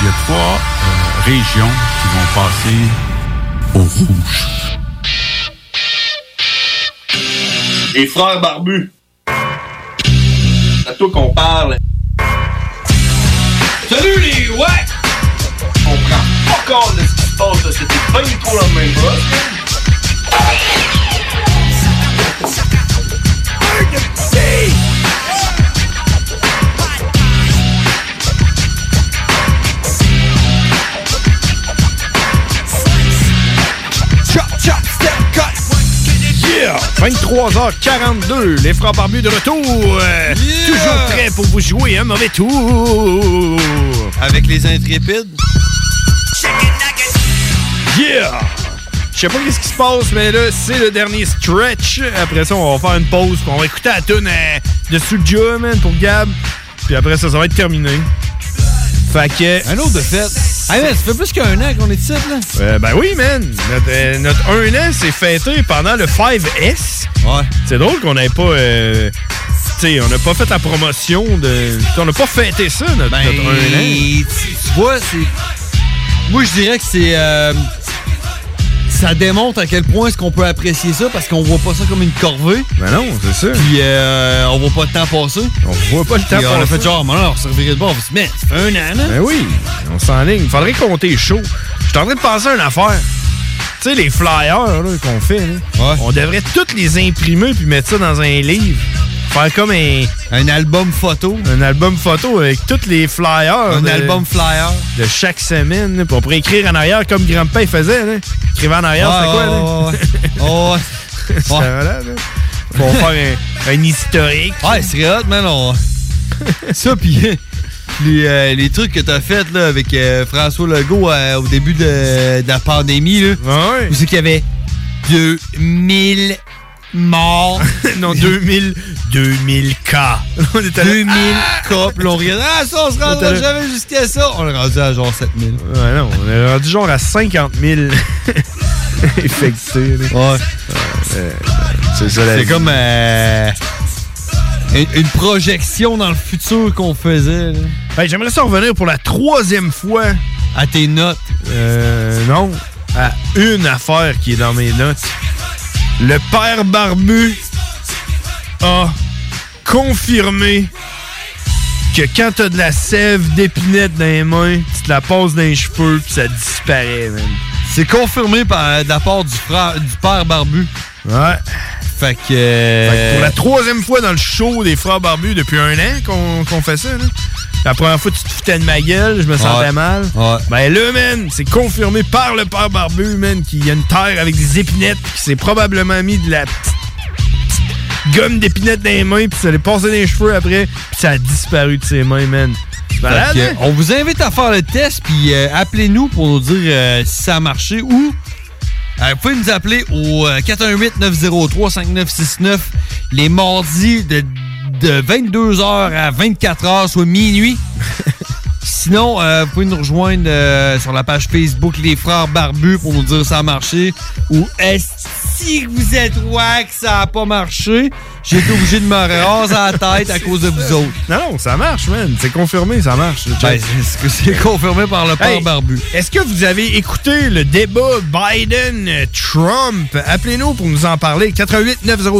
il y a trois euh, régions qui vont passer au rouge.
Les frères barbus. C'est à toi qu'on parle.
Salut les ouais! On prend pas compte de ce qui se passe, là. c'était pas du tout la même chose.
Chop, chop, step, cut. Yeah! 23h42, les francs barbus de retour. Euh, Toujours prêts pour vous jouer un mauvais tour.
Avec les intrépides.
Yeah! Je sais pas qu'est-ce qui se passe, mais là, c'est le dernier stretch. Après ça, on va faire une pause, puis on va écouter la tune euh, de Suja, man, pour Gab. Puis après ça, ça va être terminé. Fait que... Un autre de fête.
Ah ouais, ça fait plus qu'un an qu'on est ici, là.
Euh, ben oui, man. Notre, euh, notre 1 an s'est fêté pendant le 5S. Ouais. C'est drôle qu'on n'ait pas. euh, tu sais, on n'a pas fait la promotion de. t'sais, on n'a pas fêté ça, notre, notre 1 an.
Ben, Tu tu vois, c'est. Moi, je dirais que c'est. euh, Ça démontre à quel point est-ce qu'on peut apprécier ça parce qu'on voit pas ça comme une corvée.
Ben non, c'est ça.
Puis euh, on voit pas le temps passer.
On voit pas le temps
On a
passer.
fait genre, mais là, on se revirait de bord. On se dit, mais ça fait un an, hein? là.
Ben oui, on s'enligne. Faudrait compter chaud. Je suis en train de penser à une affaire. Tu sais, les flyers là, qu'on fait, là, on devrait tous les imprimer puis mettre ça dans un livre. Faire comme un... Un album photo. Un album photo avec tous les flyers.
Un
de-
album flyer.
De chaque semaine. là, puis on pourrait écrire en arrière comme Grandpa il faisait. Là. Écrivait en arrière, c'est quoi? là?
Oh,
C'est malade, hein? Faut faire un, un historique.
Ouais, c'est hot, man. On... ça, puis euh, les, euh, les trucs que t'as fait là, avec euh, François Legault euh, au début de, de la pandémie, là,
Ah
où c'est qu'il y avait 2000 morts.
non, 2000, 2000 cas. On est allé...
2000 cas, puis on regardait, ah, ça, on se
On est
rendra
allé-
jamais jusqu'à ça. On est rendu à genre 7000.
Ouais, non, on est rendu genre à 50 000 infectés. là.
Ouais.
Euh, c'est ça la
C'est
vie.
comme euh, une, une projection dans le futur qu'on faisait. là.
Hey, J'aimerais ça revenir pour la troisième fois.
À tes notes.
Euh, non, à une affaire qui est dans mes notes. Le père Barbu a confirmé que quand t'as de la sève d'épinette dans les mains, tu te la passes dans les cheveux puis ça disparaît, man.
C'est confirmé par, de la part du, frère, du père barbu.
Ouais.
Fait que... euh,
Fait que Pour la troisième fois dans le show des Frères Barbus depuis un an qu'on qu'on fait ça. là. La première fois, tu te foutais de ma gueule, je me sentais
Ouais.
mal.
Ouais.
Ben là, man, c'est confirmé par le père Barbu, man, qu'il y a une terre avec des épinettes, puis qu'il s'est probablement mis de la petite petite gomme d'épinettes dans les mains, puis ça l'est passé dans les cheveux après, puis ça a disparu de ses mains, man. Malade,
Fait que,
hein?
on vous invite à faire le test, puis euh, appelez-nous pour nous dire euh, si ça a marché ou euh, vous pouvez nous appeler au euh, 418-903-5969 les mardis de, de 22h à 24h, soit minuit. Sinon, euh, vous pouvez nous rejoindre euh, sur la page Facebook Les Frères Barbus pour nous dire si ça a marché ou est-ce que vous êtes ouais que ça a pas marché? J'ai été obligé de me raser la tête à cause de vous autres.
Non, non, ça marche, man. C'est confirmé, ça marche.
Ben, c'est- c'est- c'est confirmé par le père Barbu.
Est-ce que vous avez écouté le débat Biden-Trump? Appelez-nous pour nous en parler.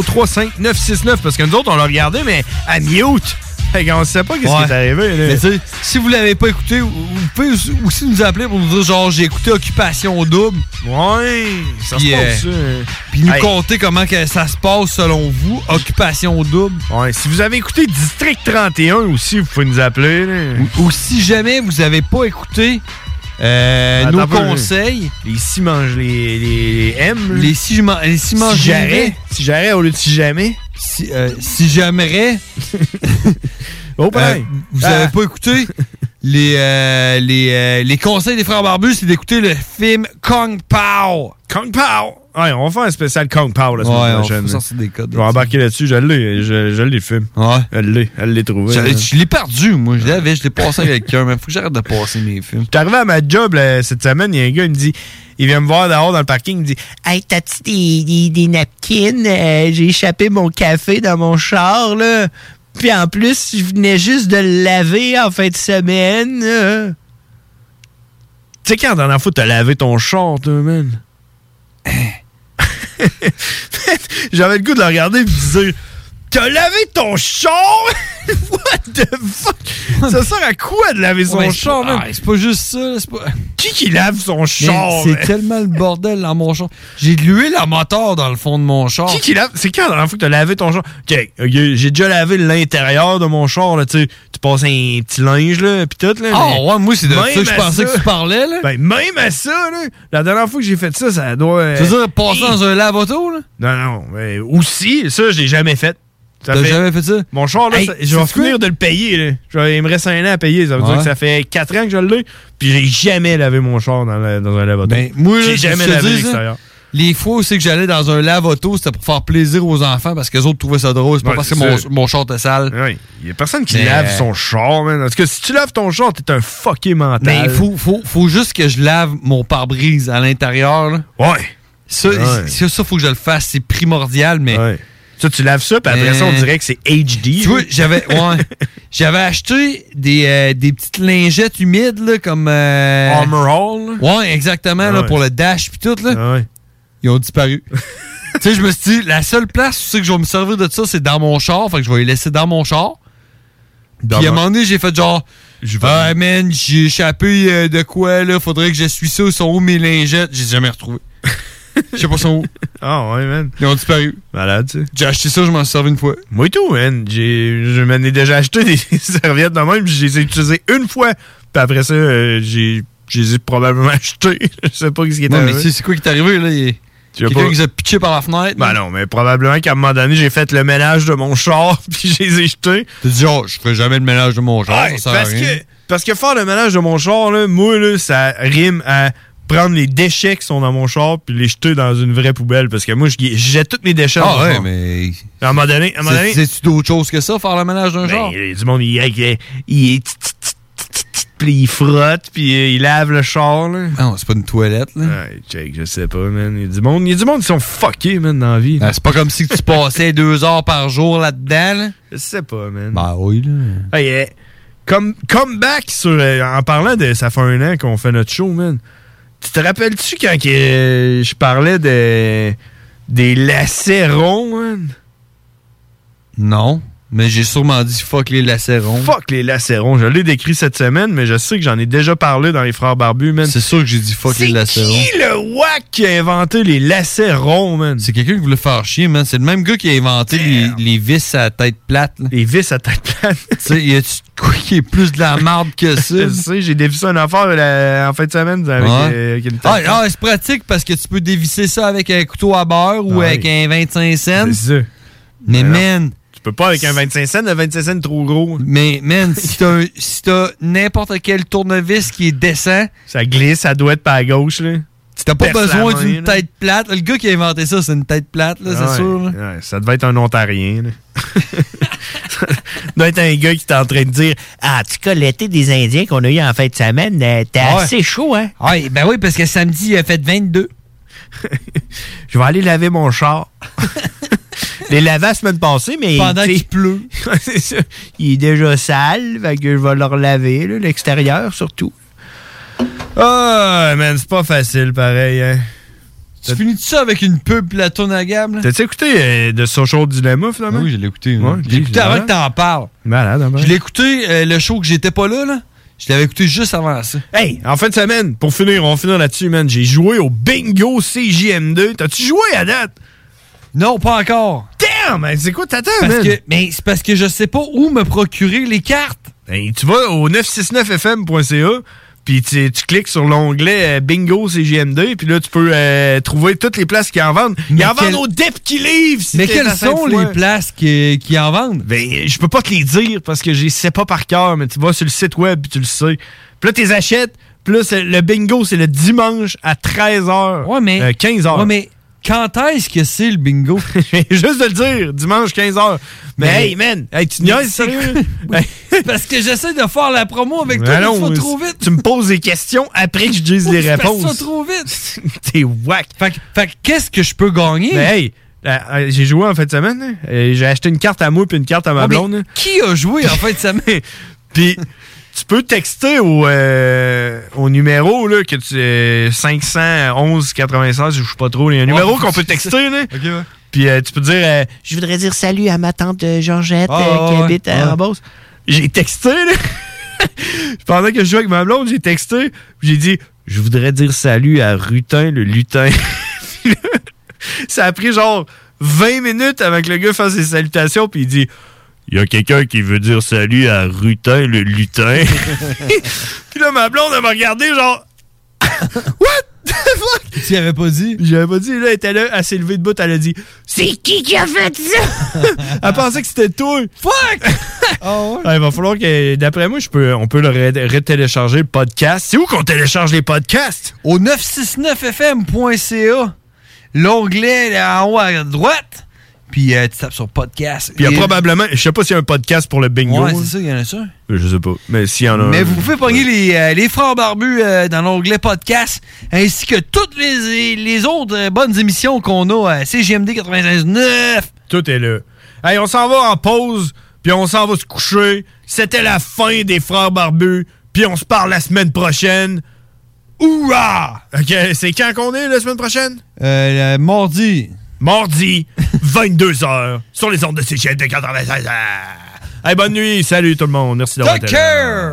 88-903-5969, parce que nous autres, on l'a regardé, mais à mute. Fait qu'on sait pas qu'est-ce
Ouais.
qui est arrivé. là.
Mais tu sais, si vous l'avez pas écouté, vous vous pouvez aussi- aussi nous appeler pour nous dire genre j'ai écouté Occupation Double.
Ouais, ça se
Puis, euh,
passe, ça.
Puis nous
Hey.
compter comment que ça se passe selon vous, Occupation Double.
Ouais, si vous avez écouté District 31 aussi, vous pouvez nous appeler. là.
Ou si jamais vous avez pas écouté euh,
Attends
nos
un peu, là.
conseils.
Les si mange les, les, les M. là.
Les si je man- les si mange
j'arrête. Si j'arrête au lieu de si jamais.
Si, euh, si j'aimerais.
oh, pareil.
Euh, vous
Ah.
avez pas écouté les, euh, les, euh, les conseils des frères Barbus, c'est d'écouter le film Kong Pao.
Kong Pao! Ouais, on va faire un spécial Kong Pao la semaine
Ouais, on
prochaine.
faut sortir des codes.
Je vais embarquer là-dessus, je l'ai, je, je l'ai le film.
Ouais.
Elle l'est, elle l'est trouvé.
Je, je l'ai perdu, moi. Je l'avais, je l'ai passé à quelqu'un, mais faut que j'arrête de passer mes films.
J'étais arrivé à ma job là, cette semaine, il y a un gars, il me dit, il vient me voir dehors dans le parking, il me dit Hey, t'as-tu des, des, des napkins? Euh, J'ai échappé mon café dans mon char, là. Puis en plus, je venais juste de le laver en fin de semaine. euh. Tu sais, quand la dernière fois, t'as lavé ton char, toi, man? Hein? J'avais le goût de le regarder et de dire T'as lavé ton char? What the fuck? Ça sert à quoi de laver son
Ouais, c'est
char,
pas-
man?
ah, c'est pas juste ça, là, c'est pas.
Qui qui lave son char?
Mais C'est
man?
tellement le bordel dans mon char. J'ai de l'huile à moteur dans le fond de mon char.
Qui qui lave? C'est quand la dernière fois que t'as lavé ton char? Ok, ok, j'ai déjà lavé l'intérieur de mon char, là, tu sais. Tu passes un petit linge, là, pis tout, là.
Ah
mais-
ouais, moi, c'est de ça
Même
que je
à
pensais
ça-
que tu parlais, là.
Ben, même à ça, là, la dernière fois que j'ai fait ça, ça doit. euh,
Tu veux dire, passer dans un lave-auto, là?
Non, non, mais aussi, ça, je l'ai jamais fait. Ça
T'as jamais fait ça?
Mon char, là,
Hey,
ça- je vais
sais-tu quoi?
finir de le payer. Là. Je vais- il me reste un an à payer. Ça veut
Ouais.
dire que ça fait 4 ans que je l'ai, puis j'ai jamais lavé mon char dans, la- dans un lave
Ben, moi, là,
j'ai
je
jamais
te
lavé
dis,
l'extérieur.
là, Les fois où c'est que j'allais dans un lave-auto, c'était pour faire plaisir aux enfants parce que les autres trouvaient ça drôle. C'est pas
Ouais,
parce que
c'est
mon,
ça.
mon char était sale.
Oui, il y a personne qui
Mais-
lave son char, man. Parce que si tu laves ton char, t'es un fucké mental.
Mais il faut, faut, faut juste que je lave mon pare-brise à l'intérieur. là.
Ouais.
Ça,
Ouais.
ça, ça, faut que je le fasse. C'est primordial, mais.
Ça, tu laves ça, puis après ça, on dirait que c'est HD.
Tu vois, j'avais. ouais. J'avais acheté des, euh, des petites lingettes humides, là, comme. euh,
Armor All.
Ouais, exactement, là,
Ouais. Ah
pour le dash puis tout, là. Ils ont disparu. tu sais, je me suis dit, la seule place où c'est que je vais me servir de ça, c'est dans mon char. Fait que je vais les laisser dans mon char.
Dans
Puis à un
mon-
moment donné, j'ai fait genre. Ah, man, j'ai échappé euh, de quoi, là? Faudrait que je suis ça. Ils sont où mes lingettes? J'ai jamais retrouvé. Je sais pas sont où.
Ah ouais, man.
Ils ont disparu.
Malade, tu sais.
J'ai acheté ça, je m'en servais une fois.
Moi et tout, man. J'ai, je m'en ai déjà acheté des serviettes de même, puis je les ai utilisées une fois. Puis après ça, euh, j'ai, je les ai probablement achetées. je sais pas ce qui est
Non, mais
arrivé.
tu sais, c'est quoi qui t'est arrivé, là? Il-
as
Quelqu'un
pas-
qui s'est pitché par la fenêtre.
Ben non, mais probablement qu'à un moment donné, j'ai fait le ménage de mon char, puis je les ai jetés.
Tu dis, oh, je ferai jamais le ménage de mon genre.
Ouais,
ça sert à
parce,
rien.
que, parce que faire le ménage de mon char, là, moi, là, ça rime à prendre les déchets qui sont dans mon char puis les jeter dans une vraie poubelle. Parce que moi, je jette tous
Oh,
mes déchets dans
Ah
mon
ouais,
char.
mais.
À un moment donné, à un moment donné-
C'est- C'est-tu d'autre chose que ça, faire le ménage d'un
Ben,
genre?
il y a du monde, il, il, il- puis il frotte, puis euh, il lave le char, là.
Non, Ah, c'est pas une toilette, là.
check, je sais pas, man. Il y a du monde, il y a du monde qui sont fuckés, man, dans la vie.
Ah, c'est pas comme si tu passais deux heures par jour là-dedans, là.
Je sais pas, man.
Ben oui, là.
Hey, eh, Comme, come back sur. euh, en parlant de. Ça fait un an qu'on fait notre show, man. Tu te rappelles-tu quand que, euh, je parlais de. Des lacets ronds, man?
Non, mais j'ai sûrement dit fuck les lacérons.
Fuck les lacérons. Je l'ai décrit cette semaine, mais je sais que j'en ai déjà parlé dans les Frères Barbus, man.
C'est sûr que j'ai dit fuck les lacérons.
Qui le wack qui a inventé les lacets ronds, man?
C'est quelqu'un qui voulait faire chier, man. C'est le même gars qui a inventé les, les vis à tête plate.
Les vis à tête plate.
tu sais, y a-tu de quoi qui est plus de la marde que ça?
Je sais, j'ai dévissé un affaire euh, la- en fin de semaine avec,
Ouais.
euh, avec une tête.
Ah, ah, c'est pratique parce que tu peux dévisser ça avec un couteau à beurre ou
Ouais.
avec un 25 cents.
C'est ça. Mais
Mais
non.
man,
Tu peux pas avec un 25 cents, le 25 cents trop gros.
mais man, si t'as un- si t'as n'importe quel tournevis qui est décent,
Ça glisse, ça doit être par la gauche, là.
Tu t'as pas
Perce la
besoin
main,
d'une
là. Ah
tête plate. Le gars qui a inventé ça, c'est une tête plate, là, c'est
Ouais,
sûr. là.
ouais, ça devait être un Ontarien. là. ça doit être un gars qui est en train de dire Ah, tu cas, l'été des Indiens qu'on a eu en fin de semaine, euh, t'es
Ouais.
assez chaud, hein
Ouais, ben oui, parce que samedi, il a fait 22.
Je vais aller laver mon char. Les lavés la semaine passée, mais.
Pendant qu'il pleut.
C'est ça. Il est déjà sale, fait que je vais le relaver, là, l'extérieur surtout. Ah, man, c'est pas facile pareil, hein.
Tu finis ça avec une pub pis la tourne à gamme, là?
T'as-tu écouté euh, de Social Dilemma, finalement?
Oui, je l'ai écouté. Je l'ai écouté avant que t'en parles.
Malade, hein, ben.
Je l'ai écouté, euh, le show que j'étais pas là, là. Je l'avais écouté juste avant ça.
Hey, en fin de semaine, pour finir, on va finir là-dessus, man. J'ai joué au bingo CJM2. T'as-tu joué à date?
Non, pas encore.
Damn, man, c'est quoi t'attends,
Parce
man?
que, mais c'est parce que je sais pas où me procurer les cartes.
Hey, Ben, tu vas au 969fm.ca, puis tu, tu cliques sur l'onglet euh, bingo CJM2, puis là, tu peux euh, trouver toutes les places qui en vendent. Ils
Mais
en
quel-
vendent au Dep qui livre! si
Mais
t'es
quelles
à
sont
Sainte-Foy.
les places qui, qui en vendent?
Ben, je peux pas te les dire parce que je les sais pas par cœur, mais tu vas sur le site web puis tu le sais. Puis là, tu les achètes. Puis là, c'est- le bingo, c'est le dimanche à Euh, 13h.
Ouais, mais.
15h.
Ouais, mais quand est-ce que c'est le bingo?
Juste de le dire, dimanche 15h. Mais,
Mais-
hey, man, hey, tu
Mais
niaises,
c'est-
sérieux?
Parce que j'essaie de faire la promo avec
Ben
toi, mais
non,
tu vas
mais
trop
c'est-
vite.
Tu me poses des questions après que je dise
Faut
les
que je fasse
réponses.
ça trop vite.
T'es whack.
Fait, que- fait que qu'est-ce que je peux gagner?
Mais hey, euh, euh, j'ai joué en fin de semaine. hein, et J'ai acheté une carte à moi puis une carte à ma
Ah, mais
blonde. hein.
Qui a joué en fin de semaine?
Puis tu peux texter au, euh, au numéro là, que tu, euh, 511 96, je sais pas trop, il y a un numéro qu'on peut texter. Là. Puis euh, tu peux dire euh, Je voudrais dire salut à ma tante euh, Georgette
Ah,
euh, qui
ouais,
habite à
ouais.
Rambos. J'ai texté, là. Pendant que je jouais avec ma blonde, j'ai texté. puis J'ai dit Je voudrais dire salut à Rutin le lutin. Puis là, ça a pris genre 20 minutes avant que le gars fasse ses salutations. Puis il dit Il y a quelqu'un qui veut dire salut à Rutin le lutin. Puis là, ma blonde, elle m'a regardé, genre. What the fuck? Tu avais pas dit? J'avais pas dit. Là, elle était là, elle s'est levée de bout, elle a dit C'est qui qui a fait ça? elle pensait que c'était toi. Fuck! Oh. Ouais, il va falloir que, d'après moi, je peux, on peut le ré- retélécharger, le podcast. C'est où qu'on télécharge les podcasts?
Au 969fm.ca, l'onglet en haut à droite, puis euh, tu tapes sur podcast.
Puis il y
Et-
a probablement, je sais pas s'il y a un podcast pour le bingo.
Ouais, c'est ça, il y en a ça.
Je sais pas. Mais s'il y en a
Mais
un,
vous pouvez pogner les, euh, les frères barbus euh, dans l'onglet podcast, ainsi que toutes les, les autres euh, bonnes émissions qu'on a à CGMD 95.9.
Tout est là. Hey, on s'en va en pause, puis on s'en va se coucher. C'était la fin des Frères Barbus, puis on se parle la semaine prochaine. Hourra! OK, c'est quand qu'on est la semaine prochaine?
Euh, le mardi.
Mardi, 22h, sur les ondes de CGM de 96 Hey, bonne nuit, salut tout le monde, merci d'avoir été là.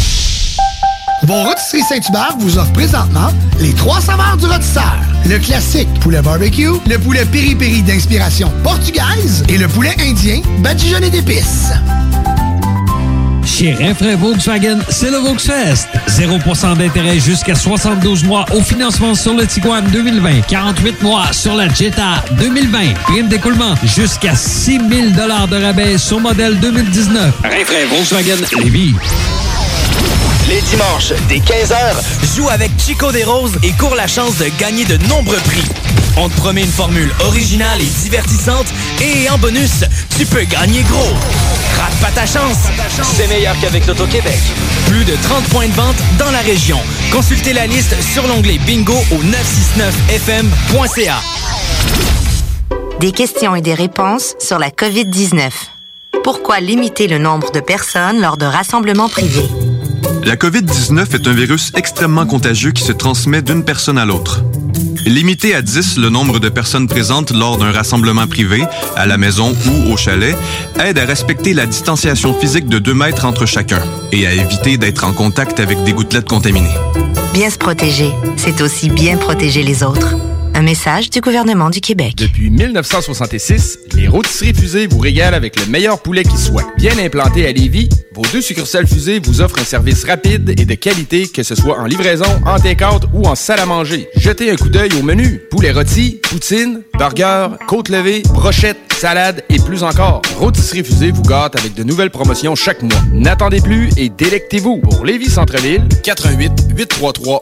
Vos rôtisseries Saint-Hubert vous offrent présentement les trois saveurs du rôtisseur. Le classique poulet barbecue, le poulet piri-piri d'inspiration portugaise et le poulet indien badigeonné d'épices.
Chez Renfrais Volkswagen, c'est le Volksfest. 0% d'intérêt jusqu'à 72 mois au financement sur le Tiguan 2020. 48 mois sur la Jetta 2020. Prime d'écoulement jusqu'à 6 000 de rabais sur modèle 2019.
Rainfray Volkswagen
Lévis.
Les dimanches, dès 15h, joue avec Chico des Roses et cours la chance de gagner de nombreux prix. On te promet une formule originale et divertissante et en bonus, tu peux gagner gros. Rate pas ta chance. C'est meilleur qu'avec l'Auto-Québec. Plus de 30 points de vente dans la région. Consultez la liste sur l'onglet bingo au 969fm.ca.
Des questions et des réponses sur la COVID-19. Pourquoi limiter le nombre de personnes lors de rassemblements privés?
La COVID-19 est un virus extrêmement contagieux qui se transmet d'une personne à l'autre. Limiter à 10 le nombre de personnes présentes lors d'un rassemblement privé, à la maison ou au chalet, aide à respecter la distanciation physique de 2 mètres entre chacun et à éviter d'être en contact avec des gouttelettes contaminées.
Bien se protéger, c'est aussi bien protéger les autres. Un message du gouvernement du Québec.
Depuis 1966, les rôtisseries fusées vous régalent avec le meilleur poulet qui soit. Bien implanté à Lévis, vos deux succursales fusées vous offrent un service rapide et de qualité, que ce soit en livraison, en take-out ou en salle à manger. Jetez un coup d'œil au menu. Poulet rôti, poutine, burger, côte levée, brochette, salade et plus encore. Rôtisserie fusée vous gâte avec de nouvelles promotions chaque mois. N'attendez plus et délectez-vous. Pour Lévis Centre-Ville, 88 833